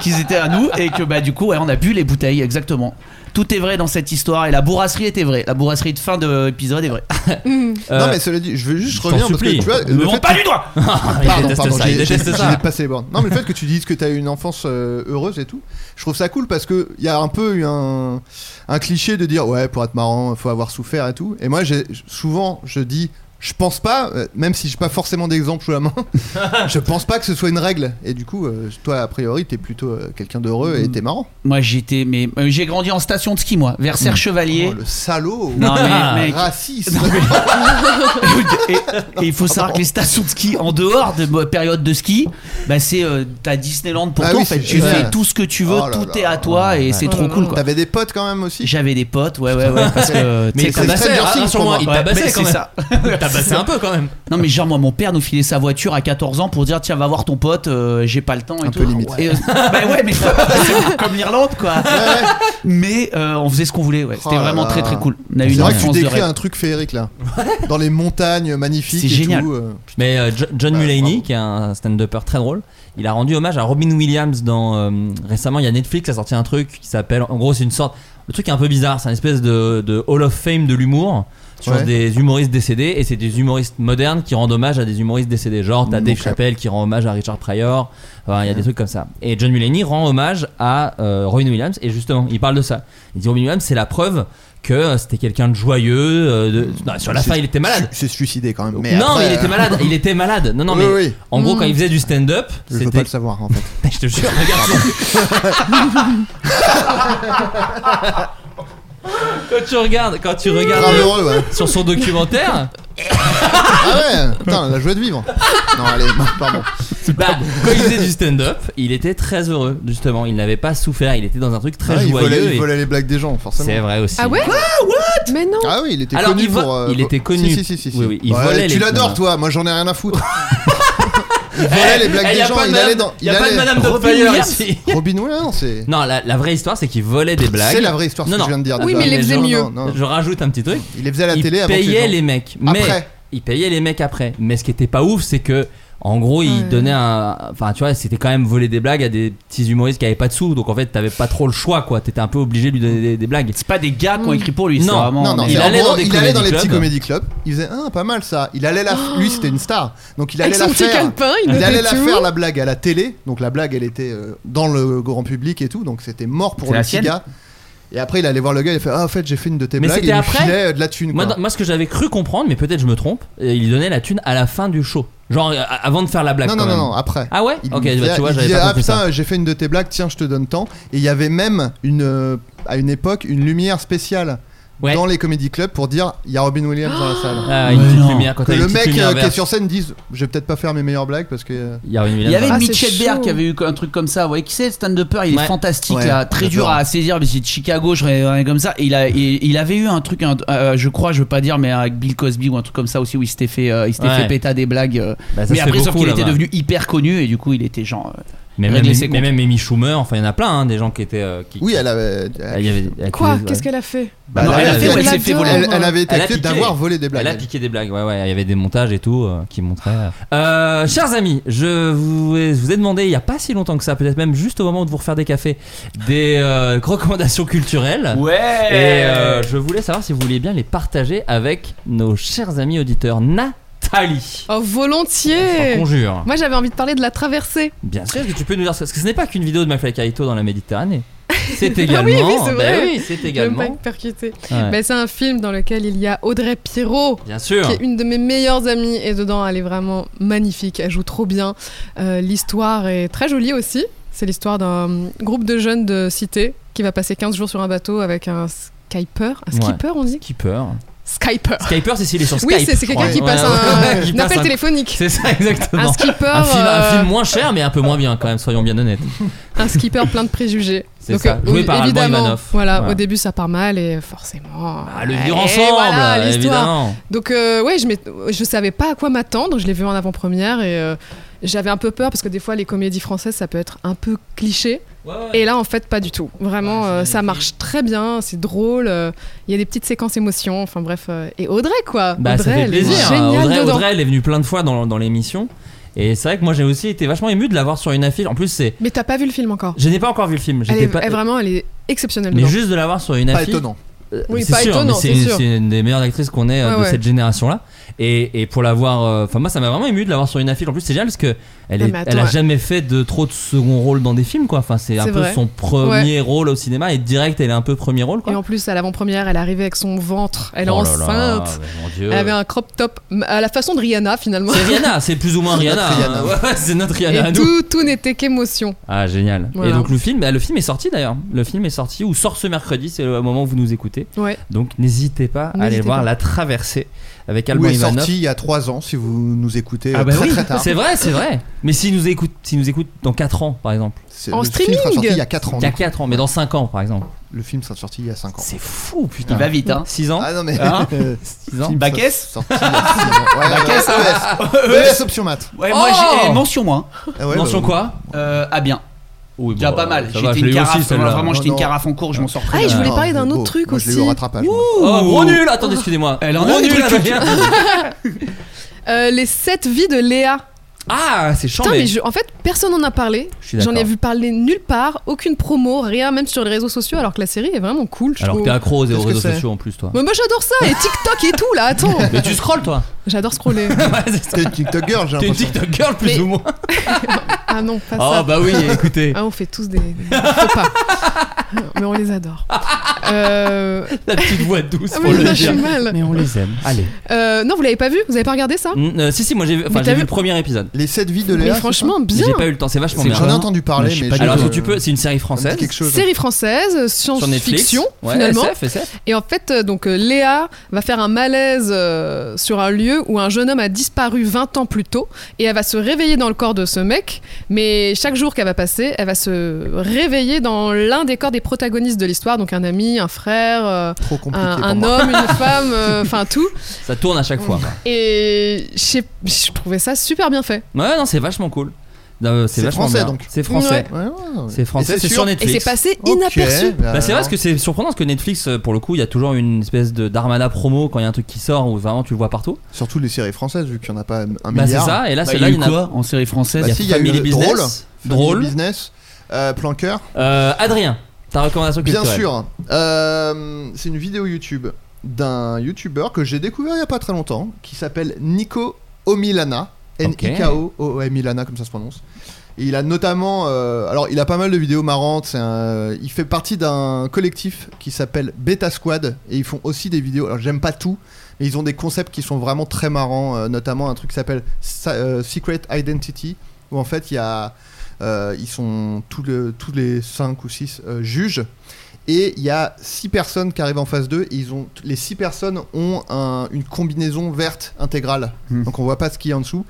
S9: qu'ils étaient à nous et que bah du coup, ouais, on a bu les bouteilles, exactement. Tout est vrai dans cette histoire et la bourrasserie était vraie. La bourrasserie de fin de épisode est vraie. euh,
S8: Non, mais cela dit, je veux
S6: Euh, je
S8: juste
S6: t'en
S8: revenir parce que
S6: supplie.
S8: tu vois,
S9: Ne
S8: le
S9: vends
S8: fait.
S9: pas du doigt
S8: Pardon,
S6: déteste
S8: pardon,
S6: ça, il
S8: j'ai j'ai-
S6: déteste ça.
S8: j'ai dépassé les bornes. Non, mais le fait que tu dises que t'as eu une enfance euh, heureuse et tout, je trouve ça cool parce que il y a un peu eu un, un cliché de dire ouais, pour être marrant, faut avoir souffert et tout. Et moi, j'ai souvent, je dis. Je pense pas, euh, même si j'ai pas forcément d'exemple sous la main, je pense pas que ce soit une règle. Et du coup, euh, toi, a priori, t'es plutôt euh, quelqu'un d'heureux et t'es marrant.
S9: Moi j'étais, mais euh, j'ai grandi en station de ski, moi, vers Serre Chevalier.
S8: Oh, le salaud
S9: Non, mais, mec.
S8: Raciste
S9: Non, mais- et- et il faut savoir que les stations de ski en dehors de ma période de ski, bah c'est euh, t'as Disneyland pour
S8: Ah
S9: toi.
S8: oui,
S9: en fait,
S8: c'est
S9: tu
S8: génial.
S9: fais tout ce que tu veux,
S8: Oh là Oh
S9: tout
S8: là.
S9: est à toi et c'est
S7: Oh
S9: trop
S7: là
S9: cool
S7: là.
S9: quoi.
S8: T'avais des potes quand même aussi
S9: J'avais des potes, ouais ouais ouais, parce que tu
S6: Mais
S9: sais,
S6: il
S9: comme-
S8: tabassait,
S6: tabassait,
S8: Stranger Things,
S6: hein, sur
S8: pour
S6: moi,
S8: moi.
S6: il
S9: Ouais, mais
S6: tabassait quand
S9: c'est
S6: même.
S9: ça.
S6: Il tabassait un peu quand même.
S9: Non mais genre moi mon père nous filait sa voiture à 14 ans pour dire tiens va voir ton pote euh, j'ai pas le temps et
S8: Un
S9: tout.
S8: peu limite.
S9: Et, euh, bah ouais mais c'est comme l'Irlande quoi. Mais euh, on faisait ce qu'on voulait ouais.
S8: Oh
S9: C'était
S8: là
S9: vraiment
S8: là.
S9: très très cool. On a eu
S8: C'est
S9: une
S8: vrai que tu
S9: enfance de
S8: décris
S9: rêve.
S8: un truc féerique là. Dans les montagnes magnifiques
S9: C'est
S8: et
S9: génial.
S8: tout. euh.
S6: Mais euh, Jo- John
S8: Ouais,
S6: Mulaney,
S8: bravo.
S6: qui est un stand-upper très drôle, il a rendu hommage à Robin Williams dans euh, récemment. Il y a Netflix a sorti un truc qui s'appelle, en gros, c'est une sorte, le truc est un peu bizarre, c'est une espèce de, de Hall of Fame de l'humour sur
S8: Ouais.
S6: des humoristes décédés et c'est des humoristes modernes qui rendent hommage à des humoristes décédés. Genre t'as Dave
S8: Mm, Ok.
S6: Chappelle qui rend hommage à Richard Pryor. Enfin, il y a des trucs comme ça. Et John Mulaney rend hommage à euh, Robin Williams et justement, il parle de ça. Il dit Robin Williams, c'est la preuve que euh, c'était quelqu'un de joyeux. euh, de- non, sur la
S8: Mm. C'est-
S6: fin, il était malade.
S8: Il s'est suicidé quand même. Mais
S6: non,
S8: après,
S6: il était
S8: euh,
S6: malade. Il était malade. Non, non,
S8: Oui,
S6: mais
S8: oui.
S6: en gros, quand
S7: Mm.
S6: il faisait du stand-up,
S8: Je veux pas
S6: c'était.
S8: le savoir en fait.
S6: Je te jure, regarde. quand tu regardes, quand tu
S8: Grave
S6: regardes
S8: heureux, ouais.
S6: sur son documentaire,
S8: Ah ouais Putain, la joie de vivre. Non, allez, non, pardon.
S6: bah, quand il faisait du stand-up, il était très heureux. Justement, il n'avait pas souffert. Il était dans un truc très
S8: Ah, il,
S6: joyeux.
S8: volait,
S6: et-
S8: il volait les blagues des gens, forcément.
S6: C'est vrai aussi.
S7: Ah ouais Mais non
S8: Ah oui, il était
S6: Alors,
S8: connu
S6: il vo-
S8: pour. euh,
S6: il était
S8: vo-
S6: connu.
S8: Si, si, si, si, si.
S6: Oui, oui, il
S8: Ouais,
S6: volait
S8: tu
S6: les-
S8: l'adores,
S6: non.
S8: toi. Moi, j'en ai rien à foutre. il volait les blagues
S6: Eh, y
S8: des
S6: a
S8: gens.
S6: pas de
S8: Il
S6: madame-
S8: allait dans.
S6: y a pas de
S8: allait-
S6: Madame
S8: Robin
S6: Doubtfire
S8: Williams.
S6: ici.
S8: Robin Williams, c'est.
S6: Non, la, la vraie histoire, c'est qu'il volait des blagues.
S8: C'est la vraie histoire ce
S6: Non,
S8: que je
S6: non.
S8: viens de dire.
S7: Oui,
S8: déjà.
S7: mais il les faisait
S8: Non,
S7: mieux.
S8: non, non.
S6: Je rajoute un petit truc.
S8: Il les faisait à la
S6: il
S8: télé avant. que
S6: payait
S8: gens-
S6: les mecs mais
S8: Après.
S6: il payait les mecs après mais ce qui était pas ouf c'est que en gros il
S7: Ouais.
S6: donnait un enfin tu vois c'était quand même voler des blagues à des petits humoristes qui avaient pas de sous donc en fait t'avais pas trop le choix quoi t'étais un peu obligé de lui donner des, des blagues
S9: C'est pas des gars qui ont écrit pour lui. c'est
S6: Non,
S9: vraiment,
S8: Non, non,
S9: mais-
S6: Il
S8: c'est-
S6: allait
S8: en gros,
S6: dans des
S8: il allait dans
S6: comedy
S8: les petits
S6: clubs.
S8: comédie clubs. Il faisait ah pas mal ça. Il allait la lui c'était une star donc il allait
S7: Avec son
S8: la
S7: petit
S8: faire.
S7: calepin, il
S8: Il
S7: notait
S8: allait la
S7: tout.
S8: faire la blague à la télé donc la blague elle était euh, dans le grand public et tout donc c'était mort pour
S9: C'est
S8: le
S9: la
S8: petit
S9: sienne
S8: gars. Et après il allait voir le gars il fait ah en fait j'ai fait une de tes
S6: Mais
S8: blagues et
S6: c'était
S8: il lui
S6: après
S8: filait, euh, de la thune.
S6: moi,
S8: quoi.
S6: dans- moi, ce que j'avais cru comprendre mais peut-être je me trompe euh, il lui donnait la thune à la fin du show genre euh, avant de faire la blague
S8: non
S6: quand
S8: non non
S6: même.
S8: non après.
S6: ah ouais
S8: Il
S6: ok
S8: lui
S6: bah,
S8: disait-
S6: tu vois
S8: il
S6: j'avais
S8: disait,
S6: pas
S8: ah
S6: compris ça
S8: putain j'ai fait une de tes blagues tiens je te donne tant et il y avait même une euh, à une époque une lumière spéciale
S6: Ouais.
S8: dans les comédie clubs pour dire il y a Robin Williams dans la salle.
S6: Ah, une
S9: Mais
S6: petite
S9: non.
S6: lumière quand
S8: Que
S6: t'as une
S8: le
S6: petite
S8: mec
S6: lumière
S8: euh, qui est
S6: verte.
S8: sur scène dise je vais peut-être pas faire mes meilleures blagues parce que euh,
S6: il y avait une
S9: Il y
S6: lumière
S9: avait
S6: verte.
S7: Ah, c'est
S9: Mitch Hedberg
S7: chaud.
S9: qui avait eu un truc comme ça. Vous voyez qui c'est le stand-upper Il est
S6: Ouais.
S9: fantastique
S8: Ouais,
S9: là, très dur
S8: j'adore.
S9: à saisir. Mais c'est de Chicago, je dirais, un comme ça. Et il, a, il, il avait eu un truc, un- euh, je crois, je veux pas dire, mais avec Bill Cosby ou un truc comme ça aussi où il s'était fait, euh, il s'était
S6: Ouais.
S9: fait péta des blagues. euh.
S6: Bah, ça
S9: mais
S6: se
S9: après,
S6: fait
S9: sauf
S6: beaucoup,
S9: qu'il était
S6: là-bas.
S9: devenu hyper connu et du coup, il était genre. euh,
S6: mais même,
S9: Régler ses
S6: mais
S9: comptes.
S6: même Amy Schumer enfin il y en a plein hein, des gens qui étaient euh, qui-
S8: oui elle avait
S6: Ah, il y avait- elle
S7: Quoi
S6: faisait-
S7: Qu'est-ce qu'elle a fait
S6: Bah,
S9: Non,
S6: là,
S9: elle a
S6: elle
S9: fait
S6: avait-
S9: ou elle
S7: elle
S9: s'est
S7: a
S9: fait
S7: deux,
S9: voler.
S8: elle, elle avait été
S6: Elle a
S8: accusée
S6: piqué.
S8: d'avoir volé des blagues
S6: Elle a piqué des blagues, ouais, ouais, il y avait des montages et tout euh, qui montraient. euh. Euh, chers amis, je vous ai, je vous ai demandé il n'y a pas si longtemps que ça, peut-être même juste au moment de vous refaire des cafés, des euh, recommandations culturelles.
S9: Ouais.
S6: Et euh, je voulais savoir si vous vouliez bien les partager avec nos chers amis auditeurs. Nathalie
S7: Oh,
S6: On s'en
S7: volontiers
S6: conjure.
S7: Moi, j'avais envie de parler de la traversée.
S6: Bien sûr, est-ce que tu peux nous dire ça Parce que ce n'est pas qu'une vidéo de Mafia Carito dans la Méditerranée. C'est également.
S7: oui,
S6: bah
S7: c'est vrai.
S6: oui, c'est
S7: Je vais me
S6: également.
S7: percuter.
S6: Ouais.
S7: Ben, c'est un film dans lequel il y a Audrey Pierrot.
S6: Bien sûr.
S7: qui est une de mes meilleures amies et dedans elle est vraiment magnifique, elle joue trop bien. Euh, L'histoire est très jolie aussi. C'est l'histoire d'un euh, groupe de jeunes de cité qui va passer 15 jours sur un bateau avec un skyper, un
S6: Ouais.
S7: skipper on dit
S6: Skipper.
S7: Skyper.
S6: Skyper, c'est s'il est sur Skype.
S7: Oui, c'est c'est
S6: je crois.
S7: quelqu'un qui
S6: Ouais,
S7: passe
S6: ouais,
S7: un,
S6: ouais, qui
S7: un
S6: passe
S7: appel
S6: un-
S7: téléphonique.
S6: C'est ça, exactement.
S7: Un skipper,
S6: Un film, un
S7: euh,
S6: film moins cher, mais un peu moins bien quand même, soyons bien honnêtes.
S7: un skipper plein de préjugés.
S6: C'est ça,
S7: euh,
S6: joué
S7: au-
S6: par Alban
S7: évidemment,
S6: Ivanov.
S7: Voilà,
S6: Voilà.
S7: au début ça part mal et forcément.
S6: Ah, le
S7: Et
S6: vivre ensemble,
S7: voilà, l'histoire.
S6: évidemment.
S7: Donc euh, ouais, je, m'ét- je savais pas à quoi m'attendre. Je l'ai vu en avant-première et euh, j'avais un peu peur parce que des fois les comédies françaises ça peut être un peu cliché. Et là en fait pas du tout. Vraiment,
S6: Ouais, c'est
S7: euh, ça
S6: magnifique.
S7: marche très bien, c'est drôle. euh, Il y a des petites séquences émotions. Enfin bref, euh, et Audrey quoi.
S6: Bah,
S7: Audrey,
S6: ça fait
S7: elle est
S6: plaisir.
S7: géniale
S6: Audrey,
S7: dedans.
S6: Audrey, elle est venue plein de fois dans, dans l'émission. Et c'est vrai que moi, j'ai aussi été vachement ému de l'avoir sur une affiche. En plus, c'est.
S7: Mais t'as pas vu le film encore.
S6: Je n'ai pas encore vu le film.
S7: Elle
S6: J'étais
S7: est,
S6: pas.
S7: elle, vraiment, elle est exceptionnelle.
S6: Mais
S7: dedans.
S6: juste de l'avoir sur une
S8: pas
S6: affiche.
S8: étonnant
S7: Oui,
S6: c'est
S7: pas
S6: sûr,
S7: étonnant,
S6: mais c'est
S7: c'est
S6: une-
S7: sûr.
S6: c'est une des meilleures actrices qu'on ait euh,
S7: Ouais,
S6: de
S7: ouais.
S6: cette génération-là. Et, et pour l'avoir, euh, enfin moi ça m'a vraiment ému de l'avoir sur une affiche. En plus c'est génial parce que elle,
S7: Ah,
S6: est-
S7: mais attends,
S6: elle a
S7: ouais.
S6: jamais fait de trop de second rôle dans des films quoi. Enfin c'est un
S7: C'est
S6: peu
S7: vrai.
S6: son premier rôle au cinéma et direct elle est un peu premier rôle quoi.
S7: Et en plus, à l'avant-première, elle arrivait avec son ventre. Elle est
S6: Oh là
S7: enceinte.
S6: là, mais mon Dieu.
S7: Elle avait un crop top m- à la façon de Rihanna finalement.
S6: C'est Rihanna, c'est plus ou moins
S8: C'est
S6: Rihanna.
S8: notre
S6: hein.
S8: Rihanna.
S6: Ouais, ouais, c'est notre Rihanna à
S7: Et
S6: nous.
S7: tout, tout n'était qu'émotion.
S6: Ah génial.
S7: Voilà.
S6: Et donc le film, bah, le film est sorti d'ailleurs. Le film est sorti ou sort ce mercredi, c'est le moment où vous nous écoutez.
S7: Ouais.
S6: Donc n'hésitez pas à aller
S7: N'hésitez
S6: voir
S7: pas.
S6: La Traversée avec
S8: Où
S6: Alban
S8: est
S6: Ivanov.
S8: sorti il y a 3 ans, si vous nous écoutez
S9: Ah
S8: euh,
S9: bah
S8: très
S9: oui,
S8: très tard.
S6: C'est vrai, c'est vrai. Mais s'il nous écoute, s'il nous écoute dans 4 ans par exemple,
S8: C'est-
S7: En
S8: le film sera
S7: streaming.
S8: sorti il y a 4 ans.
S6: il y a 4 ans, mais dans 5 ans par exemple,
S8: Le film sera sorti il y a 5 ans.
S6: c'est fou putain.
S9: Il va vite, hein.
S6: 6 ans.
S8: Ah non mais.
S9: Hein
S8: euh,
S6: Six ans. Bah,
S8: film
S9: Baquès
S8: sort- sorti il y a six ans. Ouais,
S9: Baquès,
S8: ouais, ES. ES option maths.
S9: Ouais,
S6: Oh
S9: moi, j'ai eh, mention, moi. hein.
S8: Ah ouais,
S6: Mention
S8: bah,
S6: quoi
S9: Euh, ah bien.
S6: Oui,
S9: Déjà
S6: bon,
S9: pas
S6: euh,
S9: mal.
S6: ça va,
S9: J'étais
S6: je l'ai
S9: une
S6: eu aussi,
S9: carafe.
S6: celle-là.
S9: moi, vraiment, j'étais
S8: Non,
S9: une
S8: non.
S9: carafe en cours. Je m'en sors très
S7: Ah, et je
S9: bien.
S7: voulais
S8: non,
S7: parler d'un
S8: beau.
S7: autre truc
S8: bah, Oh, Moi, Je l'ai eu au
S7: aussi.
S8: rattrapage. moi.
S6: Oh, gros
S9: Ouh.
S6: nul Attendez, excusez-moi.
S9: Elle en a
S6: Gros
S9: des
S6: nul,
S9: trucs.
S6: Adrien.
S7: Euh, les 7 vies de Léa.
S6: Ah, c'est chiant,
S7: Putain, mais
S6: mais.
S7: je- en fait, personne n'en a parlé.
S6: Je suis d'accord.
S7: J'en ai vu parler nulle part, aucune promo, rien, même sur les réseaux sociaux, alors que la série est vraiment cool. Je
S6: Alors que
S7: trouve.
S6: t'es accro aux
S8: Qu'est-ce que
S6: réseaux
S8: c'est
S6: sociaux en plus, toi.
S7: Mais moi j'adore ça, et TikTok et tout là, attends.
S6: Mais tu scrolles, toi
S7: J'adore scroller.
S6: Ouais, c'est ça.
S8: T'es une TikTok girl, j'ai
S6: T'es une
S8: l'impression.
S6: TikTok girl, plus
S7: Mais-
S6: ou moins.
S7: Ah non, pas
S6: Oh,
S7: ça.
S6: bah oui, écoutez.
S7: Ah, on fait tous des, des faux pas. Mais on les adore. Euh,
S6: La petite voix douce
S7: Ah,
S6: pour
S7: mais
S6: le
S7: là, je
S6: dire.
S7: suis mal.
S6: Mais on les aime. Allez.
S7: euh, non, vous l'avez pas vu Vous avez pas regardé ça
S6: Mm, euh, si, si, moi j'ai vu, enfin, j'ai
S7: Mais t'as
S6: vu
S7: vu-
S6: le premier épisode.
S8: Les 7 vies de
S7: Mais
S8: Léa.
S7: franchement,
S6: Mais
S7: bien.
S6: J'ai pas eu le temps, c'est vachement
S9: C'est
S6: bien.
S8: J'en ai
S9: Hein.
S8: entendu
S9: Mais je
S8: parler,
S9: suis
S8: mais.
S9: pas
S8: j'ai-
S9: du
S6: Alors,
S9: tout,
S8: euh,
S6: si tu peux, c'est une série
S8: ça me dit
S6: française
S8: quelque chose.
S7: Série française, euh,
S6: sur Netflix.
S7: science-fiction,
S6: Ouais,
S7: finalement.
S6: SF, SF.
S7: Et en fait, euh, donc euh, Léa va faire un malaise euh, sur un lieu où un jeune homme a disparu 20 ans plus tôt et elle va se réveiller dans le corps de ce mec, mais chaque jour qu'elle va passer, elle va se réveiller dans l'un des corps des protagonistes de l'histoire, donc un ami, un frère, euh,
S8: Trop compliqué.
S7: un,
S8: pour
S7: un
S8: moi.
S7: homme, une femme, euh, enfin tout.
S6: Ça tourne à chaque fois. quoi.
S7: Et je sais- je trouvais ça super bien fait.
S6: Ouais, non, c'est vachement cool. Euh,
S8: C'est
S6: vachement bien.
S8: français, donc.
S6: C'est français.
S8: Ouais, ouais, ouais.
S6: C'est français,
S8: Et
S6: c'est
S8: sûr
S6: sur
S7: Et
S6: Netflix.
S7: c'est passé
S8: Ok,
S7: inaperçu.
S6: Bah, c'est vrai parce que c'est surprenant parce que Netflix euh, pour le coup il y a toujours une espèce de d'armada promo quand il y a un truc qui sort où vraiment tu le vois partout.
S8: Surtout les séries françaises, vu qu'il n'y en a pas un
S6: Bah c'est
S8: milliard.
S6: ça et là
S9: Bah,
S6: c'est
S9: il y
S6: là
S9: a
S6: il
S9: eu
S6: y en a
S9: quoi en série française
S8: Bah,
S6: il y a
S8: si, il y a
S6: Family
S8: eu
S6: Business,
S8: Family
S6: drôle.
S8: Business, euh, Planqueur.
S6: Euh, Adrien, ta recommandation
S8: Bien
S6: culturelle.
S8: sûr. Euh, c'est une vidéo YouTube d'un YouTuber que j'ai découvert il n'y a pas très longtemps, qui s'appelle Nico Omilana.
S6: Ok.
S8: N-I-K-O-O-M-I-L-A-N-A, comme ça se prononce. Et il a notamment. euh, alors, il a pas mal de vidéos marrantes. c'est un- euh, il fait partie d'un collectif qui s'appelle Beta Squad. Et ils font aussi des vidéos. Alors, j'aime pas tout, mais ils ont des concepts qui sont vraiment très marrants. euh, notamment un truc qui s'appelle Sa- euh, Secret Identity, où en fait, il y a. euh, ils sont tous, le- tous les 5 ou 6 juges et il y a six personnes qui arrivent en phase 2 et ils ont les six personnes ont un- une combinaison verte intégrale
S9: Hmm.
S8: donc on voit pas ce qu'il y a en dessous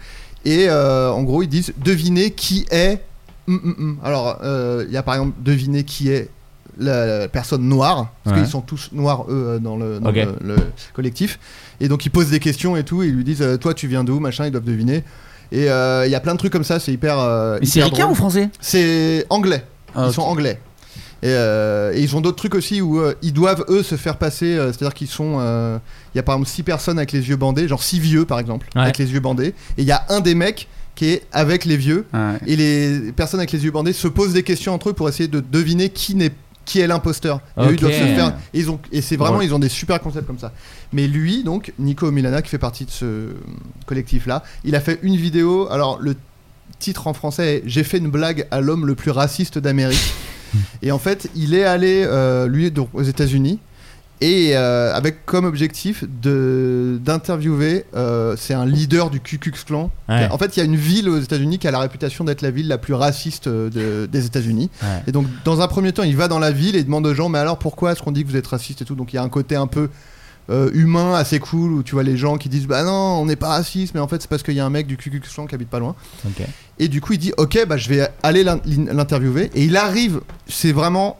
S8: et euh, en gros ils disent devinez qui est hum, hum, hum. alors euh, il y a par exemple devinez qui est la, la personne noire parce
S6: Ouais.
S8: qu'ils sont tous noirs eux euh, dans, le, dans
S6: Ok.
S8: le- le collectif et donc ils posent des questions et tout et ils lui disent euh, toi tu viens d'où machin ils doivent deviner et euh, il y a plein de trucs comme ça c'est hyper euh,
S9: Mais c'est
S8: hyper
S6: hein.
S9: ricain
S8: drôle.
S9: ou français
S8: c'est anglais
S9: Ah,
S8: ils sont anglais. Et, euh, et ils ont d'autres trucs aussi où euh, ils doivent eux se faire passer, euh, c'est-à-dire qu'ils sont, euh, il y a par exemple six personnes avec les yeux bandés, genre six vieux par exemple,
S6: Ouais.
S8: avec les yeux bandés, et il y a un des mecs qui est avec les vieux,
S9: Ouais.
S8: et les personnes avec les yeux bandés se posent des questions entre eux pour essayer de deviner qui n'est qui est l'imposteur. Et eux,
S6: Ok.
S8: ils doivent se faire. et Ils ont, et c'est vraiment,
S6: Drôle.
S8: ils ont des super concepts comme ça. Mais lui, donc, Nico Milana, qui fait partie de ce collectif-là, il a fait une vidéo. Alors, le titre en français est J'ai fait une blague à l'homme le plus raciste d'Amérique. et en fait, il est allé, euh, lui, donc, aux États-Unis. Et euh, avec comme objectif de d'interviewer, euh, c'est un leader du Ku Klux Klan.
S6: Ouais.
S8: En fait, il y a une ville aux États-Unis qui a la réputation d'être la ville la plus raciste euh, de- des États-Unis.
S6: Ouais.
S8: Et donc, dans un premier temps, il va dans la ville et demande aux gens, mais alors pourquoi est-ce qu'on dit que vous êtes raciste et tout Donc, il y a un côté un peu euh, humain, assez cool, où tu vois les gens qui disent, bah non, on n'est pas raciste, mais en fait, c'est parce qu'il y a un mec du Ku Klux Klan qui habite pas loin.
S6: Ok.
S8: Et du coup, il dit Ok, bah, je vais aller l'in- l'in- l'interviewer. Et il arrive, c'est vraiment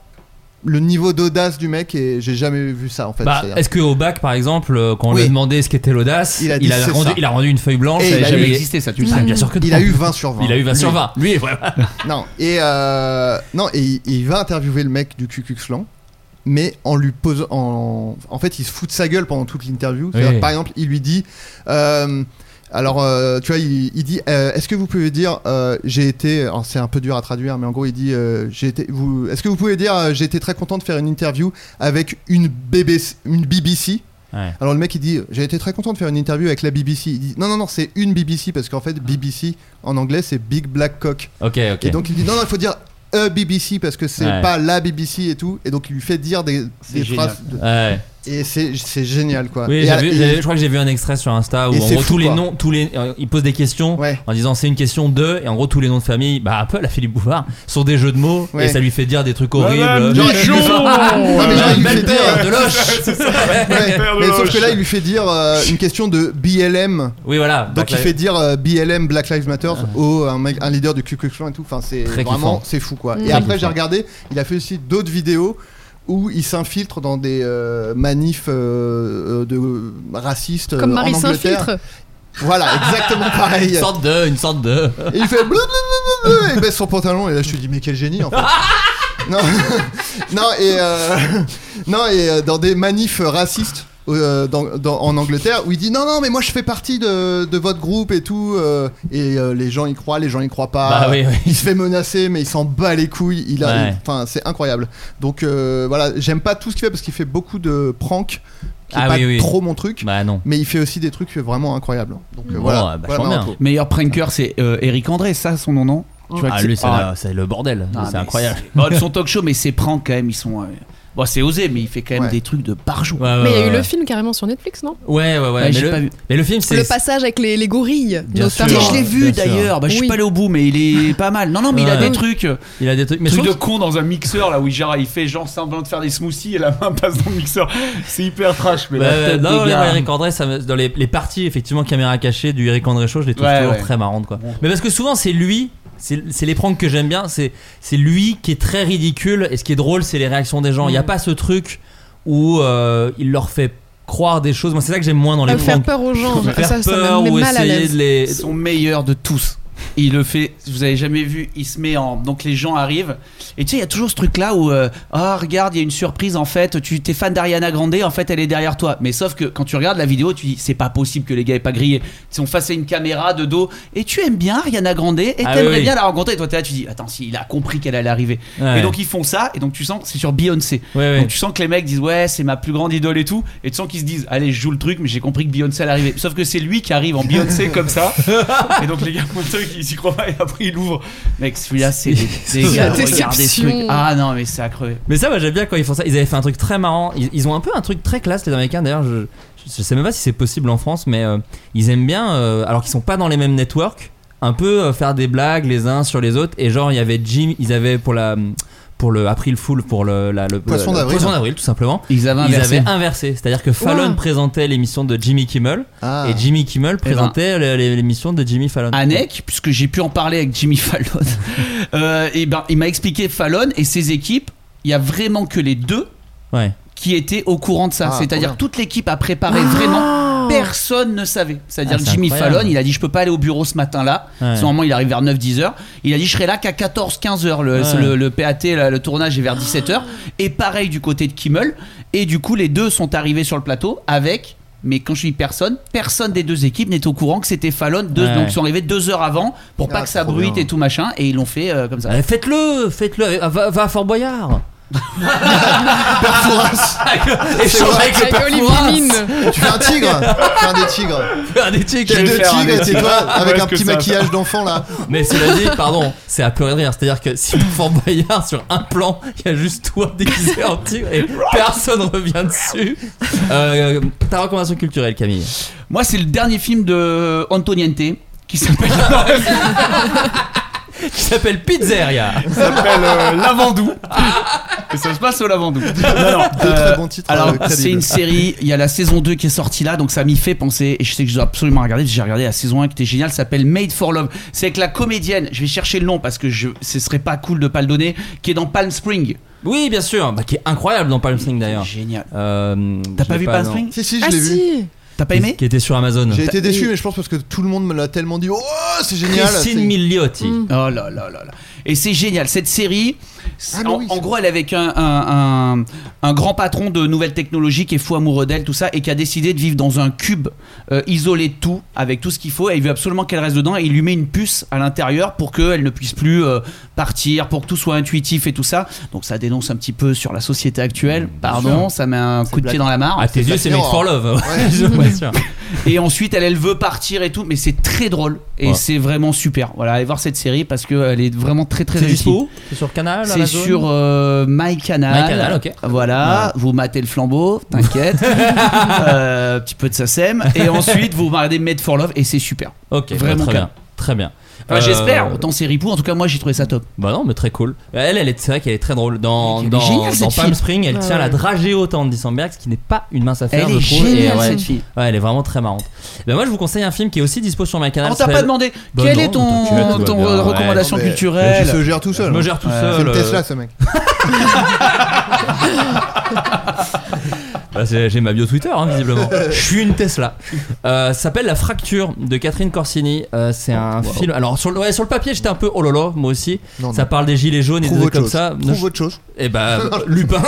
S8: le niveau d'audace du mec, et j'ai jamais vu ça en fait.
S6: Bah,
S8: C'est-à-dire-
S6: est-ce que au bac par exemple euh, quand on lui a
S8: Oui.
S6: demandé ce qu'était l'audace,
S8: Il a dit, c'est
S6: rendu
S8: ça.
S6: il a rendu une feuille blanche,
S8: Et
S6: ça
S8: il
S6: avait
S8: a
S6: jamais
S8: eu-
S6: existé.
S9: ça, tu
S6: Ah, bien sûr que
S8: il
S6: non.
S8: a eu 20 sur 20.
S6: il a eu 20 sur
S8: Lui.
S6: 20. Lui voilà.
S8: Non, et euh, non, et il- il va interviewer le mec du Ku Klux Klan, mais en lui posant, en, en fait, il se fout de sa gueule pendant toute l'interview. C'est-à-dire
S6: Oui.
S8: que, Par exemple, il lui dit. euh, Alors, euh, tu vois, il, il dit euh, Est-ce que vous pouvez dire euh, j'ai été. Alors, c'est un peu dur à traduire, mais en gros, il dit euh, j'ai été. Vous, est-ce que vous pouvez dire euh, j'ai été très content de faire une interview avec une BBC, une BBC
S6: Ouais.
S8: Alors le mec il dit j'ai été très content de faire une interview avec la BBC. Il dit non non non c'est une BBC parce qu'en fait BBC en anglais c'est Big Black Cock.
S6: Ok, ok.
S8: Et donc il dit non non il faut dire euh, a BBC parce que c'est
S6: Ouais.
S8: pas la BBC et tout. Et donc il lui fait dire des, des
S9: génial.
S8: phrases. de-
S6: Ouais.
S8: Et c'est, c'est génial quoi.
S6: Oui,
S8: Et
S6: j'ai
S8: à-
S6: vu-
S8: et-
S6: j'ai- je crois que j'ai vu un extrait sur Insta où
S8: Et
S6: en
S8: c'est
S6: gros
S8: fou,
S6: tous les
S8: quoi.
S6: noms, tous les, euh, ils posent des questions
S8: ouais.
S6: en disant c'est une question de et en gros tous les noms de famille, bah Apple, à Philippe Bouvard, sont des jeux de mots et
S8: Ouais.
S6: ça lui fait dire des trucs horribles. Euh,
S3: Madame
S8: Genre,
S3: Michon
S8: il lui fait- Non, mais genre, il lui fait
S6: Belle père
S8: dire- euh,
S6: de Loche. C'est ça, ouais.
S8: Ouais,
S3: Père de
S8: mais sauf
S3: Loche.
S8: que là il lui fait dire euh, une question de BLM.
S6: Oui voilà.
S8: Donc
S6: Black
S8: il
S6: Lives-
S8: fait dire euh, BLM Black Lives Matter au un, mec- un leader du Ku Klux Klan et tout. Enfin c'est
S6: Ah. Très
S8: vraiment
S6: kiffant.
S8: c'est fou quoi.
S7: Mm.
S8: Et
S7: Très
S8: après j'ai
S6: kiffant.
S8: regardé, il a fait aussi d'autres vidéos où il s'infiltre dans des euh, manifs euh, euh, de euh, racistes euh,
S7: Comme
S8: en
S7: Marie
S8: Angleterre.
S7: s'infiltre.
S8: Voilà exactement
S6: une
S8: pareil.
S6: sorte de, une sorte de.
S8: Et il fait blablabla, il baisse son pantalon et là je te dis mais quel génie en fait. non, non et euh, non et euh, dans des manifs racistes. euh, dans- dans- en Angleterre où il dit non non mais moi je fais partie de, de votre groupe et tout euh, et euh, les gens y croient les gens y croient pas
S6: Bah oui, oui.
S8: il se fait menacer mais il s'en bat les couilles il a
S6: Ouais.
S8: enfin c'est incroyable donc euh, voilà j'aime pas tout ce qu'il fait parce qu'il fait beaucoup de pranks qui est
S6: Ah
S8: pas
S6: oui, oui.
S8: trop mon truc
S6: Bah non.
S8: mais il fait aussi des trucs vraiment incroyables donc euh,
S6: Bon,
S8: voilà,
S6: bah,
S8: voilà
S6: j'en ai
S8: ma
S6: un.
S8: info.
S9: Meilleur pranker, c'est euh, Eric André, ça, son nom, non Tu vois
S6: Ah
S9: que c'est-
S6: lui c'est
S9: Ah,
S6: la- c'est le bordel,
S8: Ah,
S9: non,
S6: c'est
S9: mais
S6: incroyable.
S9: c'est- Bon, son talk show, mais ses pranks, quand même, ils sont. euh, Bon, c'est osé, mais il fait quand même
S8: Ouais.
S9: des trucs de par jour.
S6: Ouais, ouais,
S7: Mais il y a
S6: ouais,
S7: eu
S6: ouais.
S7: le film carrément sur Netflix, non
S6: Ouais, ouais, ouais.
S9: Ouais,
S6: mais,
S9: j'ai
S6: le,
S9: pas vu.
S6: mais le film, c'est.
S7: Le passage avec les, les gorilles,
S6: Bien sûr.
S9: Putain,
S7: notamment.
S9: je l'ai vu
S6: Bien sûr.
S9: d'ailleurs. Bah, je suis
S7: Oui.
S9: pas allé au bout, mais il est pas mal. Non, non, mais il a
S6: Ouais.
S9: des trucs. euh,
S6: Il a des trucs. Mais je
S9: trucs de con
S6: trouve
S9: dans un mixeur là où il, genre, il fait genre semblant de faire des smoothies et la main passe dans le mixeur. C'est hyper trash, mais
S6: Bah,
S9: la tête
S6: non,
S9: des
S6: mais
S9: gars.
S6: Eric André, ça me- dans les, les parties effectivement caméra cachée du Eric André Show, je les trouve
S9: Ouais,
S6: toujours
S9: ouais.
S6: très marrantes quoi. Mais parce que souvent c'est lui, c'est c'est les pranks que j'aime bien, c'est c'est lui qui est très ridicule et ce qui est drôle c'est les réactions des gens. Il n'y a
S7: Mm.
S6: pas ce truc où euh, il leur fait croire des choses. Moi c'est ça que j'aime moins dans les
S7: Euh, faire
S6: pranks.
S7: peur aux gens,
S6: Faire
S7: ça, ça
S6: peur
S7: me met
S6: ou
S7: mal à
S6: essayer de
S7: l'aise.
S6: les.
S9: son meilleur de tous. Il le fait, vous avez jamais vu, il se met en. Donc les gens arrivent. Et tu sais, il y a toujours ce truc-là où. euh, Ah, regarde, il y a une surprise en fait. Tu t'es fan d'Ariana Grande, en fait, elle est derrière toi. Mais sauf que quand tu regardes la vidéo, tu dis, c'est pas possible que les gars aient pas grillé. Ils sont face à une caméra de dos. Et tu aimes bien Ariana Grande et
S6: Ah
S9: t'aimerais
S6: oui, oui.
S9: bien la rencontrer. Et toi, t'es là, tu dis, attends, si, il a compris qu'elle allait arriver.
S6: Ouais.
S9: Et donc ils font ça. Et donc tu sens, c'est sur Beyoncé.
S6: Ouais, ouais.
S9: Donc tu sens que les mecs disent ouais c'est ma plus grande idole et tout et tu sens qu'ils se disent allez je joue le truc mais j'ai compris que Beyoncé allait arriver sauf que c'est lui qui arrive en Beyoncé comme ça et donc les gars mon truc ils s'y croient pas et après il ouvre mec celui-là c'est des, des gars
S7: La
S9: regardez ce
S7: déception.
S9: truc ah non mais c'est à crever
S6: Mais ça, moi j'aime bien quand ils font ça. Ils avaient fait un truc très marrant. Ils, ils ont un peu un truc très classe, les Américains. D'ailleurs, je, je sais même pas si c'est possible en France, mais euh, ils aiment bien, euh, alors qu'ils sont pas dans les mêmes networks, un peu euh, faire des blagues les uns sur les autres. Et genre, il y avait Jim, ils avaient pour la. Pour le April Fool, pour le, la- le
S8: Poisson
S6: le- le
S8: d'avril.
S6: Poisson d'avril, tout simplement.
S9: ils avaient
S6: Ils avaient inversé, c'est-à-dire que Fallon
S7: Ouah.
S6: présentait l'émission de Jimmy Kimmel
S8: Ah.
S6: et Jimmy Kimmel présentait le- le- l'émission de Jimmy Fallon.
S9: Anek, puisque j'ai pu en parler avec Jimmy Fallon, euh, et ben, il m'a expliqué Fallon et ses équipes. Il y a vraiment que les deux
S6: Ouais.
S9: qui étaient au courant de ça.
S8: Ah, trop
S9: C'est-à-dire
S8: bien.
S9: toute l'équipe a préparé vraiment. Personne ne savait. C'est-à-dire
S6: Ah,
S9: que
S6: c'est
S9: Jimmy
S6: incroyable.
S9: Fallon, il a dit je peux pas aller au bureau ce matin-là.
S6: Ouais.
S9: Parce que Normalement, il arrive vers 9-10 heures. Il a dit je serai là qu'à 14-15 heures. Le,
S6: Ouais.
S9: le, le PAT, là, le tournage est vers 17 heures. Et pareil du côté de Kimmel. Et du coup, les deux sont arrivés sur le plateau avec. Mais quand je dis personne, personne des deux équipes n'est au courant que c'était Fallon. Deux,
S6: Ouais.
S9: Donc ils sont arrivés deux heures avant pour pas
S8: Ah,
S9: que ça
S8: trop
S9: bruite
S8: bien.
S9: et tout machin. Et ils l'ont fait euh, comme ça.
S6: Euh, Faites-le, faites-le, euh, va, va à Fort Boyard. Ah. Échange
S8: vrai.
S6: avec le
S7: Ah, Avec
S6: père
S7: Olivier
S6: Fouras.
S7: Mine.
S8: tu fais un tigre tu fais un des tigres
S6: Faire des tics.
S8: T'as deux
S9: faire un
S8: tigres,
S9: des
S8: et t'es
S9: tigres.
S8: toi, avec
S3: Ouais,
S8: un
S3: que
S8: petit
S3: ça.
S8: maquillage d'enfant là.
S6: Mais cela dit, pardon, c'est à pleurer de rire. C'est-à-dire que si pour Fort Boyard, sur un plan, il y a juste toi déguisé en tigre et personne revient dessus. Euh, ta recommandation culturelle, Camille
S9: Moi, c'est le dernier film de Antoniente qui s'appelle
S6: Qui s'appelle Pizzeria.
S3: Ça s'appelle euh, Lavandou.
S9: Et ça se passe au Lavandou. Euh,
S8: Deux très bons titres.
S9: Alors,
S8: euh,
S9: c'est
S8: crédibles.
S9: une série. Il y a la saison 2 qui est sortie là, donc ça m'y fait penser. Et je sais que je dois absolument regarder. parce que J'ai regardé la saison 1 qui était géniale. ça s'appelle Made for Love. C'est avec la comédienne. Je vais chercher le nom parce que je, ce serait pas cool de pas le donner. Qui est dans Palm Spring.
S6: Oui, bien sûr, bah, qui est incroyable dans Palm Spring d'ailleurs.
S9: Génial.
S6: Euh,
S9: T'as
S6: je
S9: pas
S6: l'ai
S9: vu Palm
S6: non.
S9: Spring
S8: Si, si, je
S7: Ah
S8: l'ai vu.
S7: si
S9: T'as pas aimé
S6: Qui était sur Amazon.
S8: J'ai été déçu,
S9: et-
S8: mais je pense parce que tout le monde me l'a tellement dit. Oh, c'est génial. c'est-
S9: Hmm.
S6: Christine Milioti.
S9: Oh là là là là. Et c'est génial. Cette série, C'est- en, en gros, elle est avec un, un- un- un grand patron de nouvelles technologies qui est fou amoureux d'elle, tout ça, et qui a décidé de vivre dans un cube euh, isolé de tout, avec tout ce qu'il faut, et il veut absolument qu'elle reste dedans, et il lui met une puce à l'intérieur pour qu'elle ne puisse plus euh, partir, pour que tout soit intuitif et tout ça. Donc ça dénonce un petit peu sur la société actuelle, pardon,
S6: sûr.
S9: ça met un coup de
S6: Black-
S9: pied dans la mare.
S6: À tes yeux, c'est Made for Love. Ouais, sûr.
S9: Et ensuite, elle, elle veut partir et tout, mais c'est très drôle et
S6: Ouais.
S9: c'est vraiment super. Voilà, allez voir cette série parce qu'elle est vraiment très très
S6: C'est
S9: réussie.
S6: dispo où C'est sur Canal
S9: C'est
S6: Amazon
S9: sur euh, MyCanal.
S6: My Canal, ok.
S9: Voilà, vous matez le flambeau, t'inquiète. Euh, petit peu de SACEM. Et ensuite, vous regardez Made for Love et c'est super.
S6: Ok,
S9: vraiment
S6: bah,
S9: calme.
S6: très bien. Très bien.
S9: Enfin,
S6: Euh,
S9: J'espère, autant c'est ripou. En tout cas, moi j'ai trouvé ça top.
S6: Bah non, mais très cool. Elle, elle est, c'est vrai qu'elle est très drôle. Dans,
S9: Elle est
S6: dans,
S9: géniale, cette
S6: dans
S9: fille.
S6: Palm Spring, elle
S9: Ouais,
S6: tient
S9: ouais.
S6: la dragée au temps de Dissenberg, ce qui n'est pas une mince affaire,
S9: Elle
S6: je
S9: est
S6: trouve.
S9: géniale,
S6: Et ouais, Ah,
S9: cette fille.
S6: Ouais, elle est vraiment très marrante. Ben moi, je vous conseille un film qui est aussi dispo sur ma canal.
S9: Ah, On t'a pas demandé. Quel est ton- ton recommandation culturelle
S8: Il se gère tout seul. hein.
S6: Je me gère tout
S8: Ouais.
S6: seul.
S8: C'est le
S6: euh,
S8: Tesla, ce mec.
S6: Bah, c'est- J'ai ma bio Twitter, hein, visiblement. Je suis une Tesla. Euh, ça s'appelle La Fracture de Catherine Corsini. Euh, c'est un
S8: Wow.
S6: film. Alors, sur le, ouais, sur le papier, j'étais un peu oh là là, moi aussi.
S8: Non,
S6: ça
S8: non.
S6: parle des gilets jaunes et des
S8: Trouve
S6: trucs
S8: autre
S6: comme
S8: chose.
S6: ça.
S8: Trouve autre chose.
S6: Et bah, Lupin.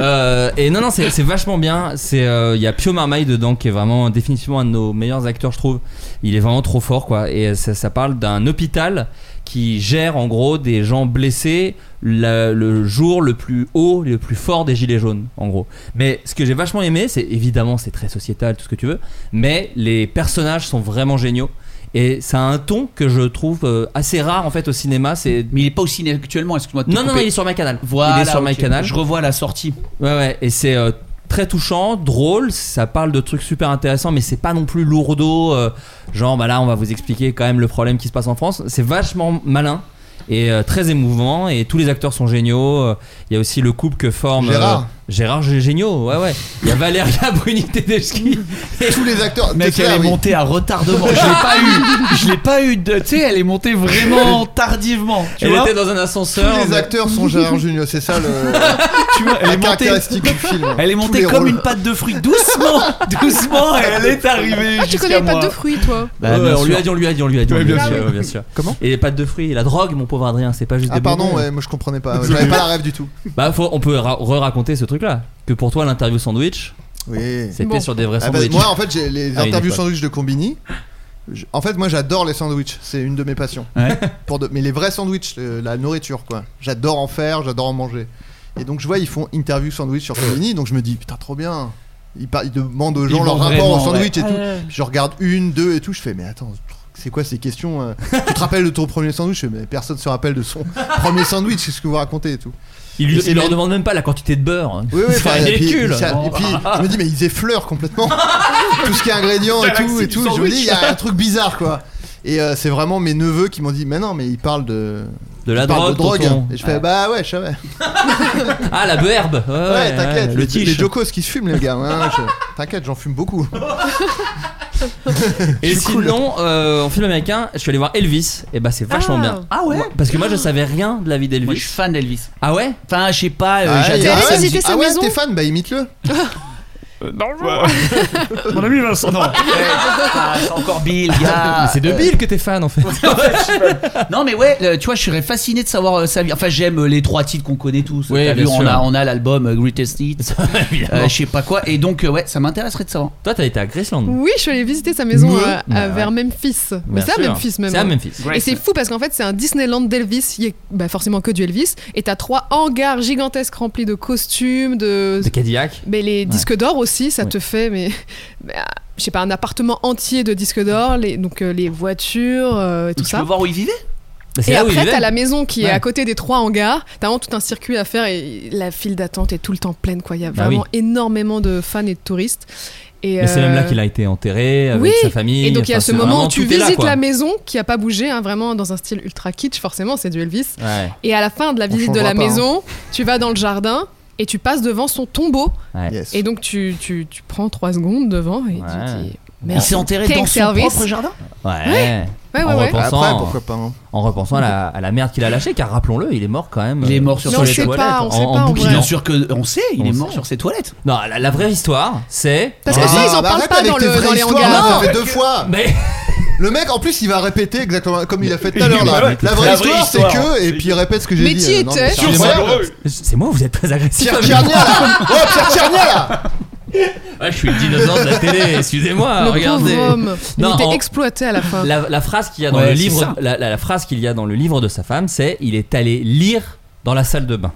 S6: Euh, et non, non, c'est c'est vachement bien. C'est euh, Il y a Pio Marmaille dedans qui est vraiment définitivement un de nos meilleurs acteurs, je trouve. Il est vraiment trop fort, quoi. Et ça, ça parle d'un hôpital qui gère en gros des gens blessés la- le jour le plus haut, le plus fort des gilets jaunes, en gros. Mais ce que j'ai vachement aimé, c'est évidemment, c'est très sociétal, tout ce que tu veux, mais les personnages sont vraiment géniaux. Et ça a un ton que je trouve euh, assez rare en fait au cinéma. C'est
S9: mais il est pas au cinéma actuellement. Excuse-moi. de te
S6: Non non,
S9: couper.
S6: il est sur ma canal.
S9: Voilà,
S6: il est sur
S9: ok.
S6: ma canal.
S9: Je revois la sortie.
S6: Ouais, ouais, et c'est euh, très touchant, drôle, ça parle de trucs super intéressants, mais c'est pas non plus lourdeau. euh, genre, bah là, on va vous expliquer quand même le problème qui se passe en France. C'est vachement malin et euh, très émouvant, et tous les acteurs sont géniaux. Euh, Il y a aussi le couple que forme euh,
S8: Gérard.
S6: Gérard G- Géniaux, ouais, ouais. Il y a Valéria Bruni Tedeschi.
S8: Tous les acteurs.
S9: Mec,
S8: Tesla,
S9: elle est
S8: oui.
S9: montée à retardement. Je l'ai pas eu. Je l'ai pas eu. de- Tu sais, elle est montée vraiment tardivement. Tu
S6: Elle
S9: vois
S6: était dans un ascenseur.
S8: Tous les
S6: mais-
S8: acteurs sont Gérard Junior, c'est ça le.
S9: Tu vois, elle
S8: la
S9: est montée.
S8: caractéristique du film.
S9: Elle est
S8: Tous
S9: montée
S8: les
S9: comme
S8: rôles.
S9: une pâte de fruits, doucement, doucement, et elle est arrivée.
S7: Ah, tu
S9: jusqu'à
S7: connais les
S9: moi.
S7: pâtes de fruits, toi
S9: Bah,
S6: Ouais,
S9: bien
S6: on lui
S9: sûr.
S6: a dit, on lui a dit, on lui a dit. on
S3: Ouais,
S6: lui a
S3: bien
S6: dit,
S3: sûr.
S6: ouais, bien sûr.
S8: Comment
S6: Et les pâtes de fruits, et la drogue, mon pauvre Adrien, c'est pas juste
S8: Ah,
S6: des
S8: pardon,
S6: bonbons.
S8: ouais, moi je comprenais pas. ouais, J'avais pas la rêve du tout.
S6: Bah, faut, on peut ra- re-raconter ce truc-là. Que pour toi, l'interview sandwich,
S8: Oui.
S6: c'était
S7: Bon.
S6: sur des vrais
S8: Ah bah,
S6: sandwichs.
S8: moi, en fait, j'ai les
S6: Ah, une
S8: interviews
S6: époque.
S8: sandwich de Combini. je- En fait, moi, j'adore les sandwichs. C'est une de mes passions.
S9: Ouais.
S8: Pour de- Mais les vrais sandwichs, euh, la nourriture, quoi. J'adore en faire, j'adore en manger. Et donc, je vois, ils font interview sandwich sur Combini. Donc, je me dis, putain, trop bien. Ils, par- ils demandent aux gens
S9: Ils
S8: leur
S9: vont
S8: rapport
S9: vraiment,
S8: au sandwich
S9: ouais.
S8: et tout. Je regarde une, deux et tout. Je fais, mais attends. C'est quoi ces questions euh, Tu te rappelles de ton premier sandwich Je fais, Mais personne se rappelle de son premier sandwich, c'est ce que vous racontez et tout.
S6: Il, lui-
S8: Et c'est
S6: il leur
S8: même-
S6: demande même pas la quantité de beurre.
S8: Oui, oui,
S6: c'est
S8: enfin, et puis-
S6: ridicule.
S8: Et puis, et puis, je me dis, mais ils effleurent complètement tout ce qui est ingrédients et tout.
S3: Galaxie
S8: Et
S3: du
S8: tout. Je me
S3: sandwich.
S8: dis, il y a un truc bizarre quoi. Et euh, c'est vraiment mes neveux qui m'ont dit, mais non, mais ils parlent de,
S6: de la
S8: ils parlent
S6: drogue.
S8: de drogue.
S6: tonton.
S8: Et je fais, bah ouais, je savais. Ouais,
S6: Ah, la beurbe. Ouais, ouais,
S8: t'inquiète.
S6: ouais,
S8: les,
S6: Le
S8: les
S6: tige.
S8: jocos qui se fument, les gars. hein, je- T'inquiète, j'en fume beaucoup.
S7: Ah,
S6: Et
S8: je suis cool.
S6: sinon, euh, en film américain, je suis allé voir Elvis. Et bah, c'est vachement
S7: Ah.
S6: bien.
S9: Ah ouais
S6: Moi- Parce que moi, je savais rien de la
S9: Moi,
S6: vie
S9: je suis
S6: d'Elvis.
S9: fan d'Elvis.
S6: Ah ouais
S9: Enfin, je sais pas, euh,
S8: Ah, il y a-
S9: j'adore
S7: t'as
S9: sa
S8: ah ouais,
S7: visité
S9: musique.
S7: sa
S8: ah ouais,
S7: maison
S8: t'es fan, bah imite-le.
S3: Euh, Mon ami Vincent, non.
S9: Ah, c'est encore Bill, gars.
S6: Mais C'est de
S9: Euh,
S6: Bill que t'es fan en fait.
S9: Non, mais ouais, le- tu vois, je serais fasciné de savoir euh, sa vie. Enfin, j'aime euh, les trois titres qu'on connaît tous.
S6: Oui,
S9: T'as
S6: bien
S9: vu, on
S6: sûr.
S9: a, on a l'album euh, Greatest Hits, euh,
S6: Évidemment.
S9: je sais pas quoi. Et donc, euh, ouais, ça m'intéresserait de savoir.
S6: Toi, t'as été à Graceland.
S7: Oui, je suis allée visiter sa maison
S6: Ouais.
S7: euh,
S6: Ouais,
S7: euh,
S6: Bah ouais.
S7: vers Memphis. Mais
S6: Bien
S7: c'est à
S6: sûr.
S7: Memphis même.
S6: C'est à
S7: hein.
S6: Memphis.
S7: Et c'est fou parce qu'en fait, c'est un Disneyland d'Elvis. Il y a bah, forcément que du Elvis. Et t'as trois hangars gigantesques remplis de costumes, de.
S6: De Cadillac.
S7: Mais les disques d'or aussi, ça
S6: Oui.
S7: te fait, mais. mais, ah, je sais pas, un appartement entier de disques d'or, les, donc euh, les voitures euh, et tout
S9: tu
S7: ça.
S9: peux voir où il vivait
S6: Bah, c'est
S7: Et
S6: là où il
S7: après,
S6: vivait.
S7: t'as la maison qui
S6: Ouais.
S7: est à côté des trois hangars. T'as vraiment tout un circuit à faire et la file d'attente est tout le temps pleine. Quoi. Il y a
S6: Bah
S7: vraiment énormément de fans et de touristes. Et
S6: Mais c'est
S7: euh,
S6: même là qu'il a été enterré avec
S7: oui.
S6: sa famille.
S7: Et donc, il y a
S6: Enfin,
S7: ce
S6: c'est
S7: moment
S6: vraiment-
S7: où tu
S6: tout est là,
S7: visites
S6: quoi.
S7: la maison qui a pas bougé, hein, vraiment dans un style ultra kitsch, forcément, c'est du Elvis.
S6: Ouais.
S7: Et à la fin de la
S8: On
S7: visite de la
S8: changera pas, hein.
S7: maison, tu vas dans le jardin et tu passes devant son tombeau.
S8: Yes.
S7: Et donc, tu, tu, tu prends trois secondes devant et
S6: Ouais.
S7: tu dis.
S9: Il s'est enterré dans son
S7: Thanks, Elvis.
S9: propre jardin
S6: Ouais.
S7: Ouais, ouais,
S6: en,
S7: ouais.
S6: repensant,
S8: Après, pourquoi pas. hein.
S6: en repensant à la, à la merde qu'il a lâchée, car rappelons-le, il est mort quand même. euh,
S9: Il est mort sur
S6: les
S9: Non, on sait
S6: toilettes,
S7: pas, on
S6: en,
S7: sait
S6: en
S7: pas, en
S6: bouquinant.
S7: vrai.
S9: Bien sûr que on sait, il
S6: On
S9: est mort
S6: sait.
S9: sur ses toilettes.
S6: Non, la, la vraie histoire, c'est. Ah.
S7: Parce que ça, ils en
S8: bah,
S7: parlent
S8: arrête
S7: pas
S8: avec
S7: dans,
S8: tes
S7: le,
S8: vraies
S7: dans les
S8: histoires,
S7: hangars.
S8: là, Ça fait deux fois.
S6: Mais
S8: Le mec, en plus, il va répéter exactement comme il a fait tout à
S3: Il-
S8: l'heure
S3: voilà,
S8: là.
S3: écoute,
S8: La vraie histoire, c'est que. Et puis il répète ce que j'ai
S7: Mais
S8: dit.
S7: qui
S8: euh, non,
S7: était
S8: mais c'est
S3: Sur
S8: incroyable.
S6: C'est moi, vous êtes pas agressif.
S8: Pierre
S6: avec
S8: Tchernia
S6: moi.
S8: là Oh, Pierre Tchernia là
S6: Ouais, je suis le dinosaure de la télé, excusez-moi,
S7: le
S6: regardez.
S7: pauvre homme. Il
S6: Non,
S7: était
S6: en-
S7: exploité à la fin.
S6: La, la phrase qu'il y a dans
S9: Ouais,
S6: le
S9: c'est
S6: livre,
S9: ça.
S6: la, la- la phrase qu'il y a dans le livre de sa femme, c'est il est allé lire dans la salle de bain.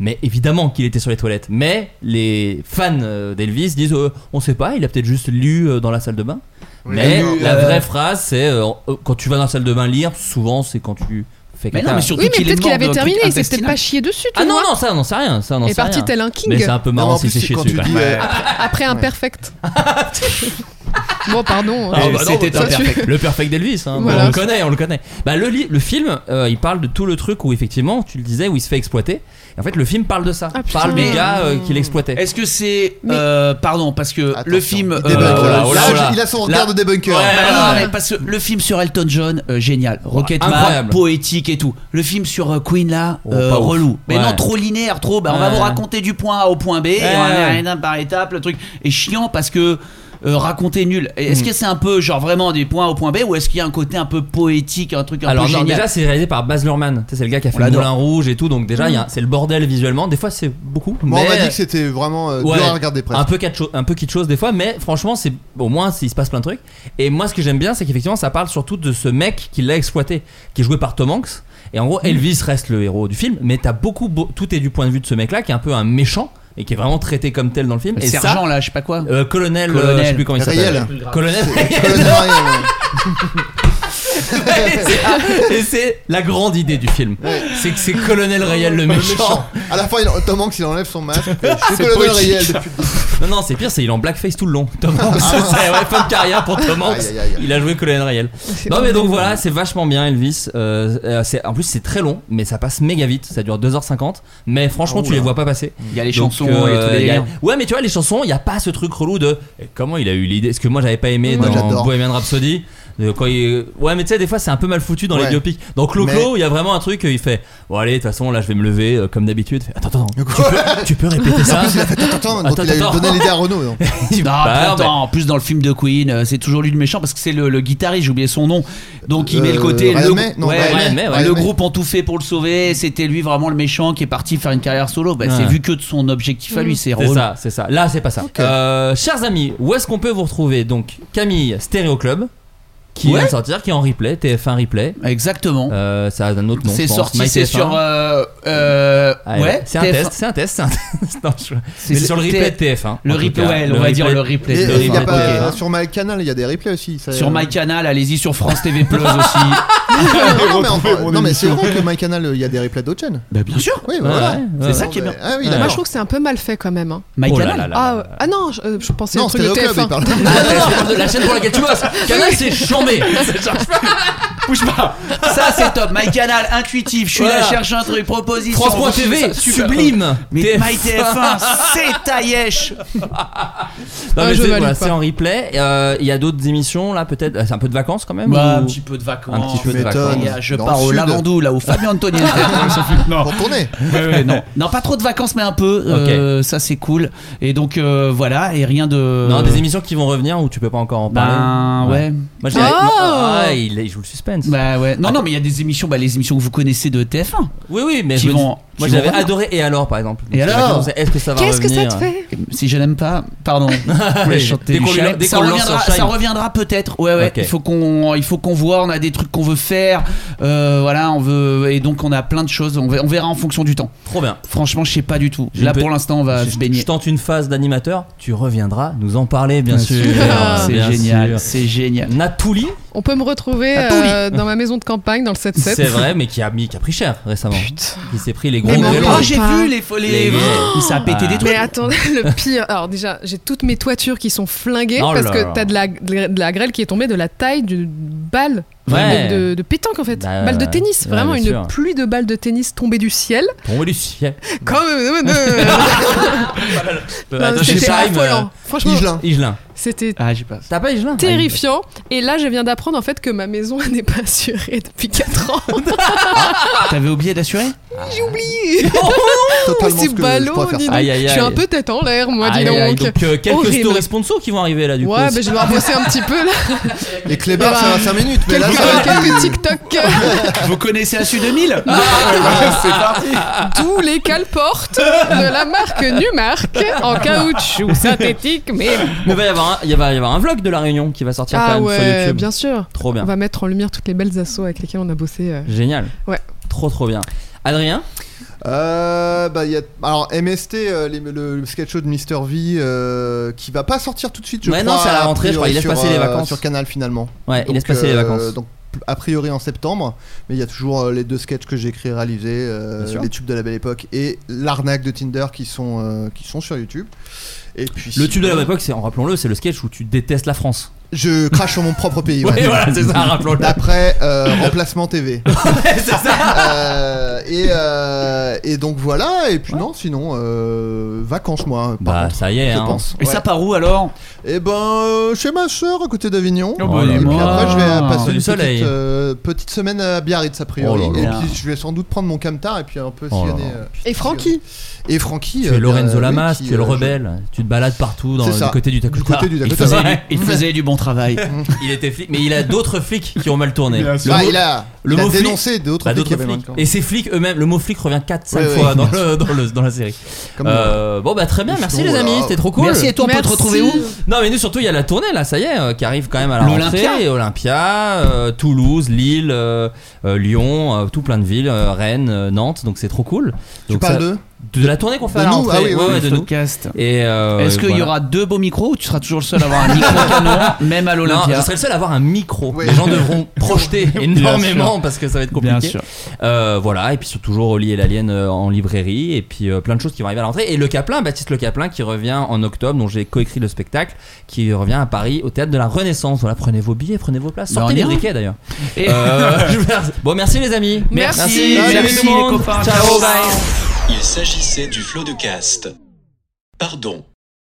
S6: Mais évidemment qu'il était sur les toilettes. Mais les fans euh, d'Elvis disent euh, on sait pas, il a peut-être juste lu euh, dans la salle de bain. mais
S9: lu,
S6: la
S9: euh,
S6: vraie phrase, c'est euh, euh, quand tu vas dans la salle de bain lire, souvent c'est quand tu
S9: Mais
S6: fais.
S9: hein.
S6: caca.
S9: non, mais surtout
S7: oui, mais
S9: qu'il est
S7: peut-être qu'il
S9: mort
S7: avait
S9: de
S7: terminé, il s'est
S9: intestinal.
S7: peut-être pas chié dessus, tu
S6: ah non
S7: vois.
S6: non ça on n'en sait rien, ça on n'en
S7: Il est
S6: sait
S7: parti
S6: rien.
S7: tel un king.
S6: Mais c'est un peu
S8: Non, mais
S6: marrant
S8: en
S6: si
S8: plus,
S6: c'est
S8: c'est
S6: chez
S8: quand
S6: dessus.
S8: tu
S6: quand
S8: dis.
S6: même.
S8: euh,
S7: Après imperfect. bon, pardon.
S6: Ah,
S7: hein.
S6: bah non,
S9: C'était
S6: bah,
S7: un
S6: ça,
S7: perfect.
S6: tu- Le perfect d'Elvis, hein.
S7: Voilà.
S6: on le connaît, on le connaît. Bah, le, li- le film, euh, il parle de tout le truc où effectivement, tu le disais, où il se fait exploiter. Et en fait, le film parle de ça,
S7: Ah, putain.
S6: parle du
S9: Mais-
S6: gars euh, qui l'exploitait.
S9: Est-ce que c'est.
S7: Mais-
S9: euh, pardon, parce que le
S8: Attention,
S9: film.
S8: il
S9: euh,
S8: débunk,
S6: oh là,
S8: là.
S6: oh là,
S8: Là,
S6: oh là.
S8: Il a son
S6: Là.
S8: regard de débunker.
S6: Ouais.
S9: Ah,
S6: Ah,
S9: non,
S6: ouais.
S9: mais parce que le film sur Elton John, euh, génial. Rocketman,
S6: Incroyable.
S9: poétique et tout. Le film sur euh, Queen, là,
S6: Oh,
S9: euh,
S6: pas ouf.
S9: relou. Mais
S6: Ouais.
S9: non, trop linéaire, trop. Bah, On va
S6: Ouais.
S9: vous raconter du point A au point B, et
S6: Ouais.
S9: on va faire une étape par étape, le truc. est chiant parce que. euh, raconter nul. Et
S6: Hmm.
S9: Est-ce que c'est un peu genre vraiment du point A au point B ou est-ce qu'il y a un côté un peu poétique, un truc un
S6: Alors
S9: peu
S6: non,
S9: génial
S6: déjà c'est réalisé par Baz Luhrmann, Tu sais, c'est le gars qui a fait le
S9: l'adore.
S6: Moulin Rouge et tout, donc déjà il y a- c'est le bordel visuellement. Des fois c'est beaucoup,
S8: Moi,
S6: mais
S8: on m'a dit que c'était vraiment euh, dur
S6: Ouais.
S8: à regarder presque.
S6: un peu catcho- un peu kitschose des fois, mais franchement c'est au moins il se passe plein de trucs. Et moi ce que j'aime bien c'est qu'effectivement ça parle surtout de ce mec qui l'a exploité, qui est joué par Tom Hanks. Et en gros
S9: Mm.
S6: Elvis reste le héros du film, mais t'as beaucoup beau- tout est du point de vue de ce mec là qui est un peu un méchant et qui est vraiment traité comme tel dans le film.
S9: Le
S6: et ça,
S9: sergent là, je sais pas quoi.
S6: euh, colonel, euh,
S9: Colonel.
S6: je sais plus comment il s'appelle.
S8: Riel.
S6: Colonel.
S8: Colonel Ariel, ouais.
S6: Et c'est- et c'est la grande idée du film. C'est que c'est Colonel Rayel le méchant.
S8: À la fin, il, Tom Hanks il enlève son masque. Je suis colonel
S6: poétique.
S8: Riel depuis
S6: Non, non, c'est pire, c'est il est en blackface tout le long. Tom Hanks, c'est ouais, fin de carrière pour Tom Hanks.
S8: Ah. Aïe, aïe, aïe.
S6: Il a joué Colonel Rayel. Non, mais donc voilà, c'est vachement bien, Elvis. Euh, euh, c'est- en plus, c'est très long, mais ça passe méga vite. Ça dure 2h50. Mais franchement,
S8: Ah,
S6: tu les vois pas passer.
S9: Il y a les
S6: Donc,
S9: chansons
S6: euh,
S9: et tout les
S6: y a-
S9: délires.
S6: Ouais, mais tu vois, les chansons, il n'y a pas ce truc relou de eh, comment il a eu l'idée. Ce que moi, j'avais pas aimé
S8: Moi,
S6: dans
S8: j'adore.
S6: Bohemian Rhapsody. de quand il- Ouais, mais tu sais, des fois, c'est un peu mal foutu dans les
S8: Ouais.
S6: biopics. Dans Clo Clo, il y a vraiment un truc, euh, il fait Bon, allez, de toute façon, là, je vais me lever euh, comme d'habitude. Il fait, Attends, attends, tu peux, tu peux répéter ça
S8: Il a fait attends, attends, donc
S6: Attends,
S8: il a
S6: attends.
S8: donné l'idée à Renault. hein. donc.
S6: Il dit,
S9: Non,
S6: Bah,
S9: puis
S6: non,
S9: attends, Ah, en plus dans le film de Queen, euh, c'est toujours lui le méchant parce que c'est le, le guitariste, j'ai oublié son nom. Donc il met le
S8: Euh,
S9: côté
S8: Ryan
S9: le,
S8: May Non,
S9: ouais,
S8: Ryan
S9: ouais,
S6: May,
S9: ouais,
S6: Ryan
S9: le
S8: May.
S9: groupe en tout fait pour le sauver, c'était lui vraiment le méchant qui est parti faire une carrière solo. Bah,
S6: Ouais.
S9: C'est vu que de son objectif à lui, c'est
S6: C'est
S9: relou.
S6: ça, c'est ça. Là, c'est pas ça. Euh, chers amis, où est-ce qu'on peut vous retrouver Donc, Camille, Stéréo Club, qui
S9: Ouais.
S6: vient de sortir, qui est en replay, TF1 replay.
S9: Exactement.
S6: Euh, ça a un autre nom.
S9: c'est
S6: je pense.
S9: sorti,
S6: My
S9: c'est
S6: TF1.
S9: sur euh, euh,
S6: Ah,
S9: ouais,
S6: C'est un
S9: TF1.
S6: test, c'est un test, c'est un test. Non, je-
S9: C'est
S6: mais c'est sur le replay de
S9: T-
S6: TF1.
S9: Le
S6: en tout
S9: replay,
S6: cas.
S9: ouais, on va dire le replay.
S8: Et-
S9: de
S6: Le
S8: et euh, il y
S9: TF1.
S8: a
S6: replay,
S8: pas- euh,
S6: ok. hein.
S8: Sur My Canal, il y a des replays aussi. ça-
S9: Sur MyCanal, allez-y sur France TV Plus aussi.
S8: Non, mais,
S3: Retrouvez
S8: enfin,
S3: mon
S8: non, mais c'est
S3: émission.
S8: vrai que My Canal, il y a des replays d'autres chaînes.
S9: Bah, bien sûr.
S8: Oui, voilà.
S6: ouais,
S9: C'est
S6: ouais,
S9: ça
S6: ouais.
S9: qui est bien.
S8: Ah oui, il
S6: Ouais.
S8: a
S7: Moi,
S8: marché.
S7: je trouve que c'est un peu mal fait quand même. hein.
S6: Oh là
S9: MyCanal.
S6: là là là
S7: Ah, euh,
S6: là.
S7: ah non, je, euh, je pensais au
S8: Non,
S7: truc
S8: c'était
S7: de
S8: le club, il
S7: TF1.
S8: parle.
S6: Ah, non, je parle de la chaîne pour laquelle tu bosses. Canal, c'est chambé.
S9: Bouge pas. Ça c'est top. My canal intuitif. Je suis
S6: Voilà.
S9: là, cherche un truc, proposition.
S6: France.tv,
S9: Ça, super.
S6: sublime.
S9: Mais
S6: TF1.
S9: My TF1, c'est Taïesh.
S6: Non,
S7: Ah,
S6: mais
S7: je
S6: c'est
S7: valide
S6: voilà,
S7: pas.
S6: c'est en replay. Euh, Il y a d'autres émissions là, peut-être. Ah, C'est un peu de vacances quand même.
S9: Bah, un
S6: ou-
S9: petit peu de vacances.
S6: Un petit peu de
S8: m'étonnes.
S6: vacances.
S9: Et, euh, Je
S8: Dans
S9: pars
S8: le
S9: au
S8: sud.
S9: Lavandou là où Fabien Antoniel.
S3: Non,
S8: Pour tourner.
S3: ouais, ouais, non.
S9: non, pas trop de vacances mais un peu. euh, ça c'est cool. Et donc euh, voilà et rien de.
S6: Non, des émissions qui vont revenir où tu peux pas encore en parler.
S9: Euh. Ben ouais.
S6: Moi, je
S7: Oh
S6: dirais- Ah, il, il joue le suspense.
S9: Bah ouais.
S6: Ah.
S9: Non non mais il y a des émissions, bah les émissions que vous connaissez de TF1.
S6: oui, oui, mais
S9: Qui
S6: je me
S9: vont-
S6: dis- moi
S9: qui vont
S6: j'avais
S9: revenir.
S6: adoré. Et alors, par exemple.
S9: Et
S6: Donc, la
S9: alors
S6: question, c'est, Est-ce que ça va
S7: Qu'est-ce que ça
S6: revenir
S7: te fait
S9: Si je n'aime pas, pardon. Je voulais chanter
S6: Dès qu'on lui-
S9: Shine.
S6: dès
S9: ça,
S6: qu'on lance
S9: reviendra,
S6: sur
S9: ça
S6: Shine.
S9: reviendra peut-être. Ouais ouais.
S6: Ok.
S9: Il faut qu'on, il faut qu'on voit. On a des trucs qu'on veut faire. Euh, voilà, on veut et donc on a plein de choses. On ve- on verra en fonction du temps.
S6: Trop bien.
S9: Franchement, je sais pas du tout.
S6: J'ai
S9: Là
S6: une pe-
S9: pour l'instant, on va
S6: je,
S9: se baigner.
S6: je tente une phase d'animateur. Tu reviendras nous en parler, bien sûr.
S9: Ah, C'est
S6: Bien
S9: génial.
S6: sûr.
S9: C'est génial.
S6: Natouli,
S7: On peut me retrouver
S8: Ah,
S9: Attends, oui.
S7: euh, dans ma maison de campagne, dans le 7-7.
S6: c'est vrai, mais qui a, mis, qui a pris cher récemment.
S7: Putain.
S6: Qui s'est pris les gros
S7: Mais mon
S6: vélos.
S7: Dieu.
S9: Oh, j'ai
S7: pas.
S9: vu les
S6: Les-
S9: folies. Oh, Ça a pété des
S6: Ah.
S9: trucs.
S7: Mais attendez, le pire. Alors, déjà, j'ai toutes mes toitures qui sont flinguées
S6: Oh
S7: parce
S6: là
S7: que
S6: là.
S7: t'as de la, de la grêle qui est tombée de la taille d'une balle Enfin, de, de- de pétanque en fait,
S6: Bah,
S7: balle de
S6: ouais.
S7: tennis,
S6: Ouais,
S7: vraiment
S6: bien
S7: une
S6: sûr.
S7: pluie de balles de tennis tombées du ciel.
S6: Tombé du ciel.
S7: Comme
S6: Attends, je sais
S7: Ah, c'était
S6: pas, il me-
S7: affolant. Franchement,
S6: Igelin.
S7: c'était
S9: Ah, j'ai pas.
S6: T'as pas Igelin
S7: terrifiant. Et là, je viens d'apprendre en fait que ma maison n'est pas assurée depuis 4 ans.
S6: Ah.
S9: T'avais oublié d'assurer
S7: J'ai oublié.
S6: Oh,
S8: Totalement
S7: C'est
S8: ce que je
S7: ballot,
S8: préfère
S7: dis
S8: faire.
S7: donc.
S6: Aïe, aïe,
S7: Je suis
S6: aïe.
S7: un peu tête en l'air, moi, dis
S6: Aïe, aïe, aïe,
S7: donc.
S6: donc euh, quelques
S7: Horrible.
S6: stories sponsors qui vont arriver là du coup.
S7: Ouais, bah, je vais devoir bosser un petit peu là.
S8: Et Clébar,
S7: Bah,
S8: ça va 5 minutes, mais là,
S7: Quelques,
S8: ça va être
S7: quelques
S8: du-
S7: TikTok,
S9: Vous connaissez ASU 2000
S6: Ah.
S8: Ah,
S9: C'est parti
S7: tous les caleportes de la marque Numark en caoutchouc synthétique, mais.
S6: Mais il va y avoir un- il va y avoir un vlog de la réunion qui va sortir
S7: Ah
S6: quand même sur
S7: ouais,
S6: YouTube.
S7: bien sûr.
S6: Trop bien.
S7: On va mettre en lumière toutes les belles assos avec lesquelles on a bossé. euh.
S6: Génial.
S7: Ouais.
S6: Trop trop bien. Adrien
S8: Euh, bah, il y a- Alors, MST, euh, les- le, le sketch show de Mister V, euh, qui va pas sortir tout de suite, je
S6: Ouais,
S8: crois.
S6: non, c'est à la
S8: a
S6: rentrée, je crois, il laisse
S8: priori,
S6: passer les
S8: sur, euh,
S6: vacances.
S8: Sur Canal, finalement.
S6: Ouais, il
S8: Donc,
S6: laisse passer les
S8: euh,
S6: vacances.
S8: Donc, a priori en septembre, mais il y a toujours euh, les deux sketchs que j'ai écrits et réalisés, euh,
S6: Bien sûr.
S8: les tubes de la belle époque et l'arnaque de Tinder qui sont, euh, qui sont sur YouTube. Et puis,
S6: Le
S8: sinon,
S6: tube de la bonne époque, c'est, en rappelons-le, c'est le sketch où tu détestes la France.
S8: Je crache sur mon propre pays.
S6: Ouais,
S8: ouais.
S6: voilà, c'est ça, rappelons-le.
S8: Après, euh, remplacement TV.
S6: c'est ça.
S8: Euh, et, euh, et donc voilà, et puis non, sinon, euh, vacances moi. par
S6: Bah,
S8: contre,
S6: ça y est,
S8: je
S6: hein.
S8: pense.
S9: Et ça part où alors
S8: Et ben, euh, chez ma soeur à côté d'Avignon.
S9: Oh, bah,
S8: et puis
S9: dis-moi.
S8: après, je vais euh,
S6: C'est
S8: passer
S6: du
S8: une
S6: soleil.
S8: petite, euh, petite semaine à Biarritz, a priori.
S6: Oh là
S8: et
S9: là.
S8: puis, je vais sans doute prendre mon camtar et puis un peu
S6: Oh là
S8: sillonner.
S6: là.
S8: euh,
S7: Et Francky
S8: Et Francky.
S6: Tu
S8: euh,
S6: es Lorenzo
S8: euh,
S6: Lamas,
S8: oui, qui,
S6: tu es le
S8: euh, je-
S6: rebelle, tu te balades partout dans
S8: C'est
S6: le
S8: ça.
S6: côté du
S8: Du
S6: Dakota.
S8: côté du
S6: Il
S8: Dakota.
S6: faisait-
S9: Il- Il faisait du bon travail.
S6: Il était flic, mais il a d'autres flics qui ont mal tourné.
S3: Bien sûr.
S6: Le
S8: Ah,
S6: mot-
S8: il a,
S6: le
S8: il a
S6: mot flic-
S8: dénoncé d'autres
S6: bah,
S8: flics qui
S6: d'autres
S8: avaient
S6: flics.
S8: mal-
S6: Et ces flics eux-mêmes, le mot flic revient 4-5
S8: Ouais, ouais,
S6: fois dans,
S8: bien
S6: le- dans, le- dans la série.
S8: comme moi.
S6: Euh, bon, bah très bien,
S8: Sinon,
S6: merci les
S8: voilà.
S6: amis, c'était trop cool.
S9: Merci et toi, on peut te
S7: Merci.
S9: retrouver où
S6: Non, mais nous surtout, il y a la tournée là, ça y est, euh, qui arrive quand même à la
S9: L'Olympia.
S6: rentrée. Olympia, euh, Toulouse, Lille, euh, euh, Lyon, euh, tout plein de villes, euh, Rennes, euh, Nantes, donc c'est trop cool.
S8: Tu
S6: Donc,
S8: parles
S6: ça-
S8: de
S6: de la tournée qu'on fait
S8: De
S6: à la
S8: nous
S6: rentrée,
S8: Ah oui,
S6: ouais,
S8: oui,
S6: ouais, de nous.
S9: podcast.
S6: Et euh,
S9: Est-ce qu'il y
S6: voilà.
S9: aura deux beaux micros ou tu seras toujours le seul à avoir un micro canon, même à
S6: Non, je
S9: l'Olympia
S6: serai le seul à avoir un micro.
S8: Ouais.
S6: Les gens devront projeter énormément parce que ça va être compliqué.
S9: Bien sûr.
S6: Euh, voilà, et puis c'est toujours Oli et l'Alien euh, en librairie, et puis euh, plein de choses qui vont arriver à l'entrée. Et Le Caplin, Baptiste Le Caplin, qui revient en octobre, dont j'ai coécrit le spectacle, qui revient à Paris au théâtre de la Renaissance. Voilà, prenez vos billets, prenez vos places,
S9: Bah,
S6: sortez
S9: on
S6: les
S9: ira.
S6: briquets d'ailleurs.
S9: Et-
S6: Euh, je vous remercie. bon, merci les amis.
S9: Merci,
S6: Salut
S9: merci,
S6: tout le
S9: les
S6: monde.
S9: copains.
S6: Ciao,
S9: Ciao.
S6: bye.
S1: Il s'agissait du flot de cast. Pardon.